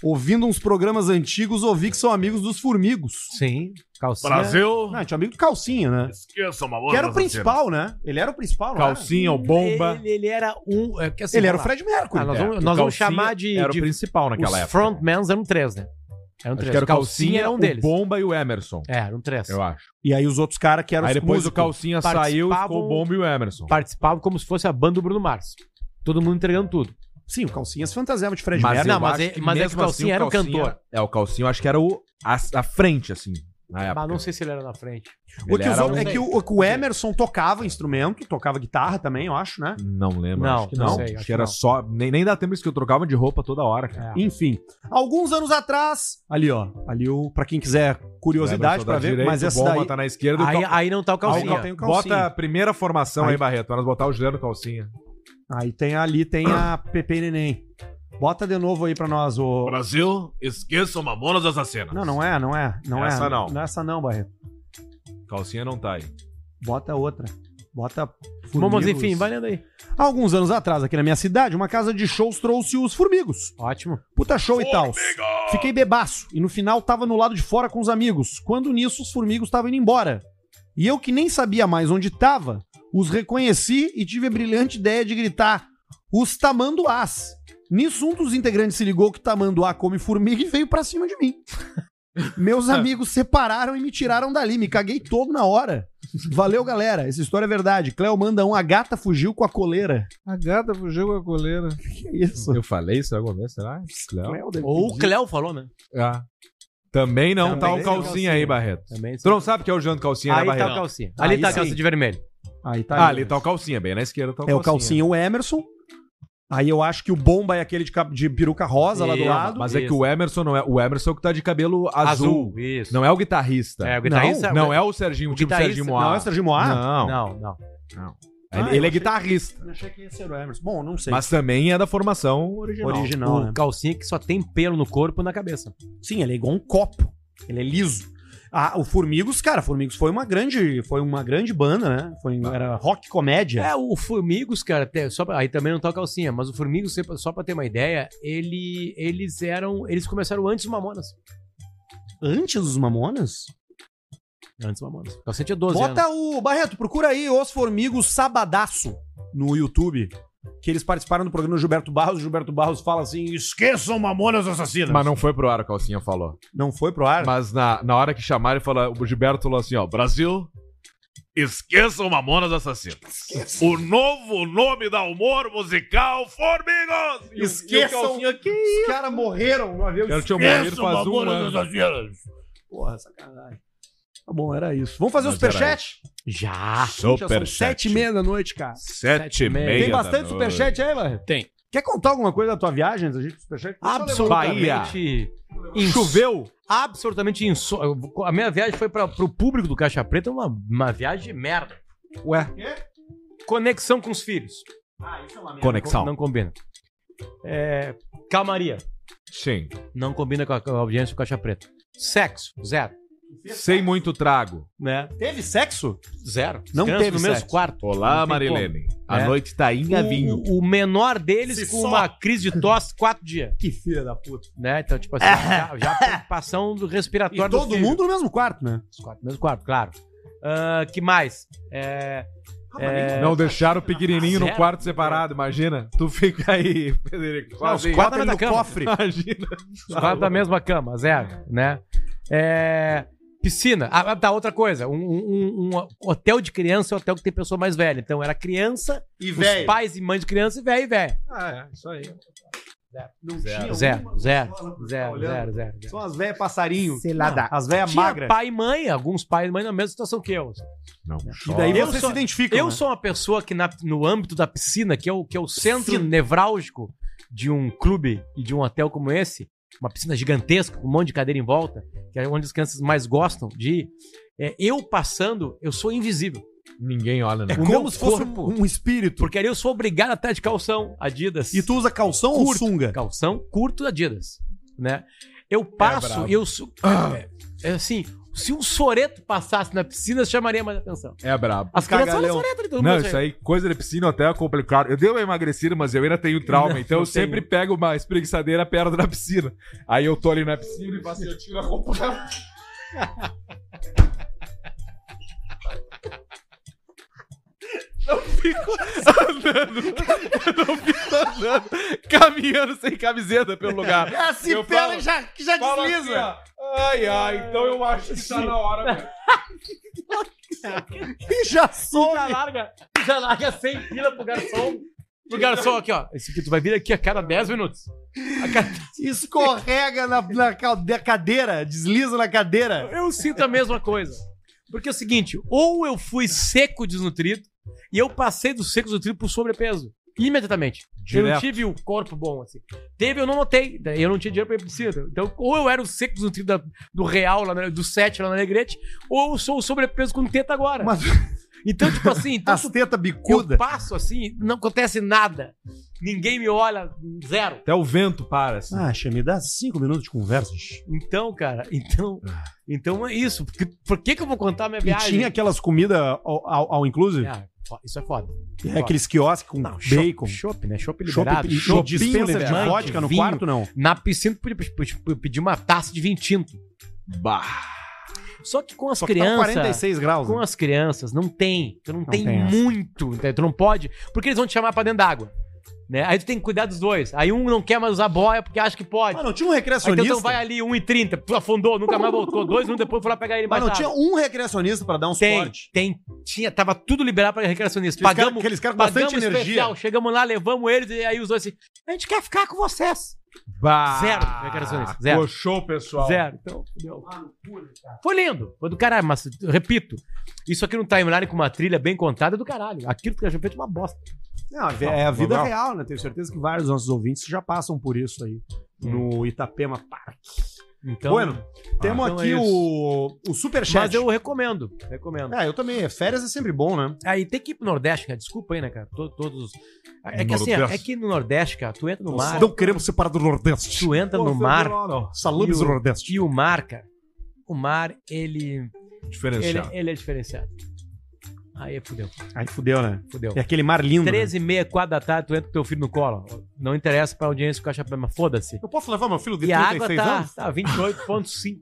Ouvindo uns programas antigos, ouvi que são amigos dos formigos.
Sim, calcinha.
Brasil. Não, tinha amigo do calcinha, né?
Esqueçam,
Que era o principal, né? Ele era o principal, né?
Calcinha, o bomba.
Ele, ele era um. é, que assim,
Ele era
vamos
o
lá.
Fred Mercury.
Ah, nós
É,
vamos,
o
nós vamos
Calcinha
chamar de.
era o
de-
principal naquela
os
época.
frontmans eram três, né? Eram
Acho
três.
que era o
calcinha era um deles.
O bomba e o Emerson.
É, eram três.
Eu acho.
E aí os outros caras que eram
Aí
os
depois o
músicos.
Calcinha saiu, ficou o bomba e o Emerson.
Participavam como se fosse a banda do Bruno Mars. Todo mundo entregando tudo.
Sim, o Calcinha se fantasiava de Fred
é
Mas
Mercury.
eu acho que mesmo assim, o Calcinha- É, o Calcinho acho que era o, a, a frente, assim.
Na época. Mas não sei se ele era na frente.
O que os
um
outros- é que o, o Emerson tocava instrumento, tocava guitarra também, eu acho, né?
Não lembro.
Não,
acho que
não
não.
sei,
acho
acho
que
que
era
não.
só. Nem, nem dá tempo isso que eu trocava de roupa toda hora, cara.
Enfim. Alguns anos atrás, ali ó, ali o para quem quiser curiosidade pra ver, mas essa daí
tá na esquerda.
aí,
cal-
aí não tá o calcinha.
Aí, Bota a primeira formação aí,
Aí-
Barreto. Pra nós botar o Juliano Calcinha.
Aí tem ali tem a Pepe e Neném. Bota de novo aí pra nós o
Brasil, esqueçam Mamonas Assassinas.
Não, não é, não é, não é.
Essa não.
Não é essa não, Barreto.
Calcinha não tá aí.
Bota outra. Bota
Vamos,
Formigos.
enfim, vai lendo aí.
Há Alguns anos atrás, aqui na minha cidade, uma casa de shows trouxe os formigos.
Ótimo.
Puta show e tal. Fiquei bebaço e no final tava no lado de fora com os amigos. Quando nisso, os formigos estavam indo embora. E eu que nem sabia mais onde tava, os reconheci e tive a brilhante ideia de gritar: Os tamanduás. Nisso, um dos integrantes se ligou que tamanduá come formiga e veio pra cima de
[LAUGHS]
mim. Meus amigos separaram e me tiraram dali. Me caguei todo na hora. Valeu, galera. Essa história é verdade. Cléo manda um. A gata fugiu com a coleira.
A gata fugiu com a coleira.
Que isso?
Eu falei isso no começo, será? Cléo?
Ou o Cléo falou, né?
Ah. Também não
Também
tá
tem
o calcinha,
calcinha.
aí, Barreto.
Também sim.
tu não sabe o que é o Juliano Calcinha,
Aí
né,
tá
Barreto?
o Calcinha. Ali Aí tá a sim. calça de vermelho.
Aí tá.
Ah, ali tá o calcinha, bem na esquerda tá
É o calcinha o Emerson. Aí eu acho que o Bomba é aquele de, cap- de peruca rosa lá do
Isso,
lado.
Mas é que o Emerson não é. O Emerson é o que tá de cabelo azul.
Azul, isso.
Não é o guitarrista.
É, o guitarrista-
Não, não é o Serginho, o tipo
guitarrista-
Serginho Moá.
não é o Serginho
Moá?
Não.
Não, não.
Não.
Ah, eu
Ele- ele é
achei-
guitarrista.
Eu achei que ia ser o Emerson. Bom, não sei.
Mas também é da formação original.
o né? calcinha que só tem pelo no corpo e na cabeça.
Sim, ele é igual um copo. Ele é liso. Ah, o Formigos, cara, Formigos foi uma grande, foi uma grande banda, né? Foi, era rock comédia.
É, o Formigos, cara, até- só pra- aí também não tá o calcinha, mas o Formigos, só pra- só pra ter uma ideia, ele, eles eram. Eles começaram antes do Mamonas.
Antes dos Mamonas?
Antes do Mamonas. O calcinha tinha 12
Bota
anos.
o. Barreto, procura aí Os Formigos Sabadaço no YouTube. Que eles participaram do programa do Gilberto Barros. O Gilberto Barros fala assim: esqueçam Mamonas Assassinas.
Mas não foi pro ar, o calcinha falou.
Não foi pro ar?
Mas na, na hora que chamaram, ele falou, o Gilberto falou assim: ó, Brasil, esqueçam Mamonas Assassinas. O novo nome da humor musical, Formigos! E o- E o calcinha
que Os caras morreram no avião.
Quero te ouvir faz um ano.
Porra, sacanagem. Tá bom, era isso. Vamos fazer o
Mas era
superchat?
Já.
Já são sete e meia da noite, cara.
Ah, Sete e meia
Tem
da
bastante
noite.
superchat aí, Barreto?
Tem.
Quer contar alguma coisa da tua viagem? antes da gente superchat?
Absolutamente. ins-
um Choveu?
Absolutamente inso... A minha viagem foi pra, pro público do Caixa Preta uma, uma viagem de merda.
Ué.
Conexão com os filhos.
Ah, é
Conexão.
Não combina. É, calmaria.
Sim.
Não combina com a, com a audiência do Caixa Preta. Sexo, zero.
Sem muito trago.
Né?
Teve sexo?
Zero.
Não
Criança
teve
no mesmo
sexo.
quarto.
Olá,
Não tem
Marilene.
como.
A noite tá em
O-
vinho.
O, menor deles
Se
com
só-
uma crise de tosse quatro dias.
[LAUGHS] Que filha da puta.
Né? Então,
[LAUGHS]
tipo assim, já, já preocupação do
E
respiratório do
todo
filho.
mundo no mesmo quarto, né?
Os quatro, mesmo quarto, claro. Ah, que mais? É, é,
Não deixaram o pequenininho no
Zero.
quarto separado, imagina. Tu fica aí, [LAUGHS] Federico.
Não, os
sozinho.
quatro tá
Bota ele
na
no
cama. [LAUGHS]
cofre. Imagina.
Os quatro da mesma cama, zero, né? É, piscina. Ah, tá, outra coisa. Um, um- um- um hotel de criança é um hotel que tem pessoa mais velha. Então era criança,
E
os
velho.
pais e mães de criança e velho e velho.
Ah, é, isso aí. Não
Zero,
tinha
zero,
uma
zero,
pessoa lá pra ficar
zero,
olhando.
zero, zero.
São as velhas passarinho.
Sei lá, dá.
As velhas
Tinha
magras.
pai e mãe, alguns pais e mãe na mesma situação que eu.
Não,
E daí
Eu
você
sou-
se identifica.
Eu
né?
sou uma pessoa que na- no âmbito da piscina, que é o, que é o centro nevrálgico de um clube e de um hotel como esse, uma piscina gigantesca, com um monte de cadeira em volta, que é onde as crianças mais gostam de ir, é, eu passando, eu sou invisível.
Ninguém olha,
É
né?
O meu corpo-
um espírito.
Porque ali eu sou obrigado a estar de calção, Adidas.
E tu usa calção ou sunga?
Calção curto Adidas, né? Eu
É
passo,
brabo.
eu sou... é- é assim, se um soreto passasse na piscina, chamaria mais atenção.
É brabo.
As crianças olham
Cagalhão.
a soreta de todo
Não,
mundo,
isso
gente.
aí, coisa de piscina até é complicado. Eu dei uma emagrecida, mas eu ainda tenho trauma,
Não,
então eu
não tenho.
sempre pego uma espreguiçadeira perto da piscina. Aí eu tô ali na piscina e faço, assim, eu tiro a roupa. [LAUGHS] Não fico andando. Eu não fico andando. Caminhando sem camiseta pelo lugar.
Ah, se
Eu
pela
falo-
já- já
falo
desliza.
assim, ó, ai, ai, então eu acho que tá na hora, velho.
[LAUGHS] E já soube.
Já larga, já larga 100 pila pro garçom. Pro garçom aqui, ó. Esse aqui tu vai vir aqui a cada 10 minutos.
Escorrega na, na ca- da cadeira, desliza na cadeira.
Eu sinto a mesma coisa. Porque é o seguinte, ou eu fui seco desnutrido e eu passei do seco desnutrido pro sobrepeso. Imediatamente. Eu não
Direto.
tive o corpo bom, assim. Teve, eu não notei. Daí Eu não tinha dinheiro pra ir pra piscina. Então, ou eu era o seco desnutrido da- do Real, lá na- do 7 lá na Negrete, ou eu sou o sobrepeso com teta agora. Então, tipo assim... Então As
tetas bicuda.
Eu passo assim, não acontece nada. Ninguém me olha, zero.
Até o vento para. Assim.
Acha, Ah, me dá cinco minutos de conversas.
Então, cara, então, então é isso. Porque- Por, que, que eu vou contar minha
Ah. E
viagem?
tinha aquelas comidas ao, ao, ao inclusive?
Ah, fo- isso é foda.
É
Foda.
aqueles quiosques com
Não,
bacon.
Chopp, né? Chopp
Chopp
liberado.
e- e
Chopp
dispensa de vodka no quarto, não?
Na piscina, tu podia pe- pe- pe- pedir uma taça de vinho tinto.
Bah.
Só que com as
Só que tá
crianças...
46 graus,
Com
né?
as crianças, não tem. Tu não, tem,
tem essa.
muito. né? Tu não pode... Porque eles vão te chamar pra dentro d'água. Né? Aí tu tem que cuidar dos dois. Aí um não quer mais usar boia porque acha que pode.
Mas não tinha um
Aí,
recreacionista?
então, então vai ali, 1,30. Afundou, nunca mais voltou. Dois minutos depois foi lá pegar ele e
Mas não
matar.
tinha um recreacionista pra dar um
Tem,
suporte.
tem, tinha, tava tudo liberado pra recreacionista.
Aqueles cara-
Pagamos,
aqueles cara com
pagamos
bastante energia.
Chegamos lá, levamos eles e aí os dois assim, a gente quer ficar com vocês.
Bah.
Zero recreacionista, zero.
Coxou, pessoal.
Zero. Então, fudeu. Foi lindo, foi do caralho, mas repito, isso aqui no timeline com uma trilha bem contada é do caralho. Aquilo que a gente fez é uma bosta.
Não, a vi- é a vida real, né? Tenho certeza que vários dos nossos ouvintes já passam por isso aí. No Itapema Park.
Então,
bueno, temos
então é
aqui
isso.
o, o superchat.
Mas eu recomendo, recomendo.
É, eu também. Férias é sempre bom, né?
Aí tem que ir pro Nordeste, cara. Desculpa aí, né, cara? To- Todos. É que assim,
Nordeste.
é que no Nordeste, cara, tu entra no mar. né?
Não queremos separar do Nordeste.
Tu entra no
Você
mar.
não, não.
e
Salames
o-
do Nordeste.
E o mar, cara. O mar, ele.
Diferenciado.
Ele, ele é diferenciado. Aí fudeu.
Aí fudeu, né?
Fudeu.
É aquele mar lindo. né?
13 e meia, 4 da tarde, tu entra com teu filho no colo. Não interessa pra audiência ficar chapéu, mas foda-se.
Eu posso levar meu filho de
E a água
36
tá,
anos?
tá 28,5.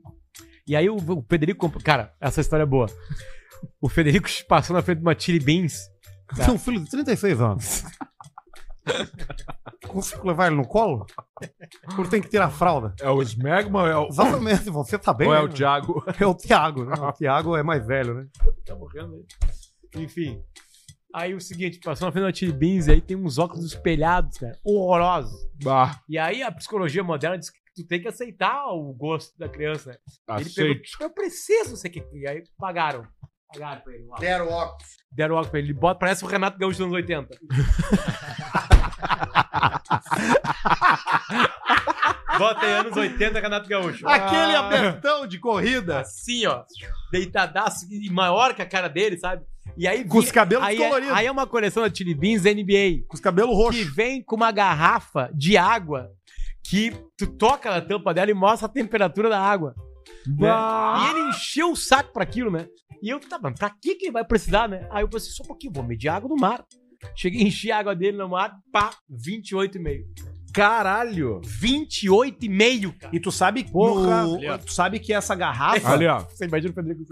e aí o, o Federico. comprou- Cara, essa história é boa. O Federico [LAUGHS] passou na frente de uma Chili Beans.
Eu tenho um filho de 36
[LAUGHS]
anos. Consigo levar ele no colo? Por tem que tirar a fralda.
É o Smegma ou é o.
Exatamente, você tá bem.
Ou é o
né?
Thiago?
[LAUGHS] É o Thiago. né? O Thiago é mais velho, né?
Tá morrendo aí. Enfim. Aí o seguinte, passou na frente da Chili Beans e aí tem uns óculos espelhados, cara. Horrorosos.
Bah.
E aí a psicologia moderna diz que tu tem que aceitar o gosto da criança, né?
Aceite.
eu preciso não sei o que. E aí pagaram. Pagaram pra ele. o óculos.
Deram óculos.
Deram óculos pra ele. Ele bota, parece o Renato Gaúcho dos anos 80. [LAUGHS] bota aí anos 80, Renato Gaúcho.
Aquele
Ah.
abertão de corrida.
Assim, ó. Deitadaço e maior que a cara dele, sabe? E aí
Com os cabelos
aí,
coloridos.
é, aí é uma coleção da Chili Beans NBA.
Com os cabelos roxos.
Que vem com uma garrafa de água que tu toca na tampa dela e mostra a temperatura da água. né? E ele encheu o saco pra aquilo, né? E eu, tá, mas pra que que ele vai precisar, né? Aí eu pensei, só um pouquinho, vou medir a água no mar. Cheguei, enchi a água dele no mar, pá, 28,5.
Caralho!
28,5, cara.
E tu sabe,
Porra.
no-
Ali, ó.
tu sabe que essa garrafa.
Ali, ó.
Você imagina o Federico.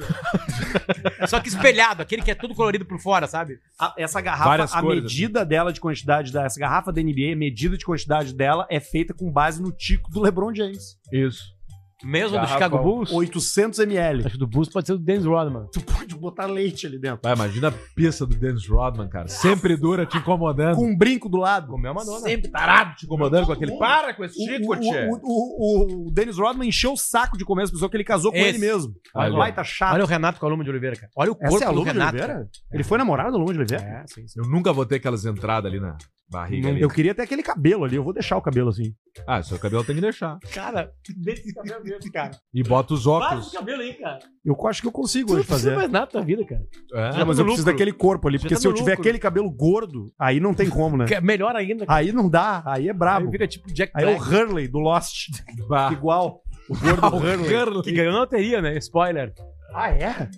Só que espelhado, aquele que é todo colorido por fora, sabe?
a- essa garrafa,
Várias né?
a
cores,
medida dela de quantidade da. Essa garrafa da NBA, a medida de quantidade dela é feita com base no tico do LeBron James.
Isso.
Mesmo do
Garrafa-
Chicago Bulls?
800 ml.
Acho que do Bulls pode ser do Dennis Rodman.
Tu [LAUGHS] pode botar leite ali dentro.
Vai, imagina a pista do Dennis Rodman, cara. Sempre dura te
Tá.
incomodando.
Com um brinco do lado.
Comeu uma dona.
Sempre tarado Ah, te incomodando com aquele. Para com esse
O,
é
Chico,
o,
tchê.
o, o, o Dennis Rodman encheu o saco de comer as pessoas que ele casou com
Esse.
ele mesmo.
Olha.
Vai, tá chato.
Olha o Renato com a Luma de Oliveira, cara. Olha o
é
corpo do
Luma
Renato.
Oliveira? Ele foi namorado da Luma de Oliveira?
cara. É, sim, sim.
Eu nunca vou ter aquelas entradas ali na barriga. Ali.
Eu
é.
queria ter aquele cabelo ali. Eu vou deixar o cabelo assim.
Ah, seu cabelo tem que deixar.
Cara, deixa esse cabelo mesmo, cara.
E bota os
Para
óculos.
esse cabelo aí, cara. Tu
Eu acho que eu consigo
não
hoje
precisa
fazer.
mais nada da tua vida, cara.
É.
Não, mas eu
no
preciso
lucro.
daquele corpo ali.
Já
Porque
tá
se eu
no
tiver
lucro.
aquele cabelo gordo, aí não tem como, né?
Que é Melhor
Ah,
ainda, cara.
Aí não dá. Aí é
Aí
brabo.
vira Tá. tipo Jack
Aí é o
Black.
Hurley do Lost.
Bah. [LAUGHS] Ah,
Igual. O
[LAUGHS] Tá,
gordo Hurley.
Que ganhou na loteria, né? Spoiler.
Ah, é?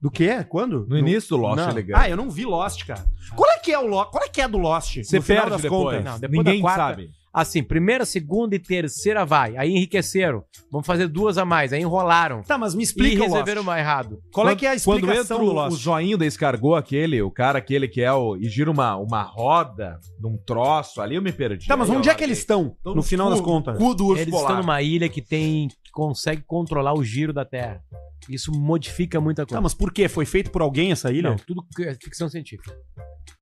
Do quê? Quando?
No início do Lost,
Não.
é legal.
Ah, eu não vi Lost, cara. Qual é que é o Lost? Qual é que é do Lost?
Você
No final
perde
das
depois.
contas.
Não, depois
Ninguém
da quarta-
sabe.
Assim, primeira, segunda e terceira vai. Aí enriqueceram. Vamos fazer duas a mais. Aí enrolaram.
Tá, mas me
E
explica o Lost.
resolveram mais errado.
Qual é que é a
Quando
explicação
entra
do
o, o
Lost?
joinha da escargou aquele, o cara aquele que é o. e gira uma, uma roda num troço ali, eu me perdi.
Tá, mas
Aí,
onde
ó,
é que eles
ali.
estão?
Tão
No final
Então, cu-
das contas.
Cu do urso
Eles
polar.
estão numa ilha que tem. que consegue controlar o giro da Terra. Isso modifica muita
Tá,
coisa.
mas por quê? Foi feito por alguém essa ilha?
Não, tudo que é ficção científica.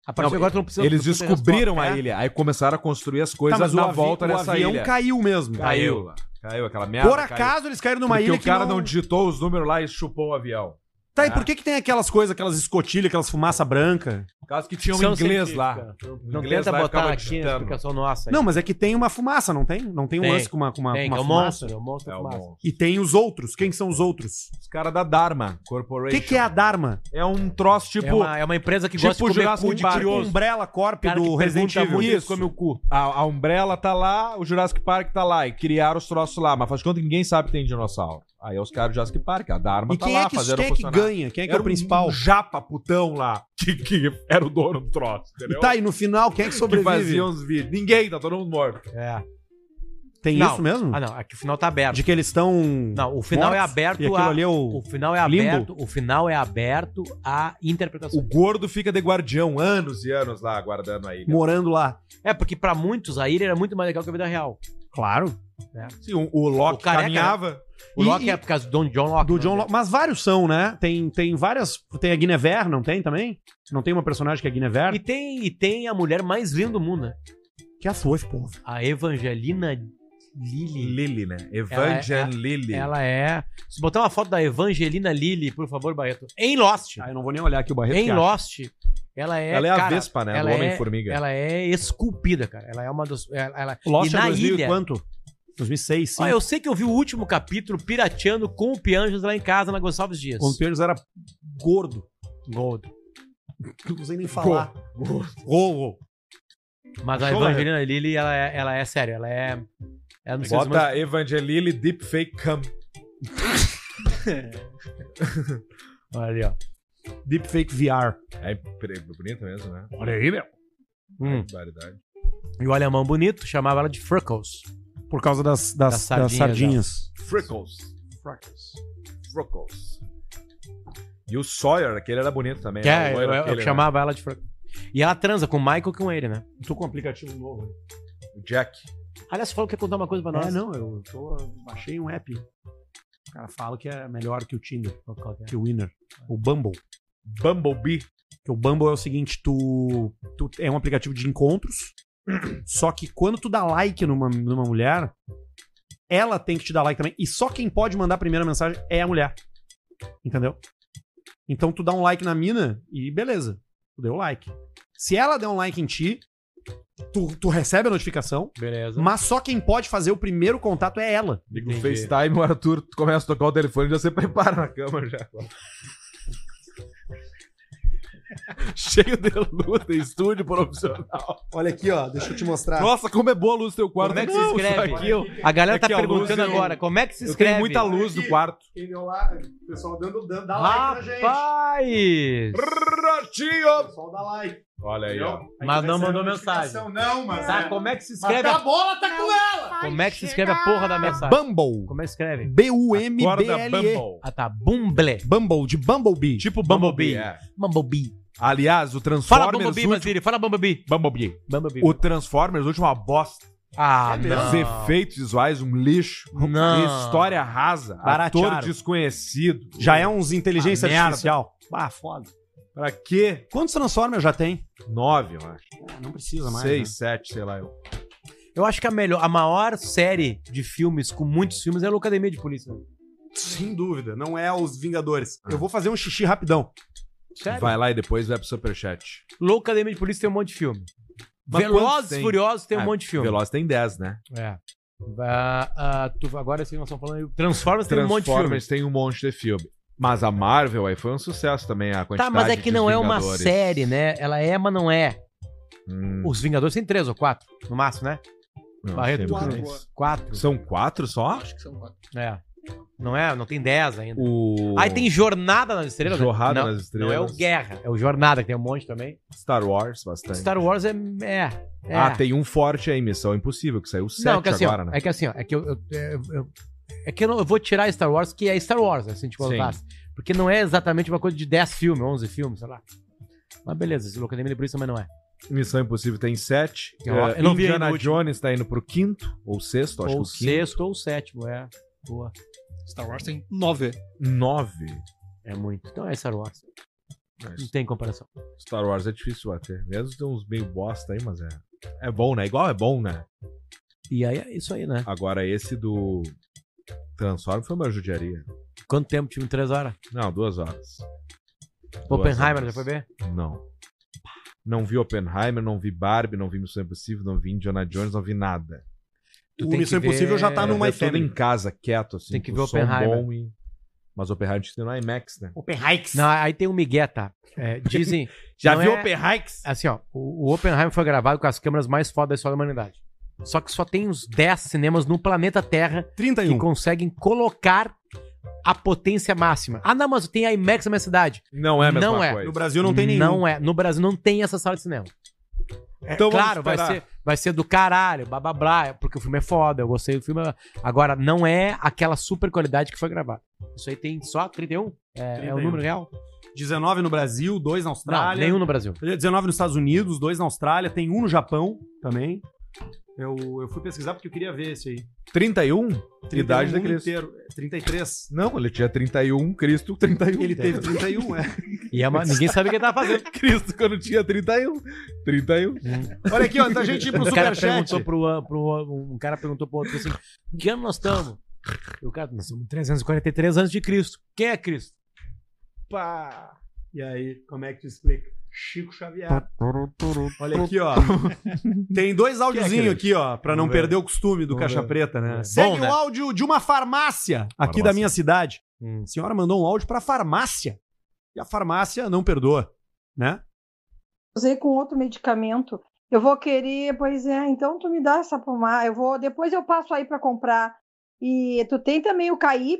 A partir de agora tu não precisa-
Eles
tu não precisa
descobriram
respirar.
a ilha, aí começaram a construir as coisas
Tá, mas o
na
avi-
volta
o
dessa
avião
ilha.
caiu mesmo.
Caiu.
Caiu.
Caiu, aquela merda.
Por acaso eles caíram numa ilha
Porque
que
o cara
não-
não... digitou os números lá e chupou o avião.
Tá, e por que que tem aquelas coisas, aquelas escotilhas, aquelas fumaça branca?
Por causa que tinha um
São
inglês
científica.
lá. O
Não
inglês
tenta
lá
botar
ficava
aqui a
digitando.
explicação nossa.
Não, mas é que tem uma fumaça, não tem? Não tem um
Tem.
lance com uma, com uma,
Tem,
com
é
uma
o
fumaça?
monstro, é o monstro
É o
fumaça.
monstro.
E tem os outros. Quem são os outros?
Os caras da Dharma
O
Corporation.
que, que é a Dharma?
É um troço tipo.
É uma- é uma empresa que gosta de comer
Um
cu de
Park.
criança. Umbrella Corp
Cara
do
que
Resident
pergunta
Evil.
muito,
Isso.
come o cu. A, a Umbrella tá lá, o Jurassic Park tá lá. E criaram os troços lá. Mas faz de conta que ninguém sabe que tem dinossauro. Aí é os caras do Jurassic Park, a Dharma
E
tá
quem
lá
é que-
fazendo
quem é que
funcionar.
ganha? Quem é que é o
Era um-
principal?
Um japa putão lá. Que, que era o dono do troço, entendeu?
E tá, e no final, quem é que sobrevive?
Que fazia uns vídeos. Ninguém, tá todo mundo morto.
É.
Tem
Não.
isso mesmo?
Ah, não. Aqui o final tá aberto.
De que eles estão.
Não, o final
mortos?
é aberto
E aquilo
a-
ali é o.
o final é
limbo?
aberto, o final é aberto à interpretação.
O gordo fica de guardião anos e anos lá, guardando a ilha.
Morando lá.
É porque pra muitos a ilha era muito mais legal que a vida real.
Claro.
né?
Sim, o, o Loki
careca,
caminhava.
O
E-
Loki
e-
é por causa do Don John Locke.
Do John Locke. Mas vários são, né? Tem, tem várias. Tem a Guinevere, não tem também? Não tem uma personagem que é a Guinevere?
E tem, e tem a mulher mais linda do mundo, né?
Que a foi, povo.
A Evangelina Lilly.
Lily, né?
Ela é-
Evangel Lily.
Ela é. Se botar uma foto da Evangelina Lilly, por favor, Barreto. Em Lost.
Ah, eu não vou nem olhar aqui o Barreto.
Em
que acha.
Lost, ela é.
Ela é a
cara,
Vespa, né? Do
ela é-
Homem-Formiga.
Ela é esculpida, cara. Ela é uma das. Ela, ela...
Lost
e
é
na
2000
ilha.
e quanto? 2006, sim.
Ah, eu sei que eu vi o último capítulo pirateando com o Pianjos lá em casa, na Gonçalves Dias.
Quando o Pierce era gordo.
Gold.
Não sei nem falar. Gordo.
Mas a
Show, né?
Evangelina Lilly, ela é, ela é sério, ela é. Ela não sei se
Bota Evangelili Deepfake Cam.
Olha ali, ó.
Deepfake VR.
É impre- bonito mesmo, né?
Olha aí, meu.
Hum.
Variedade.
E o alemão bonito chamava ela de Freckles.
Por causa das, das, das
Das
sardinhas.
sardinhas,
Freckles. Freckles. Freckles. E o Sawyer, aquele era bonito também.
Que é,
né? O
eu,
loiro
eu
aquele, né?
chamava ela de Freckles. E ela transa com o Michael e com ele, né?
Tô com um aplicativo novo. né?
O Jack.
Aliás, você falou que ia contar uma coisa pra nós.
É, não, eu tô, baixei um app. O cara fala que é melhor que o Tinder,
é?
que é o Winner, o Bumble.
Bumblebee.
Que o Bumble é o seguinte, tu, tu é um aplicativo de encontros, só que quando tu dá like numa, numa mulher, ela tem que te dar like também, e só quem pode mandar a primeira mensagem é a mulher. Entendeu? Então tu dá um like na mina e beleza, tu deu like. Se ela der um like em ti, tu, tu recebe a notificação,
Beleza.
mas só quem pode fazer o primeiro contato é ela.
Liga o FaceTime, o Arthur começa a tocar o telefone e já se prepara na cama já. Cheio de luz, de estúdio profissional.
Olha aqui, ó, deixa eu te mostrar.
Nossa, como é boa a luz do teu quarto.
Como é que
Não,
se inscreve?
isso aqui eu-
A galera tá
Aqui, ó, a luz
perguntando
eu-
agora, como é que se
eu
inscreve?
tenho muita luz do quarto.
Quem deu lá, o pessoal dando, dando dá like né? na gente.
Rapaz!
Ratinho!
Pessoal dá like.
Olha aí, ó.
Mas não mandou mensagem.
Não, mas.
Sabe como é que se escreve?
Mas
a-
tá bom.
bola tá com ela!
Como é que se escreve a porra da mensagem?
Bumble.
Como é que escreve?
B-U-M-B-L-E.
Bumble.
Ah tá, Bumble.
Bumble, de Bumblebee.
Tipo
Bumblebee.
Bumblebee. é.
Bumblebee.
Aliás, o Transformers...
Fala Bumblebee,
último-
Maziri, fala Bumblebee.
Bumblebee.
Bumblebee.
O Transformers, última bosta.
Ah,
Os efeitos visuais, um lixo.
Não.
História rasa.
Baratearam.
Ator desconhecido.
Já
um
é uns inteligência
Ah, merda.
artificial. Ah, foda.
Pra quê?
Quantos Transformers já tem?
Nove, eu acho.
não precisa mais. né?
Seis, sete, sei lá. Eu.
Eu acho que a melhor, a maior série de filmes com muitos filmes é a Academia de Polícia.
né? Sem dúvida. Não é os Vingadores.
Ah.
Eu vou fazer um xixi rapidão.
Sério?
Vai lá e depois vai pro Superchat.
Louca Academia de Polícia tem um monte de filme.
Mas quantos
Velozes
tem?
e Furiosos tem um
Ah,
monte de filme.
Veloz tem dez, né?
É. Ah, ah, tu- agora vocês não estão falando. Transformers, tem um monte de filme.
Transformers tem um monte de filme. Mas a Marvel aí foi um sucesso também, a
Tá,
quantidade
mas é que
de
não é uma
Vingadores.
série, né? Ela é, mas não é.
Hum,
Os Vingadores tem três ou quatro, no máximo, né?
não
Barreto,
sei
tu
muito.
que diz. quatro.
São quatro só?
Acho que são quatro.
É. Não é? Não tem dez ainda.
O...
Aí tem Jornada nas Estrelas. né?
Tipo, Jorrada
não,
nas Estrelas.
Não é o Guerra, é o Jornada, que tem um monte também.
Star Wars bastante.
Star Wars é. é, é.
Ah, tem um forte aí, Missão Impossível, que saiu sete
Não, que assim,
agora,
ó,
né?
É que assim, ó, é que eu. eu- eu- eu- é que eu, não- eu vou tirar Star Wars, que é Star Wars, né, se a gente contasse. Porque não é exatamente uma coisa de 10 filmes, 11 filmes, sei lá. Mas beleza, esse Locademia de Polícia também não é.
Missão Impossível tem sete.
Eu- eu
Eh,
não vi ainda
Indiana
o último.
Jones tá indo pro quinto, ou sexto, acho
ou
que o quinto.
sexto ou sétimo, é. Boa.
Star Wars tem nove.
Nove.
É muito. Então é Star Wars. Não tem comparação.
Star Wars é difícil bater. Mesmo tem uns meio bosta aí, mas é. É bom, né? Igual é bom, né?
E aí é isso aí, né?
Agora esse do Transform foi uma judiaria.
Quanto tempo? Tive três horas.
Não, duas horas. Duas
Oppenheimer, já
horas.
foi ver?
Não. Não vi Oppenheimer, não vi Barbie, não vi Missão Impossível, não vi Indiana Jones, não vi nada.
Tu tem que ver-
tá
Eu vi tudo em casa, quieto, assim.
Tem que
com
ver
som
Oppenheimer.
bom e- Mas Oppenheimer tinha que ser no IMAX, né?
Não, aí tem o Miguel, tá? É, dizem.
[LAUGHS] Já
não
viu
é-
Oppenheimer?
Assim, ó. O, o Oppenheimer foi gravado com as câmeras mais fodas da história da humanidade. Só que só tem uns 10 cinemas no planeta Terra
31.
que conseguem colocar a potência máxima. Ah, não, mas tem IMAX na minha cidade.
Não é a mesma
não é.
coisa.
No Brasil não tem nenhum.
Não é. No Brasil não tem essa sala de cinema. É,
Então vamos
claro, vai
esperar.
ser, vai ser do caralho, blá blá blá, porque o filme é foda, eu gostei do filme. Agora, não é aquela super qualidade que foi gravada. Isso aí tem só 31? É, é o
31.
número real?
19 no Brasil, dois na Austrália.
Não, nenhum no Brasil.
19 nos Estados Unidos, dois na Austrália, tem um no Japão também. Eu, eu fui pesquisar porque eu queria ver esse aí.
31? Idade
31
da Cristo.
inteiro. 33.
um? Não, ele tinha 31, Cristo 31.
Ele teve 31, é.
E é uma- ninguém sabe o que ele tava fazendo.
[LAUGHS] Cristo quando tinha 31. 31.
Olha aqui,
[LAUGHS]
ó, antes da gente ir pro
o cara
superchat.
perguntou pro, pro, um cara perguntou pro outro assim: que ano nós estamos? E o cara, nós estamos 343 anos de Cristo. Quem é Cristo?
Pá. E aí, como é que tu explica? Chico Xavier. Olha aqui, ó. Tem dois
Quem é
áudiozinhos
aquele?
aqui, ó, pra não
Vamos ver.
perder o costume do
Vamos
Caixa
ver.
Preta, né?
É.
Segue
Bom,
o
né?
áudio de uma farmácia aqui
Farmácia.
da minha cidade.
Hum.
A senhora mandou um áudio pra farmácia. E a farmácia não perdoa, né?
usei com outro medicamento. Eu vou querer, pois é, então tu me dá essa pomada, eu vou, depois eu passo aí para comprar. E tu tem também o KY,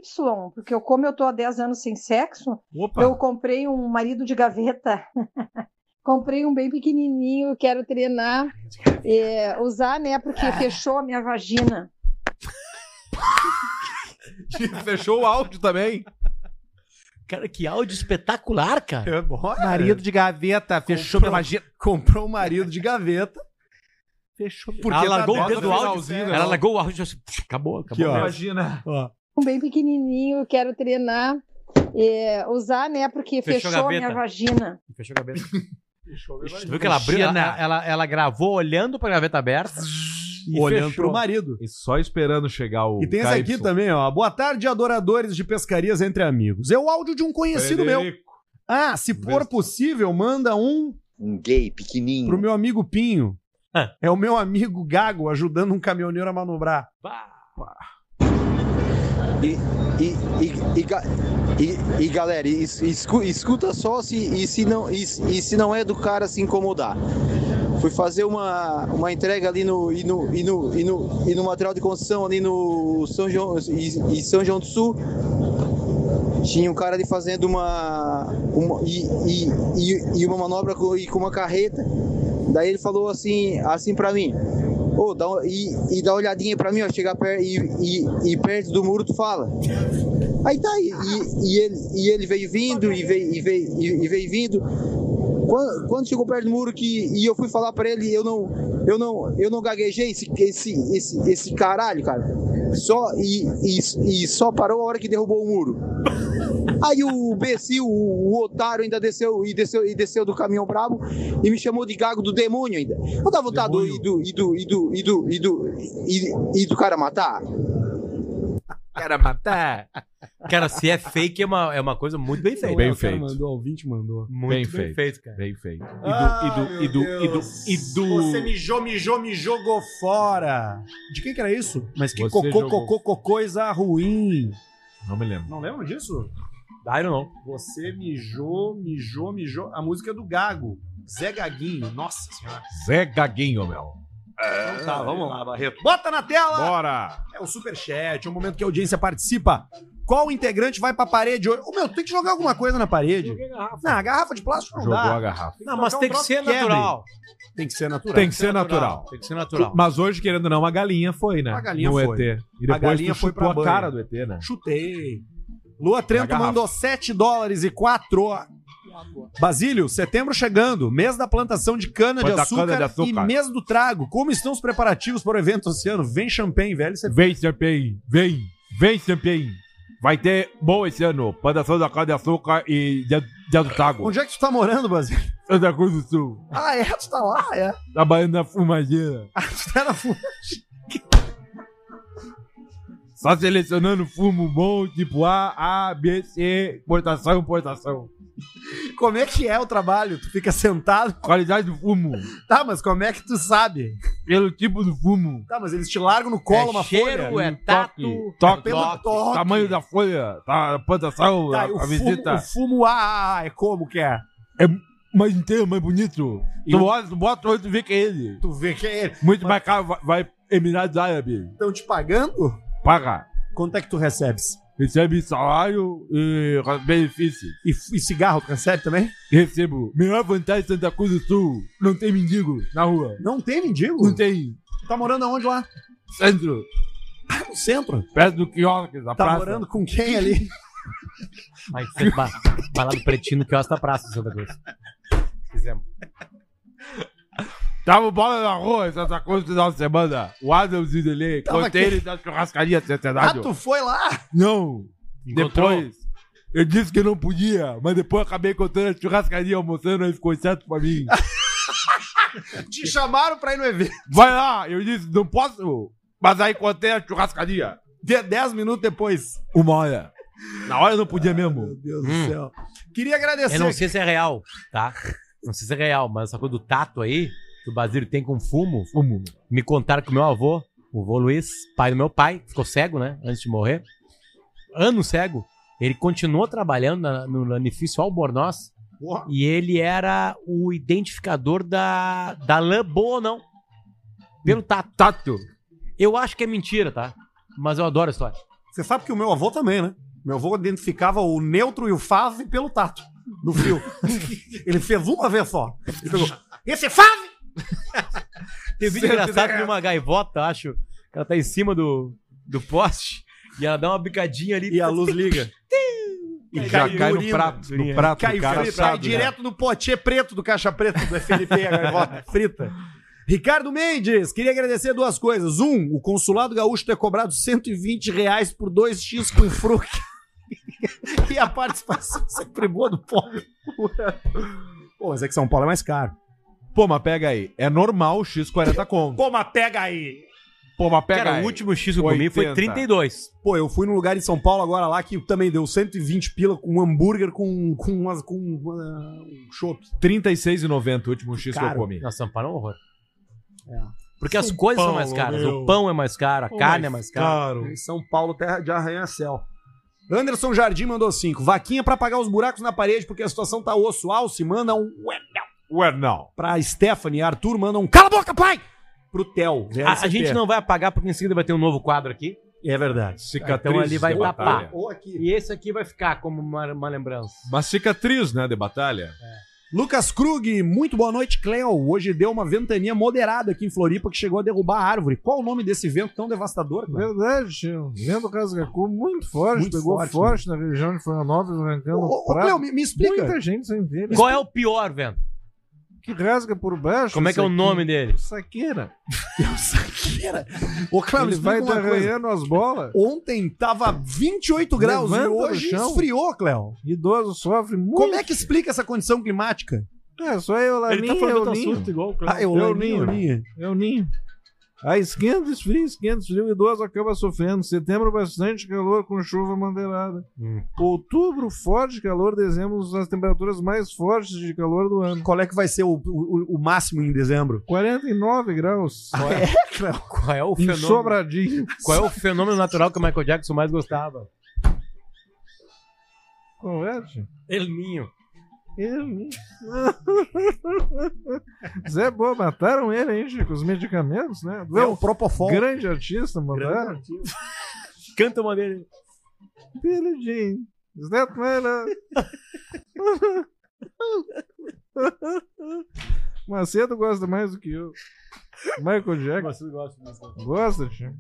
porque eu, como eu tô há 10 anos sem sexo,
Opa!
eu comprei um marido de gaveta. [LAUGHS] comprei um bem pequenininho, quero treinar,
Ah,
é, usar, né, porque fechou a minha vagina.
Fechou o áudio também.
Cara, que áudio espetacular, cara.
É bom,
Marido de gaveta, fechou minha magia.
Comprou um marido de gaveta.
Fechou
Porque
ela
tá
largou um- o
dentro
dedo
do
do áudio.
finalzinho, né?
Ela largou o áudio e disse, "Puxa, acabou, acabou.
Aqui, ó.
mesmo."
Tá.
Imagina. Ó.
Um bem pequenininho, quero treinar, é, usar, né, porque
Fechou
fechou,
a
a minha
gaveta.
vagina.
Fechou a gaveta. Tu viu que ela abriu?
Imagina.
Ela, ela, ela gravou olhando pra gaveta aberta. e
Olhando
fechou.
pro marido.
E só esperando chegar o.
E tem esse aqui também, ó. Boa tarde, adoradores de pescarias entre amigos. É o áudio de um conhecido meu.
Frederico.
Ah, se for possível, manda um. Um gay pequenininho. Pro meu amigo Pinho. É o meu amigo Gago ajudando um caminhoneiro a manobrar.
E, e, e, e, ga- e, e, galera, es- escu- escuta só se, e, se não, e, se- e se não é do cara se incomodar. Fui fazer uma, uma entrega ali no e no, e, no, e, no, e no material de construção ali no São João e, e São João do Sul. Tinha um cara ali fazendo uma, uma e, e, e- e uma manobra com, e com uma carreta. Daí ele falou assim, assim para mim. Ô, dá, um- e, e dá uma olhadinha pra mim, ó, chegar perto e, e, e perto do muro tu fala. Aí tá, e, e, e ele, e ele veio vindo, e veio, e veio, e, e veio vindo. Quando, quando chegou perto do muro que, e eu fui falar pra ele, eu não, eu não, eu não gaguejei esse, esse, esse, esse caralho, cara. Só, e, e, e só parou a hora que derrubou o muro. Aí o Becil, o, o otário, ainda desceu e, desceu e desceu do caminhão brabo e me chamou de gago do demônio ainda. Não dá vontade do, e, do, e, do, e, do, e, do, e, do, e, e do cara matar?
Cara, matar. Cara, se é fake, é uma, é uma coisa muito bem feita.
Bem
O cara
feito.
mandou.
O ouvinte mandou.
Muito
bem,
bem
feito.
feito, cara.
Bem feito.
Ai, meu Deus. Você mijou, mijou, me jogou fora. De quem que era isso? Mas que
Você
cocô,
jogou.
cocô, cocô, coisa ruim.
Não me lembro.
Não lembro disso?
I don't know.
Você mijou, mijou, mijou. A música é do Gago. Zé Gaguinho. Nossa senhora.
Zé Gaguinho, meu.
Então tá, vamos lá, Barreto. Bota na tela!
Bora!
É o superchat, é o momento que a audiência participa. Qual integrante vai pra parede hoje? Ô, meu, tem que jogar alguma coisa na parede. Não, a garrafa de plástico não
Jogou
dá.
a garrafa.
Não, mas tem que
trocar um
ser
troço quebre.
natural.
Tem que ser natural.
Tem que ser natural.
Tem que ser natural.
Mas hoje, querendo ou não, a galinha foi, né?
A galinha
no
foi.
ET. E
a
depois
galinha
tu
foi pra
chupou a
banha.
cara do ET, né?
Chutei. Lua
Na
Trento
garrafa.
mandou 7 dólares e 4. Basílio, setembro chegando, mês da plantação de cana, de
Planta
açúcar, e
cana-de-açúcar.
mês do trago. Como estão os preparativos para o evento oceano? Vem champanhe, velho. Você
Vem, champanhe. Vem. Vem, champanhe. Vai ter bom esse ano. Plantação da Casa de Açúcar e Dia Dia do Tago.
Onde é que tu tá morando, Brasil?
Santa Cruz do Sul.
Ah, é? Tu tá lá, é?
Trabalhando na fumageira.
Tu tá na fu-
Só selecionando fumo bom, tipo A, A, B, C, importação, importação.
Como é que é o trabalho? Tu fica sentado?
Qualidade do fumo.
Tá, mas como é que tu sabe?
Pelo tipo do fumo.
Tá, mas eles te largam no colo
É
uma
cheiro,
folha.
é
Um
tato,
toque,
toque,
pelo
toque,
toque.
Tamanho da folha, tá, a plantação,
Tá,
a,
e o
a
fumo-
visita.
O fumo AA é como que é?
É mais inteiro, mais bonito.
E
tu,
o-
olha, tu bota o olho, tu vê que é ele.
Tu vê que é ele.
Muito mais caro, vai, vai Emirados Árabes.
Estão te pagando?
Paga.
Quanto é que tu recebes?
Recebe salário e benefício.
E, f- e cigarro tu recebe também?
Recebo. Melhor vantagem de Santa Cruz do Sul. Não tem mendigo na rua.
Não tem mendigo?
Não tem.
Tá morando aonde lá? Tá
Centro.
No centro?
Perto do quiosque da
Tá
praça.
morando com quem ali?
Vai ser ba balado pretinho que é da praça, em Santa Cruz. Fizemos.
Tava bola na rua em Santa Cruz no final de semana. O Adam Zidelei.
Tava
Contei
aqui.
ele da churrascaria da
[LAUGHS] Ah,
Sociedade.
tu foi lá?
Não.
Encontrou?
Depois. Eu disse que não podia, mas depois eu acabei encontrando a churrascaria almoçando, ele ficou certo pra mim.
[LAUGHS] Te chamaram pra ir no evento.
Vai lá! Eu disse, não posso! Mas aí contei a churrascaria.
De- Dez minutos depois. Ah,
Uma hora. Na hora eu não podia mesmo. um Meu
Deus do céu. Queria agradecer.
Eu não sei se é real, tá? Não sei se é real, mas essa coisa do tato aí, que o Basílio tem com fumo,
Fumo.
me contaram que o meu avô, o avô Luiz, pai do meu pai, ficou cego, né? Antes de morrer. Ano cego. Ele continuou trabalhando na- no lanifício Albornoz.
Porra.
E ele era o identificador da, da lã boa ou não. Pelo tato.
Tato.
Eu acho que é mentira, tá? Mas eu adoro a história.
Você sabe que o meu avô também, né? Meu avô identificava o neutro e o fave pelo tato. No [LAUGHS] fio. Ele fez uma vez só. Ele pegou.
Esse fave!
Tem um vídeo
tá
engraçado de uma gaivota, acho. que Ela tá em cima do, do poste e ela dá uma bicadinha ali.
E a luz liga.
E já cai no prato, no prato
Cai,
do cara
frita, cai
assado, né?
direto no potê preto do caixa preto do FNP, a
[LAUGHS]
gaivota frita. Ricardo Mendes, queria agradecer duas coisas. Um, o consulado gaúcho ter cobrado 120 reais por dois X com fruque. [LAUGHS] e a participação sempre boa do pobre. Pô, mas é que São Paulo é mais caro.
Pô, mas pega aí. É normal o X40 conto.
Pô, mas pega aí!
Pô, mas pega
Cara,
aí.
o último X que eu comi foi
80.
32.
Pô, eu fui num lugar em São Paulo agora lá que também deu 120 pila com um hambúrguer com, com, umas, com ah, um chopp.
36,90 o último X que eu
Caro.
comi.
Nossa, São Paulo é um horror.
É.
Porque as
São
coisas são
Paulo,
mais caras.
meu.
O pão é mais caro, a
Pô,
carne é mais cara.
Em São Paulo, terra de arranha-céu. Anderson Jardim mandou cinco. Vaquinha pra pagar os buracos na parede porque a situação tá osso. Alce manda um ué não.
Ué, não.
pra Stephanie. Arthur manda um cala a boca, pai! Pro é Tel.
A, a gente não vai apagar porque em seguida vai ter um novo quadro aqui.
É verdade.
Cicatriz
então ali vai
de
papar.
batalha.
Ou aqui.
E esse aqui vai ficar como uma, uma lembrança.
Mas cicatriz, né, de batalha.
Lucas Krug, muito boa noite, Cleo. Hoje deu uma ventania moderada aqui em Floripa que chegou a derrubar a árvore. Qual o nome desse vento tão devastador? Cleo?
Verdade, o vento cascacou muito forte,
Muito
pegou
forte, né?
forte, na região de Florianópolis, arrancando
Ô, ô,
prato.
Cleo, me- me explica.
Muita gente sem ver.
Qual é o pior, velho?
Que rasga por baixo.
Como é que é o
isso
nome dele?
Saqueira.
Ô, Cleo, me
Ele
explica
vai
uma coisa.
derranhando as bolas.
Ontem tava 28 graus
Levanta
e
do
hoje
chão.
esfriou, Cleo.
Idoso sofre muito.
Como é que explica essa condição climática?
É, só eu,
Ele tá
Laninha,
falando
eu,
outro
Ninho.
assunto igual é o né?
Ah, eu,
Eu
Leoninho, Leoninho.
ninho, eu ninho. Aí esquenta, esfria, esquenta, esfria, o idoso acaba sofrendo. Setembro, bastante calor com chuva mandeirada.
Hum.
Outubro, forte calor. Dezembro, as temperaturas mais fortes de calor do ano.
Qual é que vai ser o, o- o máximo em dezembro?
49 graus.
Ah, é? Qual é o
Em
fenômeno?
Sobradinho.
Qual é o fenômeno natural que o Michael Jackson mais gostava?
Qual é, tio?
El Ninho.
Eu ninho. [LAUGHS] Zé Boa, mataram ele, hein, Chico? Os medicamentos, né?
É o Propofol.
Grande artista, é? mandaram.
[LAUGHS]
Canta uma dele.
Billie Jean. Is that my love? [LAUGHS] Macedo gosta mais do que eu. Michael Jackson. Gosta, tio.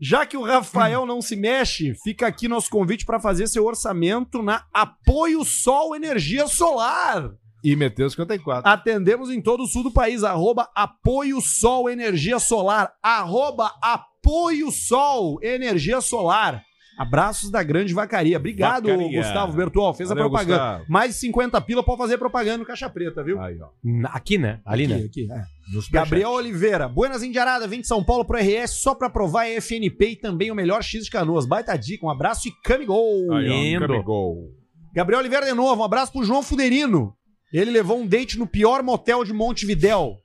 Já que o Rafael não se mexe, fica aqui nosso convite para fazer seu orçamento na Apoio Sol Energia Solar.
E meteu 54.
Atendemos em todo o sul do país. Arroba Apoio Sol Energia Solar. Arroba Apoio Sol Energia Solar. Abraços da Grande Vacaria. Obrigado,
Vacaria.
Gustavo Bertual. Fez a
Valeu,
propaganda.
Gustavo. Ah,
Mais de 50 pila pode fazer propaganda no Caixa Preta, viu?
Aí, ó.
Aqui, né? Ali, né?
Aqui, é. Gabriel Oliveira, Buenas Indiarada, vem de São Paulo pro RS só pra provar a FNP e também o melhor X de canoas. Baita dica, um abraço e camigol.
Aí, ó, Camigol.
Gabriel Oliveira de novo, um abraço pro João Fuderino. Ele levou um date no pior motel de Montevidéu.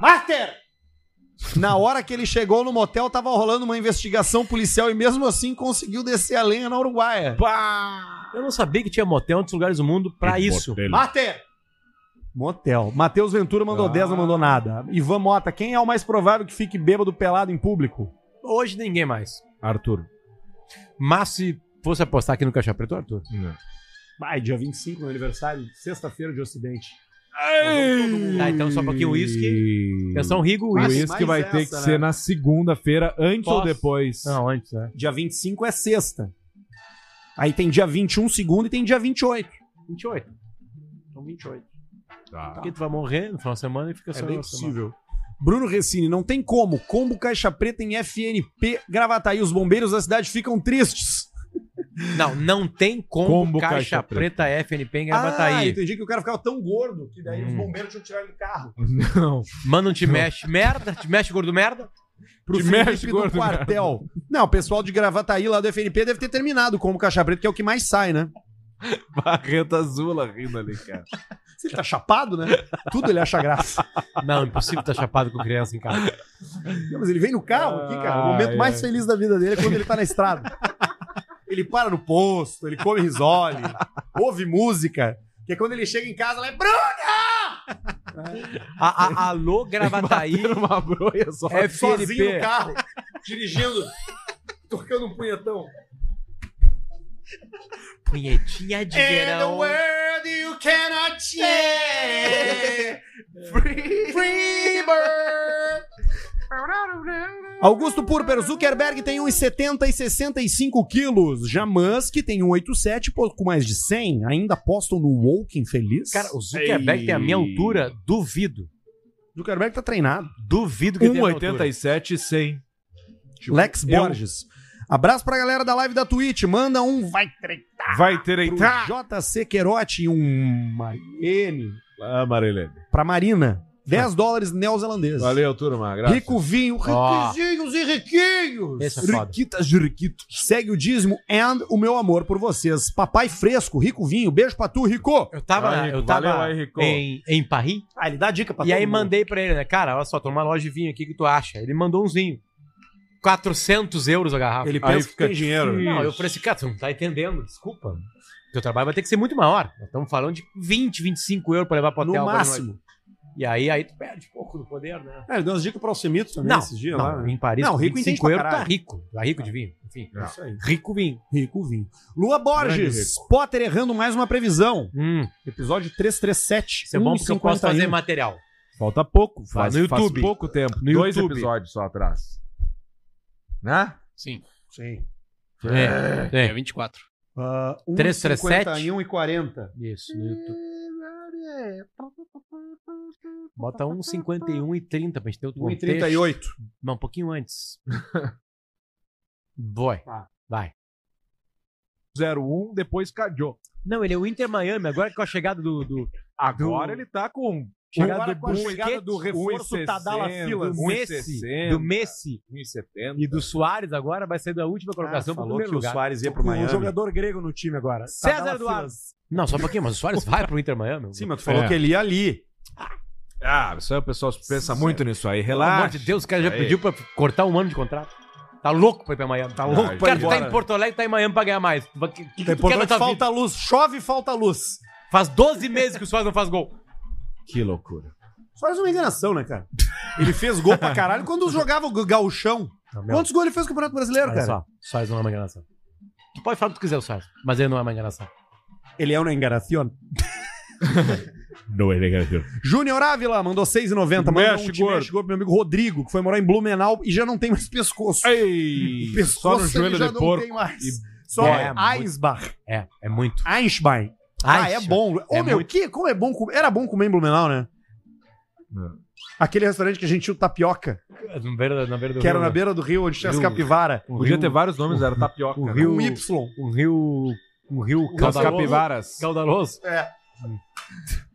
Master! Na hora que ele chegou no motel, tava rolando uma investigação policial e mesmo assim conseguiu descer a lenha na Uruguaia.
Eu não sabia que tinha motel em outros lugares do mundo pra isso.
Master! Ah. Motel. Matheus Ventura mandou 10, não mandou nada. Ivan Mota, quem é o mais provável que fique bêbado pelado em público?
Hoje ninguém mais.
Arthur.
Mas se fosse apostar aqui no Caixa Preto, Arthur?
Não.
Vai, dia 25, meu aniversário, sexta-feira de Ocidente.
Tá, então só um pouquinho uísque. Atenção, Rigo,
O
uísque.
uísque vai ter que ser na segunda-feira, antes ou
Posso?
depois.
Não, antes, né?
Dia 25 é sexta. Aí tem dia 21, segunda, e tem dia 28.
28. Então 28.
Tá.
Porque tu vai morrer no final de semana e fica só
É bem
na
possível.
semana.
Bruno Recine, não tem como. Combo Caixa Preta em FNP Gravataí. Os bombeiros da cidade ficam tristes.
Não, não tem combo,
Combo
caixa,
Caixa
preta, FNP em
Ah,
Gravataí. Hum.
entendi que o cara ficava tão gordo que daí os bombeiros tinham que tirar ele do carro.
Não.
Manda um te mexe merda, te mexe gordo merda.
Pro Felipe do quartel. Não, o pessoal de Gravataí lá do FNP deve ter terminado o Combo Caixa Preta, que é o que mais sai, né?
Barreta Azula rindo ali, cara.
Se ele tá chapado, né? Tudo ele
[LAUGHS]
acha graça.
Não, impossível estar chapado com criança em casa.
Não, mas ele vem no carro aqui, cara. O
Ai,
momento mais
ai.
feliz da vida dele é quando ele tá na estrada. ele para no posto, ele come risole, ouve música. Que é quando ele chega em casa, ela é Bruna!
A, a- alô, Gravataí.
uma broia só.
FNP.
É Sozinho no [LAUGHS] carro, dirigindo, tocando um punhetão.
Punhetinha de
In the
verão.
world you cannot
É.
share. Free, free bird.
Augusto Purper, Zuckerberg tem 1,70 e 65 quilos. Já Musk tem 1,87, pouco mais de 100. Ainda postam no Walking Feliz.
Cara, o Zuckerberg tem a minha altura, duvido.
Zuckerberg tá treinado.
Duvido que ele tenha a minha altura.
1,87 e 100.
Lex
eu-
Borges. Abraço pra galera da live da Twitch. Manda um vai treitar.
Vai treitar.
Pro JC Querote e um Marilene.
Ah, Marilene.
Pra Marina. 10 dólares
Tá.
neozelandeses.
Valeu, turma. Graças.
Rico vinho.
Ó.
Riquinhos e riquinhos.
Esse é foda.
Riquitas de riquitos. Segue o dízimo and o meu amor por vocês. Papai fresco, rico vinho. Beijo pra tu, Rico.
Eu tava,
Ah, Rico,
eu tava
valeu aí, Rico.
em, em Paris.
Ah, ele dá dica pra
E
todo
aí
mundo.
mandei pra ele, né? Cara, olha só, tem uma loja de vinho aqui que tu acha. Ele mandou umzinho. 400 euros a garrafa.
Ele pensa Aí que fica tem dinheiro.
Não, eu falei assim, cara, tu não tá entendendo, desculpa. Teu trabalho vai ter que ser muito maior. Nós estamos falando de 20, 25 euros pra levar pra
No
hotel. pra
máximo.
noite. E aí, aí tu perde um pouco do poder, né?
É, ele deu umas dicas pro Alcemito também
Não,
esses dias
não,
lá. né?
em Paris,
Não,
com
rico
25
entende pra
euros tá
caralho.
rico. Tá rico de vinho. Enfim,
É isso aí.
rico vinho.
Rico vinho. Lua Borges, Potter errando mais uma previsão. Episódio 337.
Hum, Isso é bom porque eu posso fazer
1,51.
material.
Falta pouco.
Vai
Faz,
no
faz
YouTube.
pouco tempo.
No
dois
YouTube.
episódios só atrás. Né?
Sim.
Sim.
É,
Dia 24.
Ah,
337.
1,51 e 40.
Isso, no YouTube. Bota 1,51 e 30 pra gente ter outro
1,38.
contexto. Não, um pouquinho antes. [LAUGHS] Boy. Vai.
0-1, depois cadeou.
Não, ele é o Inter Miami, agora com a chegada do. do
Agora
do-
ele tá com.
Chegada do tá um Fila, do Messi, do Messi
1,70.
e do Soares agora vai sair da última colocação pro
Ah, falou
primeiro
que o
lugar.
Soares ia pro
Com o
Miami.
jogador-
um grego no time agora. Tá
César Eduardo. É. Não, só um pouquinho, mas o [LAUGHS] Soares vai pro Inter Miami.
Sim, mas tu falou que ele ia ali.
Ah, isso aí o pessoal pensa muito nisso aí.
Pelo amor
Relaxa.
de Deus, o cara já
Aí.
pediu pra cortar um ano de contrato. Tá louco pra ir pra Miami. Tá
louco pra ir
cara, tu tá
embora.
em Porto Alegre, tá em Miami pra ganhar mais. O que, que, tu
Tem
quer da
problema que
tua
falta
vida?
luz. Chove e falta luz.
Faz 12 meses que o Soares não faz gol.
Que loucura.
Soares é uma enganação, né, cara? Ele fez gol pra caralho quando jogava o gauchão.
meu.
Quantos gols ele fez no Campeonato Brasileiro,
Olha
cara?
só, o Soares não é uma enganação. Tu pode falar o que tu quiser, o Soares, mas ele não é uma enganação.
Ele é uma enganação.
Não é negativo.
Júnior Ávila mandou 6,90. Mandou
Mexe,
um te
gordo.
mexe, gordo, meu amigo Rodrigo, que foi morar em Blumenau e já não tem mais pescoço.
Ei,
O pescoço
só no
ele
joelho
já
de
não
porco
tem mais.
e
Só
É,
Eisbach.
É, é muito.
Einstein. Ah, é bom. Ô, meu, que, como é bom. com- Era bom comer em Blumenau, né?
Hum.
Aquele restaurante que a gente tinha o tapioca,
Na beira, na beira do
que era
rio,
na
né?
beira do rio, onde tinha as
Rio-
capivara.
Podia ter vários nomes, era
tapioca.
O
né?
rio,
Um
Y. O rio. O rio
Das capivaras.
Caudaloso.
É.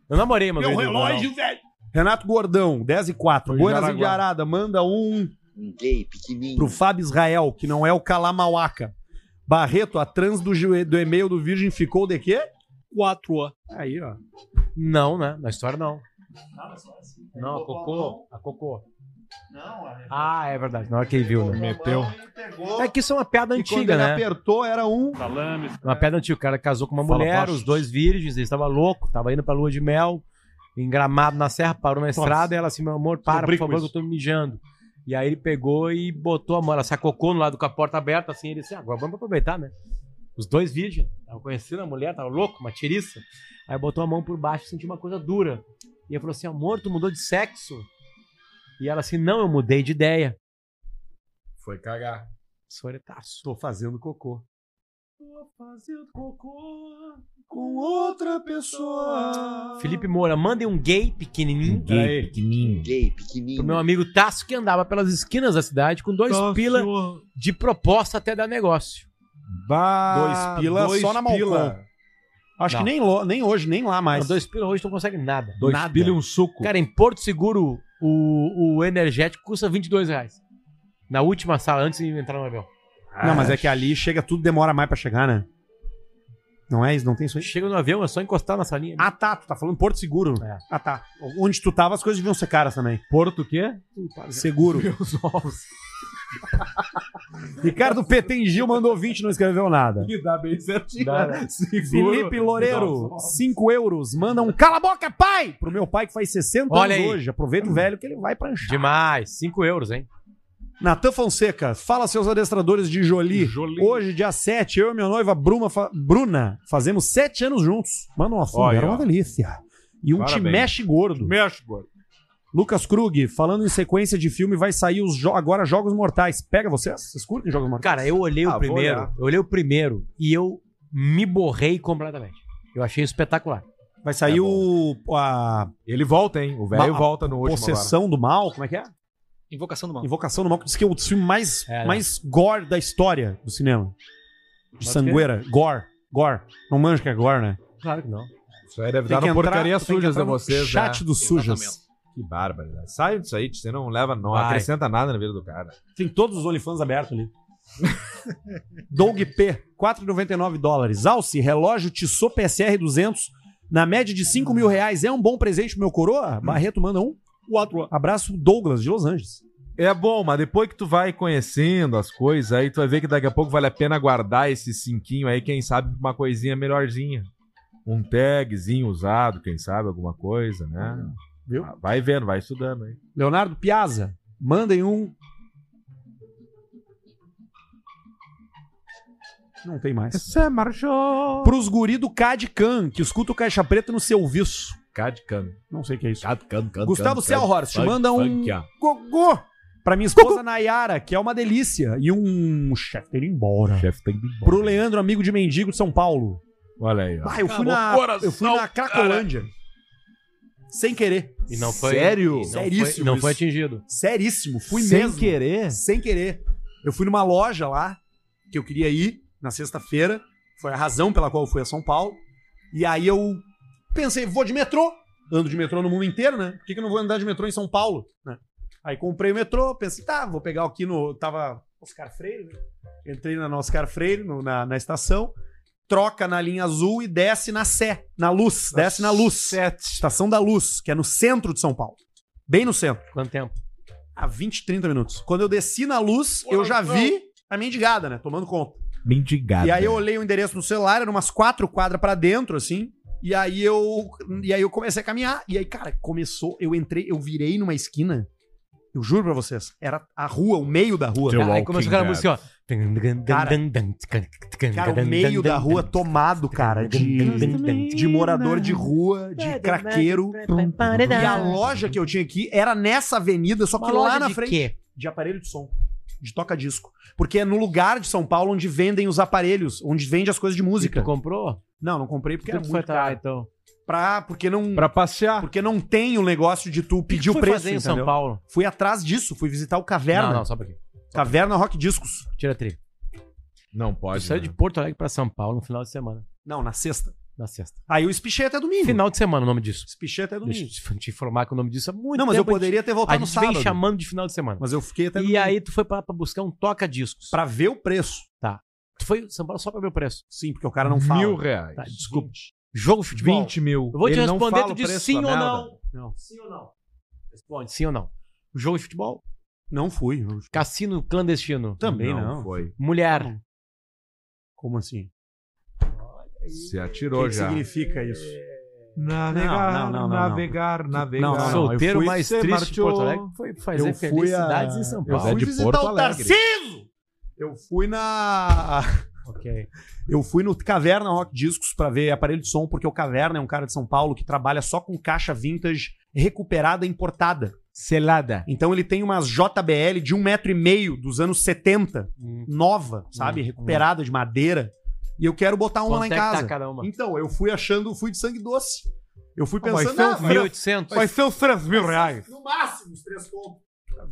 Eu namorei, mano.
velho. Renato Gordão, 10 e 4. Buenas
Jaraguá.
de Arada, manda um. Pro Fábio Israel, que não é o Calamauaca. Barreto, a trans do, joe- do e-mail do Virgem ficou de quê?
4.
Aí, ó.
Não, né? Na história não.
Não, a cocô.
A cocô.
assim. Não, a
Ah, é verdade. Na hora que ele viu, né? Meteu.
pegou.
É que isso é uma piada
E
antiga,
quando ele
né?
apertou, era um.
Salame. Uma piada antiga. O cara casou com uma
Fala
mulher,
baixo.
os dois virgens, ele estava louco, tava indo pra lua de mel, engramado na serra, parou na estrada, e ela assim, meu amor, para, por
brinco
favor,
isso.
que eu tô mijando. E aí ele pegou e botou a mão, ela se acocou no lado com a porta aberta, assim, ele disse, "Ah, agora vamos aproveitar, né? Os dois virgens, tava conhecendo a mulher, tava louco, uma tiriça. Aí botou a mão por baixo, sentiu uma coisa dura. E ele falou assim, amor, tu mudou de sexo? E ela assim, não, eu mudei de ideia.
Foi cagar.
Soretaço.
Tô fazendo cocô.
Fazendo cocô com outra pessoa.
Felipe Moura, mandem um gay
Hum?
pequenininho. Gay pequenininho. Gay pequenininho. Pro meu amigo Tasso, que andava pelas esquinas da cidade com dois
Tasso.
pila de proposta até dar negócio.
Bah,
dois pila só na Malcom. Ah, Acho
Não.
que nem, lo- nem hoje, nem lá mais.
Não, dois pila hoje tu não consegue nada.
Dois
nada.
pila e um suco.
Cara, em Porto Seguro, o, o energético custa 22 reais. Na última sala, antes de entrar no avião.
Não, [LAUGHS] mas é que ali chega, tudo demora mais pra chegar, né? Não é isso? Não tem isso aí?
Chega no avião, é só encostar na salinha.
Ah, tá. Tu tá falando Porto Seguro. Ah, tá. Onde tu tava, as coisas deviam ser caras também.
Porto o quê?
[LAUGHS] Seguro.
Meus ovos.
Ricardo Petengil mandou 20 e não escreveu nada.
E dá bem certinho.
Dá,
né?
[LAUGHS] né?
Seguro.
Felipe Loureiro, 5 euros. Manda um cala a boca, pai! Pro meu pai que faz 60
Olha
anos
aí.
hoje. Aproveita o velho que ele vai pranchar.
Demais. 5 euros, hein?
Natan Fonseca, fala seus adestradores de Jolie. Hoje, dia 7, eu e minha noiva Bruma fa- Bruna fazemos 7 anos juntos. Manda uma foto,
Olha,
era
ó.
uma delícia. E um te
Parabéns.
mexe gordo.
Mexe, gordo.
Lucas Krug, falando em sequência de filme, vai sair os jo- agora Jogos Mortais. Pega vocês? Vocês curtem Jogos Mortais?
Cara, eu olhei
Ah,
o
vou
primeiro.
olhar.
Eu olhei o primeiro e eu me borrei completamente. Eu achei espetacular.
Vai sair
é
o. A...
Ele volta, hein? O velho
Ma-
volta no último.
Possessão do Mal, como é que é?
Invocação do mal.
Invocação do Mal, que diz que é o filme mais,
É, né?
mais gore da história do cinema. De
Pode
sangueira. Gore. Gore. Não manja que é gore, né?
Claro que não.
Isso aí deve
Tem
dar
que
no
entrar-
porcaria
tem que
sujas
entrar
de
no
vocês,
chat
né?
dos sujas. Exatamente.
Que barbaridade. Sai disso aí, você não leva, não
Vai.
acrescenta nada na vida do cara.
Tem todos os OnlyFans abertos ali. [LAUGHS] Doug P, 4,99 dólares. Alce, relógio Tissot PSR 200, na média de 5 mil reais. É um bom presente pro meu
Hum.
coroa? Barreto manda um. Quatro. Abraço, Douglas, de Los Angeles.
É bom, mas depois que tu vai conhecendo as coisas, aí tu vai ver que daqui a pouco vale a pena guardar esse cinquinho aí, quem sabe uma coisinha melhorzinha. Um tagzinho usado, quem sabe, alguma coisa, né?
Viu?
Vai vendo, vai estudando aí.
Leonardo Piazza, mandem um. Não tem mais. Você marchou. Pros guri do Cadcan, que escuta o Caixa Preta no seu viço.
Cadcan.
Não sei o que é isso.
Cadcan, Cadcan.
Gustavo Selhorst, manda um
funk, ó.
gogô pra minha esposa Nayara, que é uma delícia. E um chefe tem ido embora.
Chefe tem ido embora.
Pro Leandro, amigo de mendigo de São Paulo.
Olha aí, ó.
Ah, eu fui,
Acabou
na,
o coração,
eu fui na Cracolândia. Sem querer.
E não foi- e
Sério?
não foi-
Seríssimo.
não foi
isso.
atingido.
Seríssimo. Fui
Sem
mesmo.
querer?
Sem querer. Eu fui numa loja lá, que eu queria ir, na sexta-feira. Foi a razão pela qual eu fui a São Paulo. E aí eu pensei, vou de metrô. Ando de metrô no mundo inteiro, né? Por que, que eu não vou andar de metrô em São Paulo? né? Aí comprei o metrô, pensei, tá, vou pegar aqui no. Tava Oscar Freire, né? Entrei na Oscar Freire, no- na, na estação, troca na linha azul e desce na Sé, na luz. desce na luz. Estação da Luz, que é no centro de São Paulo. Bem no centro.
Quanto tempo?
Há 20, 30 minutos. Quando eu desci na luz, eu já vi a mendigada, né? Tomando conta.
Mendigada.
E aí eu olhei o endereço no celular, era umas quatro quadras pra dentro, assim. E aí eu. E aí eu comecei a caminhar. E aí, cara, começou. Eu entrei, eu virei numa esquina. Eu juro pra vocês, era a rua, o meio da rua.
Aí começou aquela música, ó.
Cara, o meio da rua tomado, cara, de, de morador de rua, de
né?
craqueiro. E a loja que eu tinha aqui era nessa avenida, só que
Uma loja
lá na
de
frente.
quê?
De aparelho de som. De toca-disco. Porque é no lugar de São Paulo onde vendem os aparelhos, onde vende as coisas de música.
comprou?
Não, não comprei porque
Tu
era
foi
muito
pra
caro.
então.
Pra, porque não...
Pra passear.
Porque não tem o negócio de tu pedir
tu
o
foi
preço,
fazer em
entendeu?
São Paulo?
Fui atrás disso, fui visitar o Caverna.
Não, não, só um pouquinho.
Caverna Rock Discos.
Tira a trilha.
Não pode.
é
né?
Saiu de Porto Alegre pra São Paulo no final de semana.
Não, na sexta.
Na sexta.
Aí eu espichei até domingo.
Final de semana o nome disso.
Espichei até domingo.
Deixa eu te- te informar que o nome disso é muito
Não, mas eu
tempo a
poderia
gente-
ter voltado
a
no
gente vem
sábado.
chamando de final de semana.
Mas eu fiquei até
E aí tu foi pra, pra buscar um toca-discos.
Pra ver o preço.
Tá. Tu foi em São Paulo só pra ver o preço.
Sim, porque o cara não fala.
Mil reais.
Tá, desculpa. Jogo de futebol.
20 mil.
Eu vou te
Ele não
responder,
fala
tu
o
diz
preço
sim
da
ou
merda.
não.
Não.
Sim ou não? Responde, sim ou não. Jogo de futebol.
Não fui.
Cassino clandestino.
Também não.
Foi.
Tá
Mulher.
Como assim?
Se
O
atirou
que, que
já.
significa isso?
Navegar,
Não, não, não, não.
navegar, navegar.
Não, não, não.
Solteiro
Eu fui
mais
ser
triste de
marchou-
Porto Alegre foi fazer
Eu fui a-
felicidades é em São Paulo.
Eu fui
de
visitar
Porto
o
Alegre.
Tarciso! Eu fui na...
Ok.
Eu fui no Caverna Rock Discos pra ver aparelho de som, porque o Caverna é um cara de São Paulo que trabalha só com caixa vintage recuperada e importada.
Selada.
Então ele tem umas JBL de um metro e meio dos anos 70,
Hum.
nova, sabe? Recuperada de madeira. E eu quero botar uma
Quanto
lá em
é que tá
casa.
cada uma?
Então, eu fui achando, fui de sangue doce. Eu fui
Ah, mas
pensando,
são
ah, vai-
1.800.
Vai ser os 3 mil reais.
no máximo, os três pontos.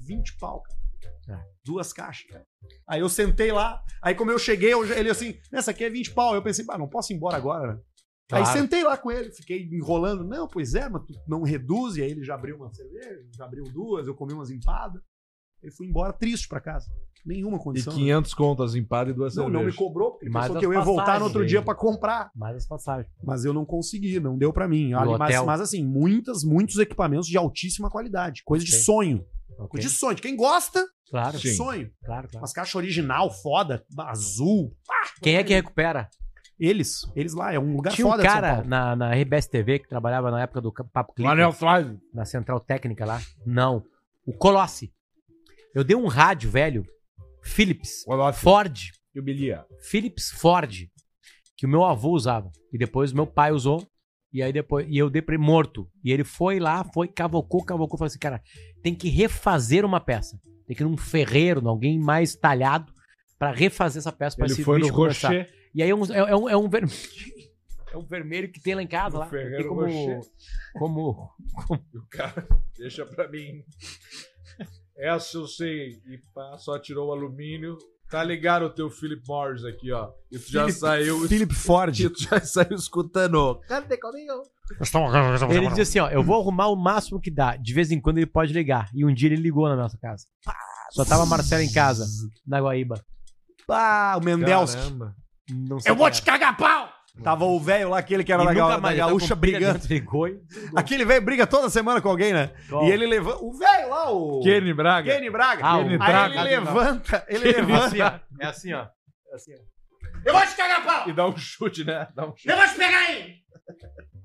20 pau,
É.
cara. Duas caixas, cara. Aí eu sentei lá, aí como eu cheguei, eu já- ele assim, nessa aqui é 20 pau. Eu pensei, ah, não posso ir embora agora, né?
Claro.
Aí sentei lá com ele, fiquei enrolando. Não, pois é, mas tu não reduz. E aí ele já abriu uma cerveja, já abriu duas, eu comi umas empadas. Aí fui embora triste pra casa. Nenhuma
E
condição. né?
500 contas em par e duas
Não, não me
cervejas.
cobrou, porque ele
Mais
pensou
as
que eu ia voltar no
passagens
outro
ainda.
dia pra comprar.
Mais as passagens.
Mas eu não consegui, não deu pra mim.
No
Olha, mas,
hotel?
mas assim, muitas, muitos equipamentos de altíssima qualidade. Coisa de
Ok.
sonho.
Ok.
Coisa de sonho. De Quem gosta,
Claro.
de sonho.
Claro, claro.
Umas caixas original, foda, azul.
Quem é que recupera?
Eles, eles lá, é um lugar
Tinha um
foda de São
cara
Paulo.
na, na RBS TV que trabalhava na época do Papo Clique.
Manuel Flávio.
na central técnica lá. Não. O Colossi. Eu dei um rádio, velho. Philips. Ford.
Jubilia.
Philips Ford. Que o meu avô usava. E depois o meu pai usou. E aí depois. E eu dei pra ele morto. E ele foi lá, foi, cavocou, cavocou. Falou assim, cara, tem que refazer uma peça. Tem que ir num ferreiro, num alguém mais talhado, pra refazer essa peça pra
Ele
esse
foi no
bicho começar.
Rocher.
E aí é um, é, é um, é um vermelho. [LAUGHS] É um vermelho que tem lá em casa.
No
Lá. Tem
Ferreiro
como,
Rocher.
como.
O cara, [LAUGHS] deixa pra mim. Essa eu sei. E pá, só tirou o alumínio. Tá ligado o teu Philip Morris aqui, ó. E tu já
Philip-
saiu.
Philip Ford.
E tu já saiu escutando.
Ele diz assim, ó, eu vou arrumar o máximo que dá. De vez em quando ele pode ligar. E um dia ele ligou na nossa casa. Só tava a Marcela em casa, na Guaíba.
Ah, o Mendelski.
Caramba.
Não
Eu vou te
cagar
cagar pau! Tava o velho lá, aquele que era da, ga- da
é
gaúcha brigando.
Brigou e...
Aquele velho briga toda semana com alguém, né?
Qual?
E ele levanta. O velho lá, o.
Kenny Braga.
Kenny Braga.
Ah, o-
Aí
Braga.
ele levanta. Ele
Kenny
Assim,
levanta.
ó. É assim, ó. É assim, ó.
Eu vou te cagar pau!
E dá um chute, né? Dá um chute.
Eu vou te pegar aí!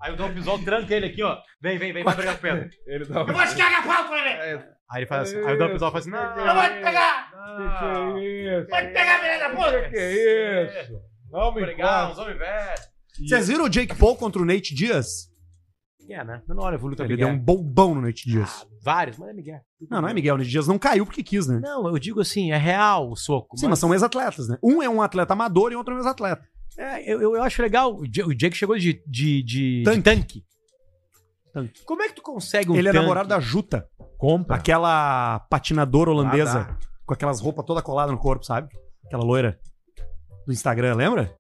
Aí o Dom Pizol tranca ele aqui, ó. Vem, vem, vem, vai brigar com ele.
Ele dá um
Eu vou te cagar pau, Flamengo!
Aí ele faz assim. Aí o
É.
Dom Pizol faz assim.
Eu vou te pegar!
Ah.
Que é isso?
Vou te pegar, filha da puta!
Que
é
é isso? Não me encosta.
homens velhos.
Vocês viram o Jake Paul contra o Nate Dias?
É, né? Não olha, eu vou lutar
Ele
Miguel.
deu um bobão no Nate Dias.
um-
Vários, mas é Miguel.
Não, não é Miguel. O Nate Dias não caiu porque quis, né?
Não, eu digo assim, é real o soco.
Sim, mas são ex-atletas, né? Um é um atleta amador e outro é um ex-atleta.
É, eu, eu- eu acho legal. O Ja- o Jake chegou de, de, de- de
Tanque.
tanque.
Tanque.
Como é que tu consegue um
Ele é
tanque?
namorado da Juta.
Compra.
Aquela patinadora holandesa
Ah,
com aquelas roupas toda colada no corpo, sabe? Aquela loira do Instagram, lembra?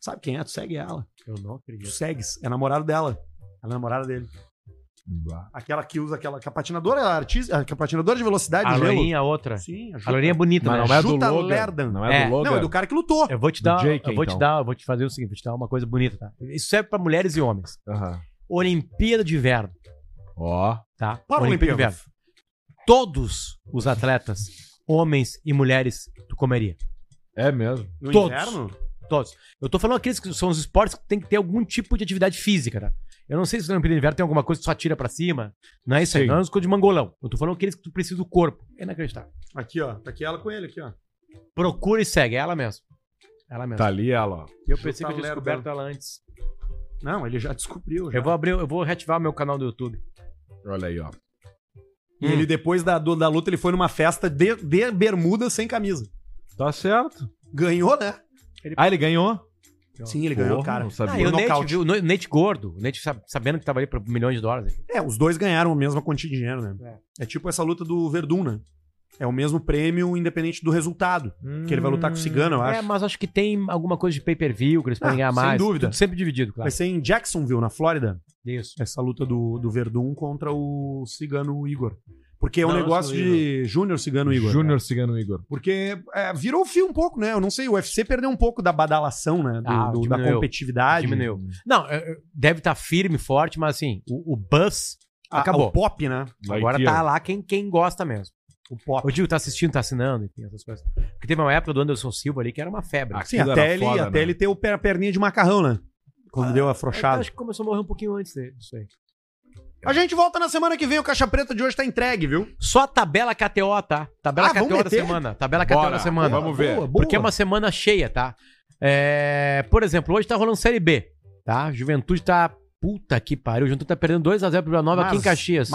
Sabe quem é? Tu segue ela.
Eu não
Tu
acredito.
segues. É namorado dela. Ela é namorada dele.
Bah.
Aquela que usa aquela. Que a patinadora, ela é artista, que a patinadora de velocidade
A
de gelo.
loirinha, a outra.
Sim,
A loirinha é bonita,
Mas
né?
não é do
Juta
Logan.
Lerdan.
Não é do
É.
Logan.
Não, é do cara que lutou.
Eu vou te
Do
dar,
Jake,
eu vou
então.
te dar, eu vou te fazer o seguinte, vou te dar uma coisa bonita, tá? Isso serve pra mulheres e homens.
Aham.
Olimpíada de inverno,
Ó.
tá? Olimpíada
Para Olimpíada.
de inverno. Todos os atletas, homens e mulheres, tu comeria.
É mesmo.
No
Todos.
inverno?
Todos. Eu tô falando aqueles que são os esportes que tem que ter algum tipo de atividade física, tá? Eu não sei se na Olimpíada de Inverno tem alguma coisa que só tira pra cima. Não é isso aí.
Sim.
Não é umas coisas de mangolão. Eu tô falando aqueles que tu precisa do corpo. É inacreditável.
Aqui, ó. Tá aqui ela com ele, aqui, ó.
Procura e segue. É ela mesmo. Ela mesmo.
Tá ali ela, ó.
E eu pensei que eu
Chuta
tinha
lerda.
descoberto ela antes.
Não, ele já descobriu. já.
Eu vou abrir, eu vou reativar meu canal do YouTube.
Olha aí, ó.
E ele,
Hum.
depois da, do- da luta, ele foi numa festa de, de bermuda sem camisa.
Tá certo.
Ganhou, né?
Ah, ele ganhou?
Sim, ele ganhou, cara.
Não sabia.
Ah, e o
o Nate,
nocaute.
viu? O Nate gordo. O Nate sab- sabendo que tava ali por milhões de dólares.
É, os dois ganharam a mesma quantia de dinheiro, né? É, tipo essa luta do Verdun, né? É o mesmo prêmio, independente do resultado.
Tá.
Que ele vai lutar com o Cigano, eu acho.
É, mas acho que tem alguma coisa de pay-per-view que eles podem
Ah,
ganhar
sem
mais.
dúvida.
Tudo sempre dividido, claro.
Vai ser em Jacksonville, na Flórida.
Isso.
Essa luta do, do Verdun contra o Cigano Igor. Porque é um
Não, não
negócio
sei,
de Júnior Cigano Igor.
né?
Júnior Cigano Igor.
Porque é, virou o fio um pouco, né? Eu não sei, o UFC perdeu um pouco da badalação, né? Do-
Ah,
do- da
diminuiu.
competitividade.
Diminuiu. Não, é, é, deve estar firme, forte, mas assim, o, o buzz
A-
acabou.
o pop, né?
Agora
Vai
tá
ter.
lá quem, quem gosta mesmo.
O pop.
O Digo tá assistindo, tá assinando, enfim, essas coisas. Porque teve uma época do Anderson Silva ali que era uma febre.
Sim, né? até ele, até ele ter o per- a perninha de macarrão, né? Quando deu a afrouxada.
Acho que começou a morrer um pouquinho antes dele, isso aí.
é A gente volta na semana que vem, o Caixa Preta de hoje tá entregue, viu?
Só a tabela KTO, tá? Tabela
Ah, vamos
KTO da
meter?
semana. Tabela KTO
Bora,
da semana.
vamos ver. Boa, boa.
Porque é uma semana cheia, tá? É, por exemplo, hoje tá rolando Série B, tá? Juventude tá. Puta que pariu. O Juventude tá perdendo 2x0 pro Vila Nova aqui em
é.
Caxias.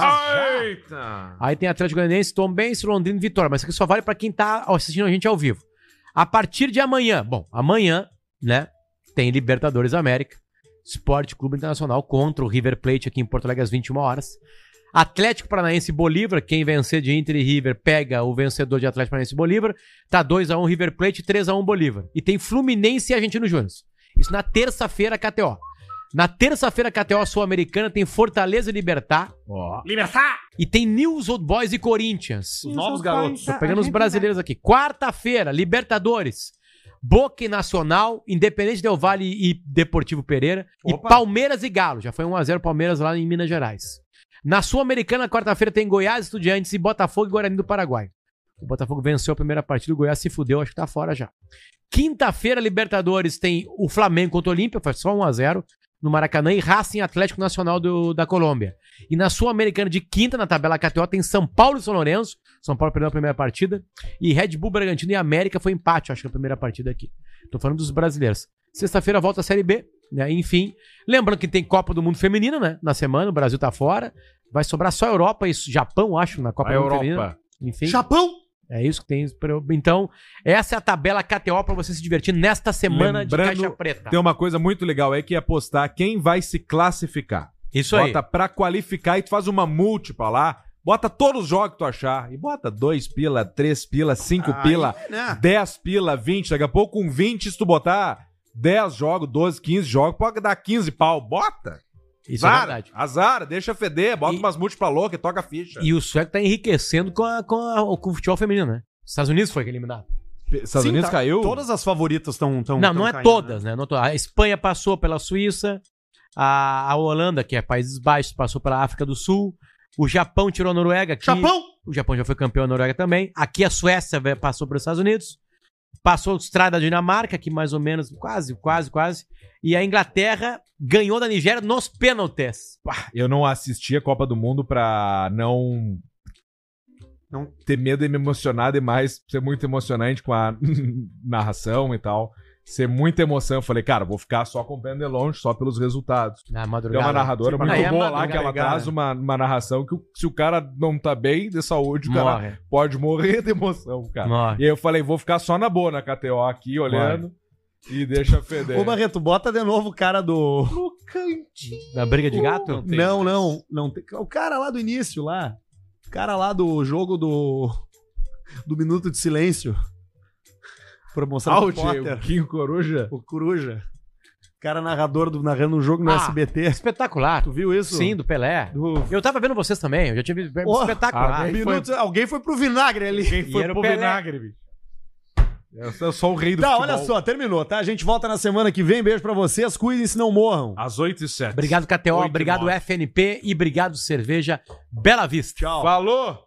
Eita!
Aí tem Atlético Goianiense, Tombense, Londrina e Vitória. Mas isso aqui só vale pra quem tá assistindo a gente ao vivo. A partir de amanhã, bom, amanhã, né, tem Libertadores América, Esporte Clube Internacional contra o River Plate aqui em Porto Alegre às 21 horas. Atlético Paranaense e Bolívar, quem vencer de Inter e River pega o vencedor de Atlético Paranaense e Bolívar. Tá 2x1 River Plate, 3x1 Bolívar. E tem Fluminense e Argentino Júnior. Isso na terça-feira, KTO. Na terça-feira, KTO Sul-Americana tem Fortaleza e Libertar. Ó.
Libertar!
E tem News Old Boys e Corinthians.
Os novos Old garotos. Boys,
Tá,
Tô
a-
pegando
a
os
gente
brasileiros aqui. Quarta-feira, Libertadores. Boca e Nacional, Independente Del Vale e Deportivo Pereira. E Palmeiras e Galo. Já foi 1x0 Palmeiras lá em Minas Gerais. Na Sul-Americana, quarta-feira, tem Goiás, Estudiantes e Botafogo e Guarani do Paraguai. O Botafogo venceu a primeira partida, o Goiás se fudeu, acho que tá fora já. Quinta-feira, Libertadores, tem o Flamengo contra o Olímpia, foi só 1x0 no Maracanã, e Racing Atlético Nacional do- da Colômbia. E na Sul-Americana de quinta, na tabela KTO, tem São Paulo e São Lourenço. São Paulo perdeu a primeira partida. E Red Bull Bragantino e América foi empate, acho que a primeira partida aqui. Tô falando dos brasileiros. Sexta-feira volta a Série B, né? Enfim. Lembrando que tem Copa do Mundo Feminina, né? Na semana, o Brasil tá fora. Vai sobrar só a Europa e Japão, acho, na Copa
A
do Mundo
Europa.
Feminina. Enfim.
Japão!
É isso que tem. pra- Então, essa é a tabela KTO pra você se divertir nesta semana de Caixa Preta.
Tem uma coisa muito legal aí que é apostar quem vai se classificar.
Isso
um bota
aí.
Bota pra qualificar e tu faz uma múltipla lá. Bota todos os jogos que tu achar. E bota dois pila, três pila, cinco
Aí,
pila,
né?
dez pila, vinte. Daqui a pouco, com 20, se tu botar 10 jogos, 12, 15 jogos, pode dar 15 pau. Bota.
Isso é verdade.
Azar, deixa feder, bota umas múltiplas loucas e toca a ficha.
E o sueco tá enriquecendo com, a- com, a- com o futebol feminino, né? Os Estados Unidos foi eliminado.
Estados
tá.
Unidos caiu?
Todas as favoritas estão. Tão,
não,
tão
não é
caindo,
todas, né? Não é to- A Espanha passou pela Suíça, a, a Holanda, que é Países Baixos, passou pela África do Sul, o Japão tirou a Noruega. Que...
Japão!
O Japão já foi campeão da Noruega também. Aqui a Suécia ve- passou pelos Estados Unidos, passou a estrada da Dinamarca, que mais ou menos, quase, quase, quase. E a Inglaterra ganhou da Nigéria nos pênaltis. Pá,
Eu não assisti a Copa do Mundo pra não.
Não
ter medo de me emocionar demais, ser muito emocionante com a [LAUGHS] narração e tal. Ser muita emoção. Eu falei, cara, vou ficar só acompanhando de longe, só pelos resultados.
Na
Tem
madrugada.
uma narradora
Sim,
muito
aí é
boa lá,
madrugada,
que ela
legal,
traz
né?
uma, uma narração que o- se o cara não tá bem de saúde, o
Morre.
cara pode morrer de emoção, cara.
Morre.
E aí eu falei, vou ficar só na boa na KTO aqui, olhando, e deixa feder.
Ô, Barreto, bota de novo o cara do.
Na briga
Uh,
de gato?
Não, não, não. tem- O cara lá do início, lá. O cara lá do jogo do. Do Minuto de Silêncio. Pra mostrar
Ah, o Diego, Quinho Coruja.
O Coruja. O cara narrador do, narrando um jogo no
Ah,
SBT.
Espetacular.
Tu viu isso?
Sim, do Pelé. Eu tava vendo vocês também, eu já tive
Oh,
espetacular.
alguém minuto- Alguém foi pro vinagre ali. Alguém
foi pro vinagre,
bicho. Eu sou o rei do
Tá,
futebol.
olha só, terminou, tá? A gente volta na semana que vem. Beijo pra vocês. Cuidem-se, não morram.
Às 8 e 7.
Obrigado, KTO.
Oito e
Obrigado,
nove.
FNP. E obrigado, Cerveja Bela Vista.
Tchau.
Falou!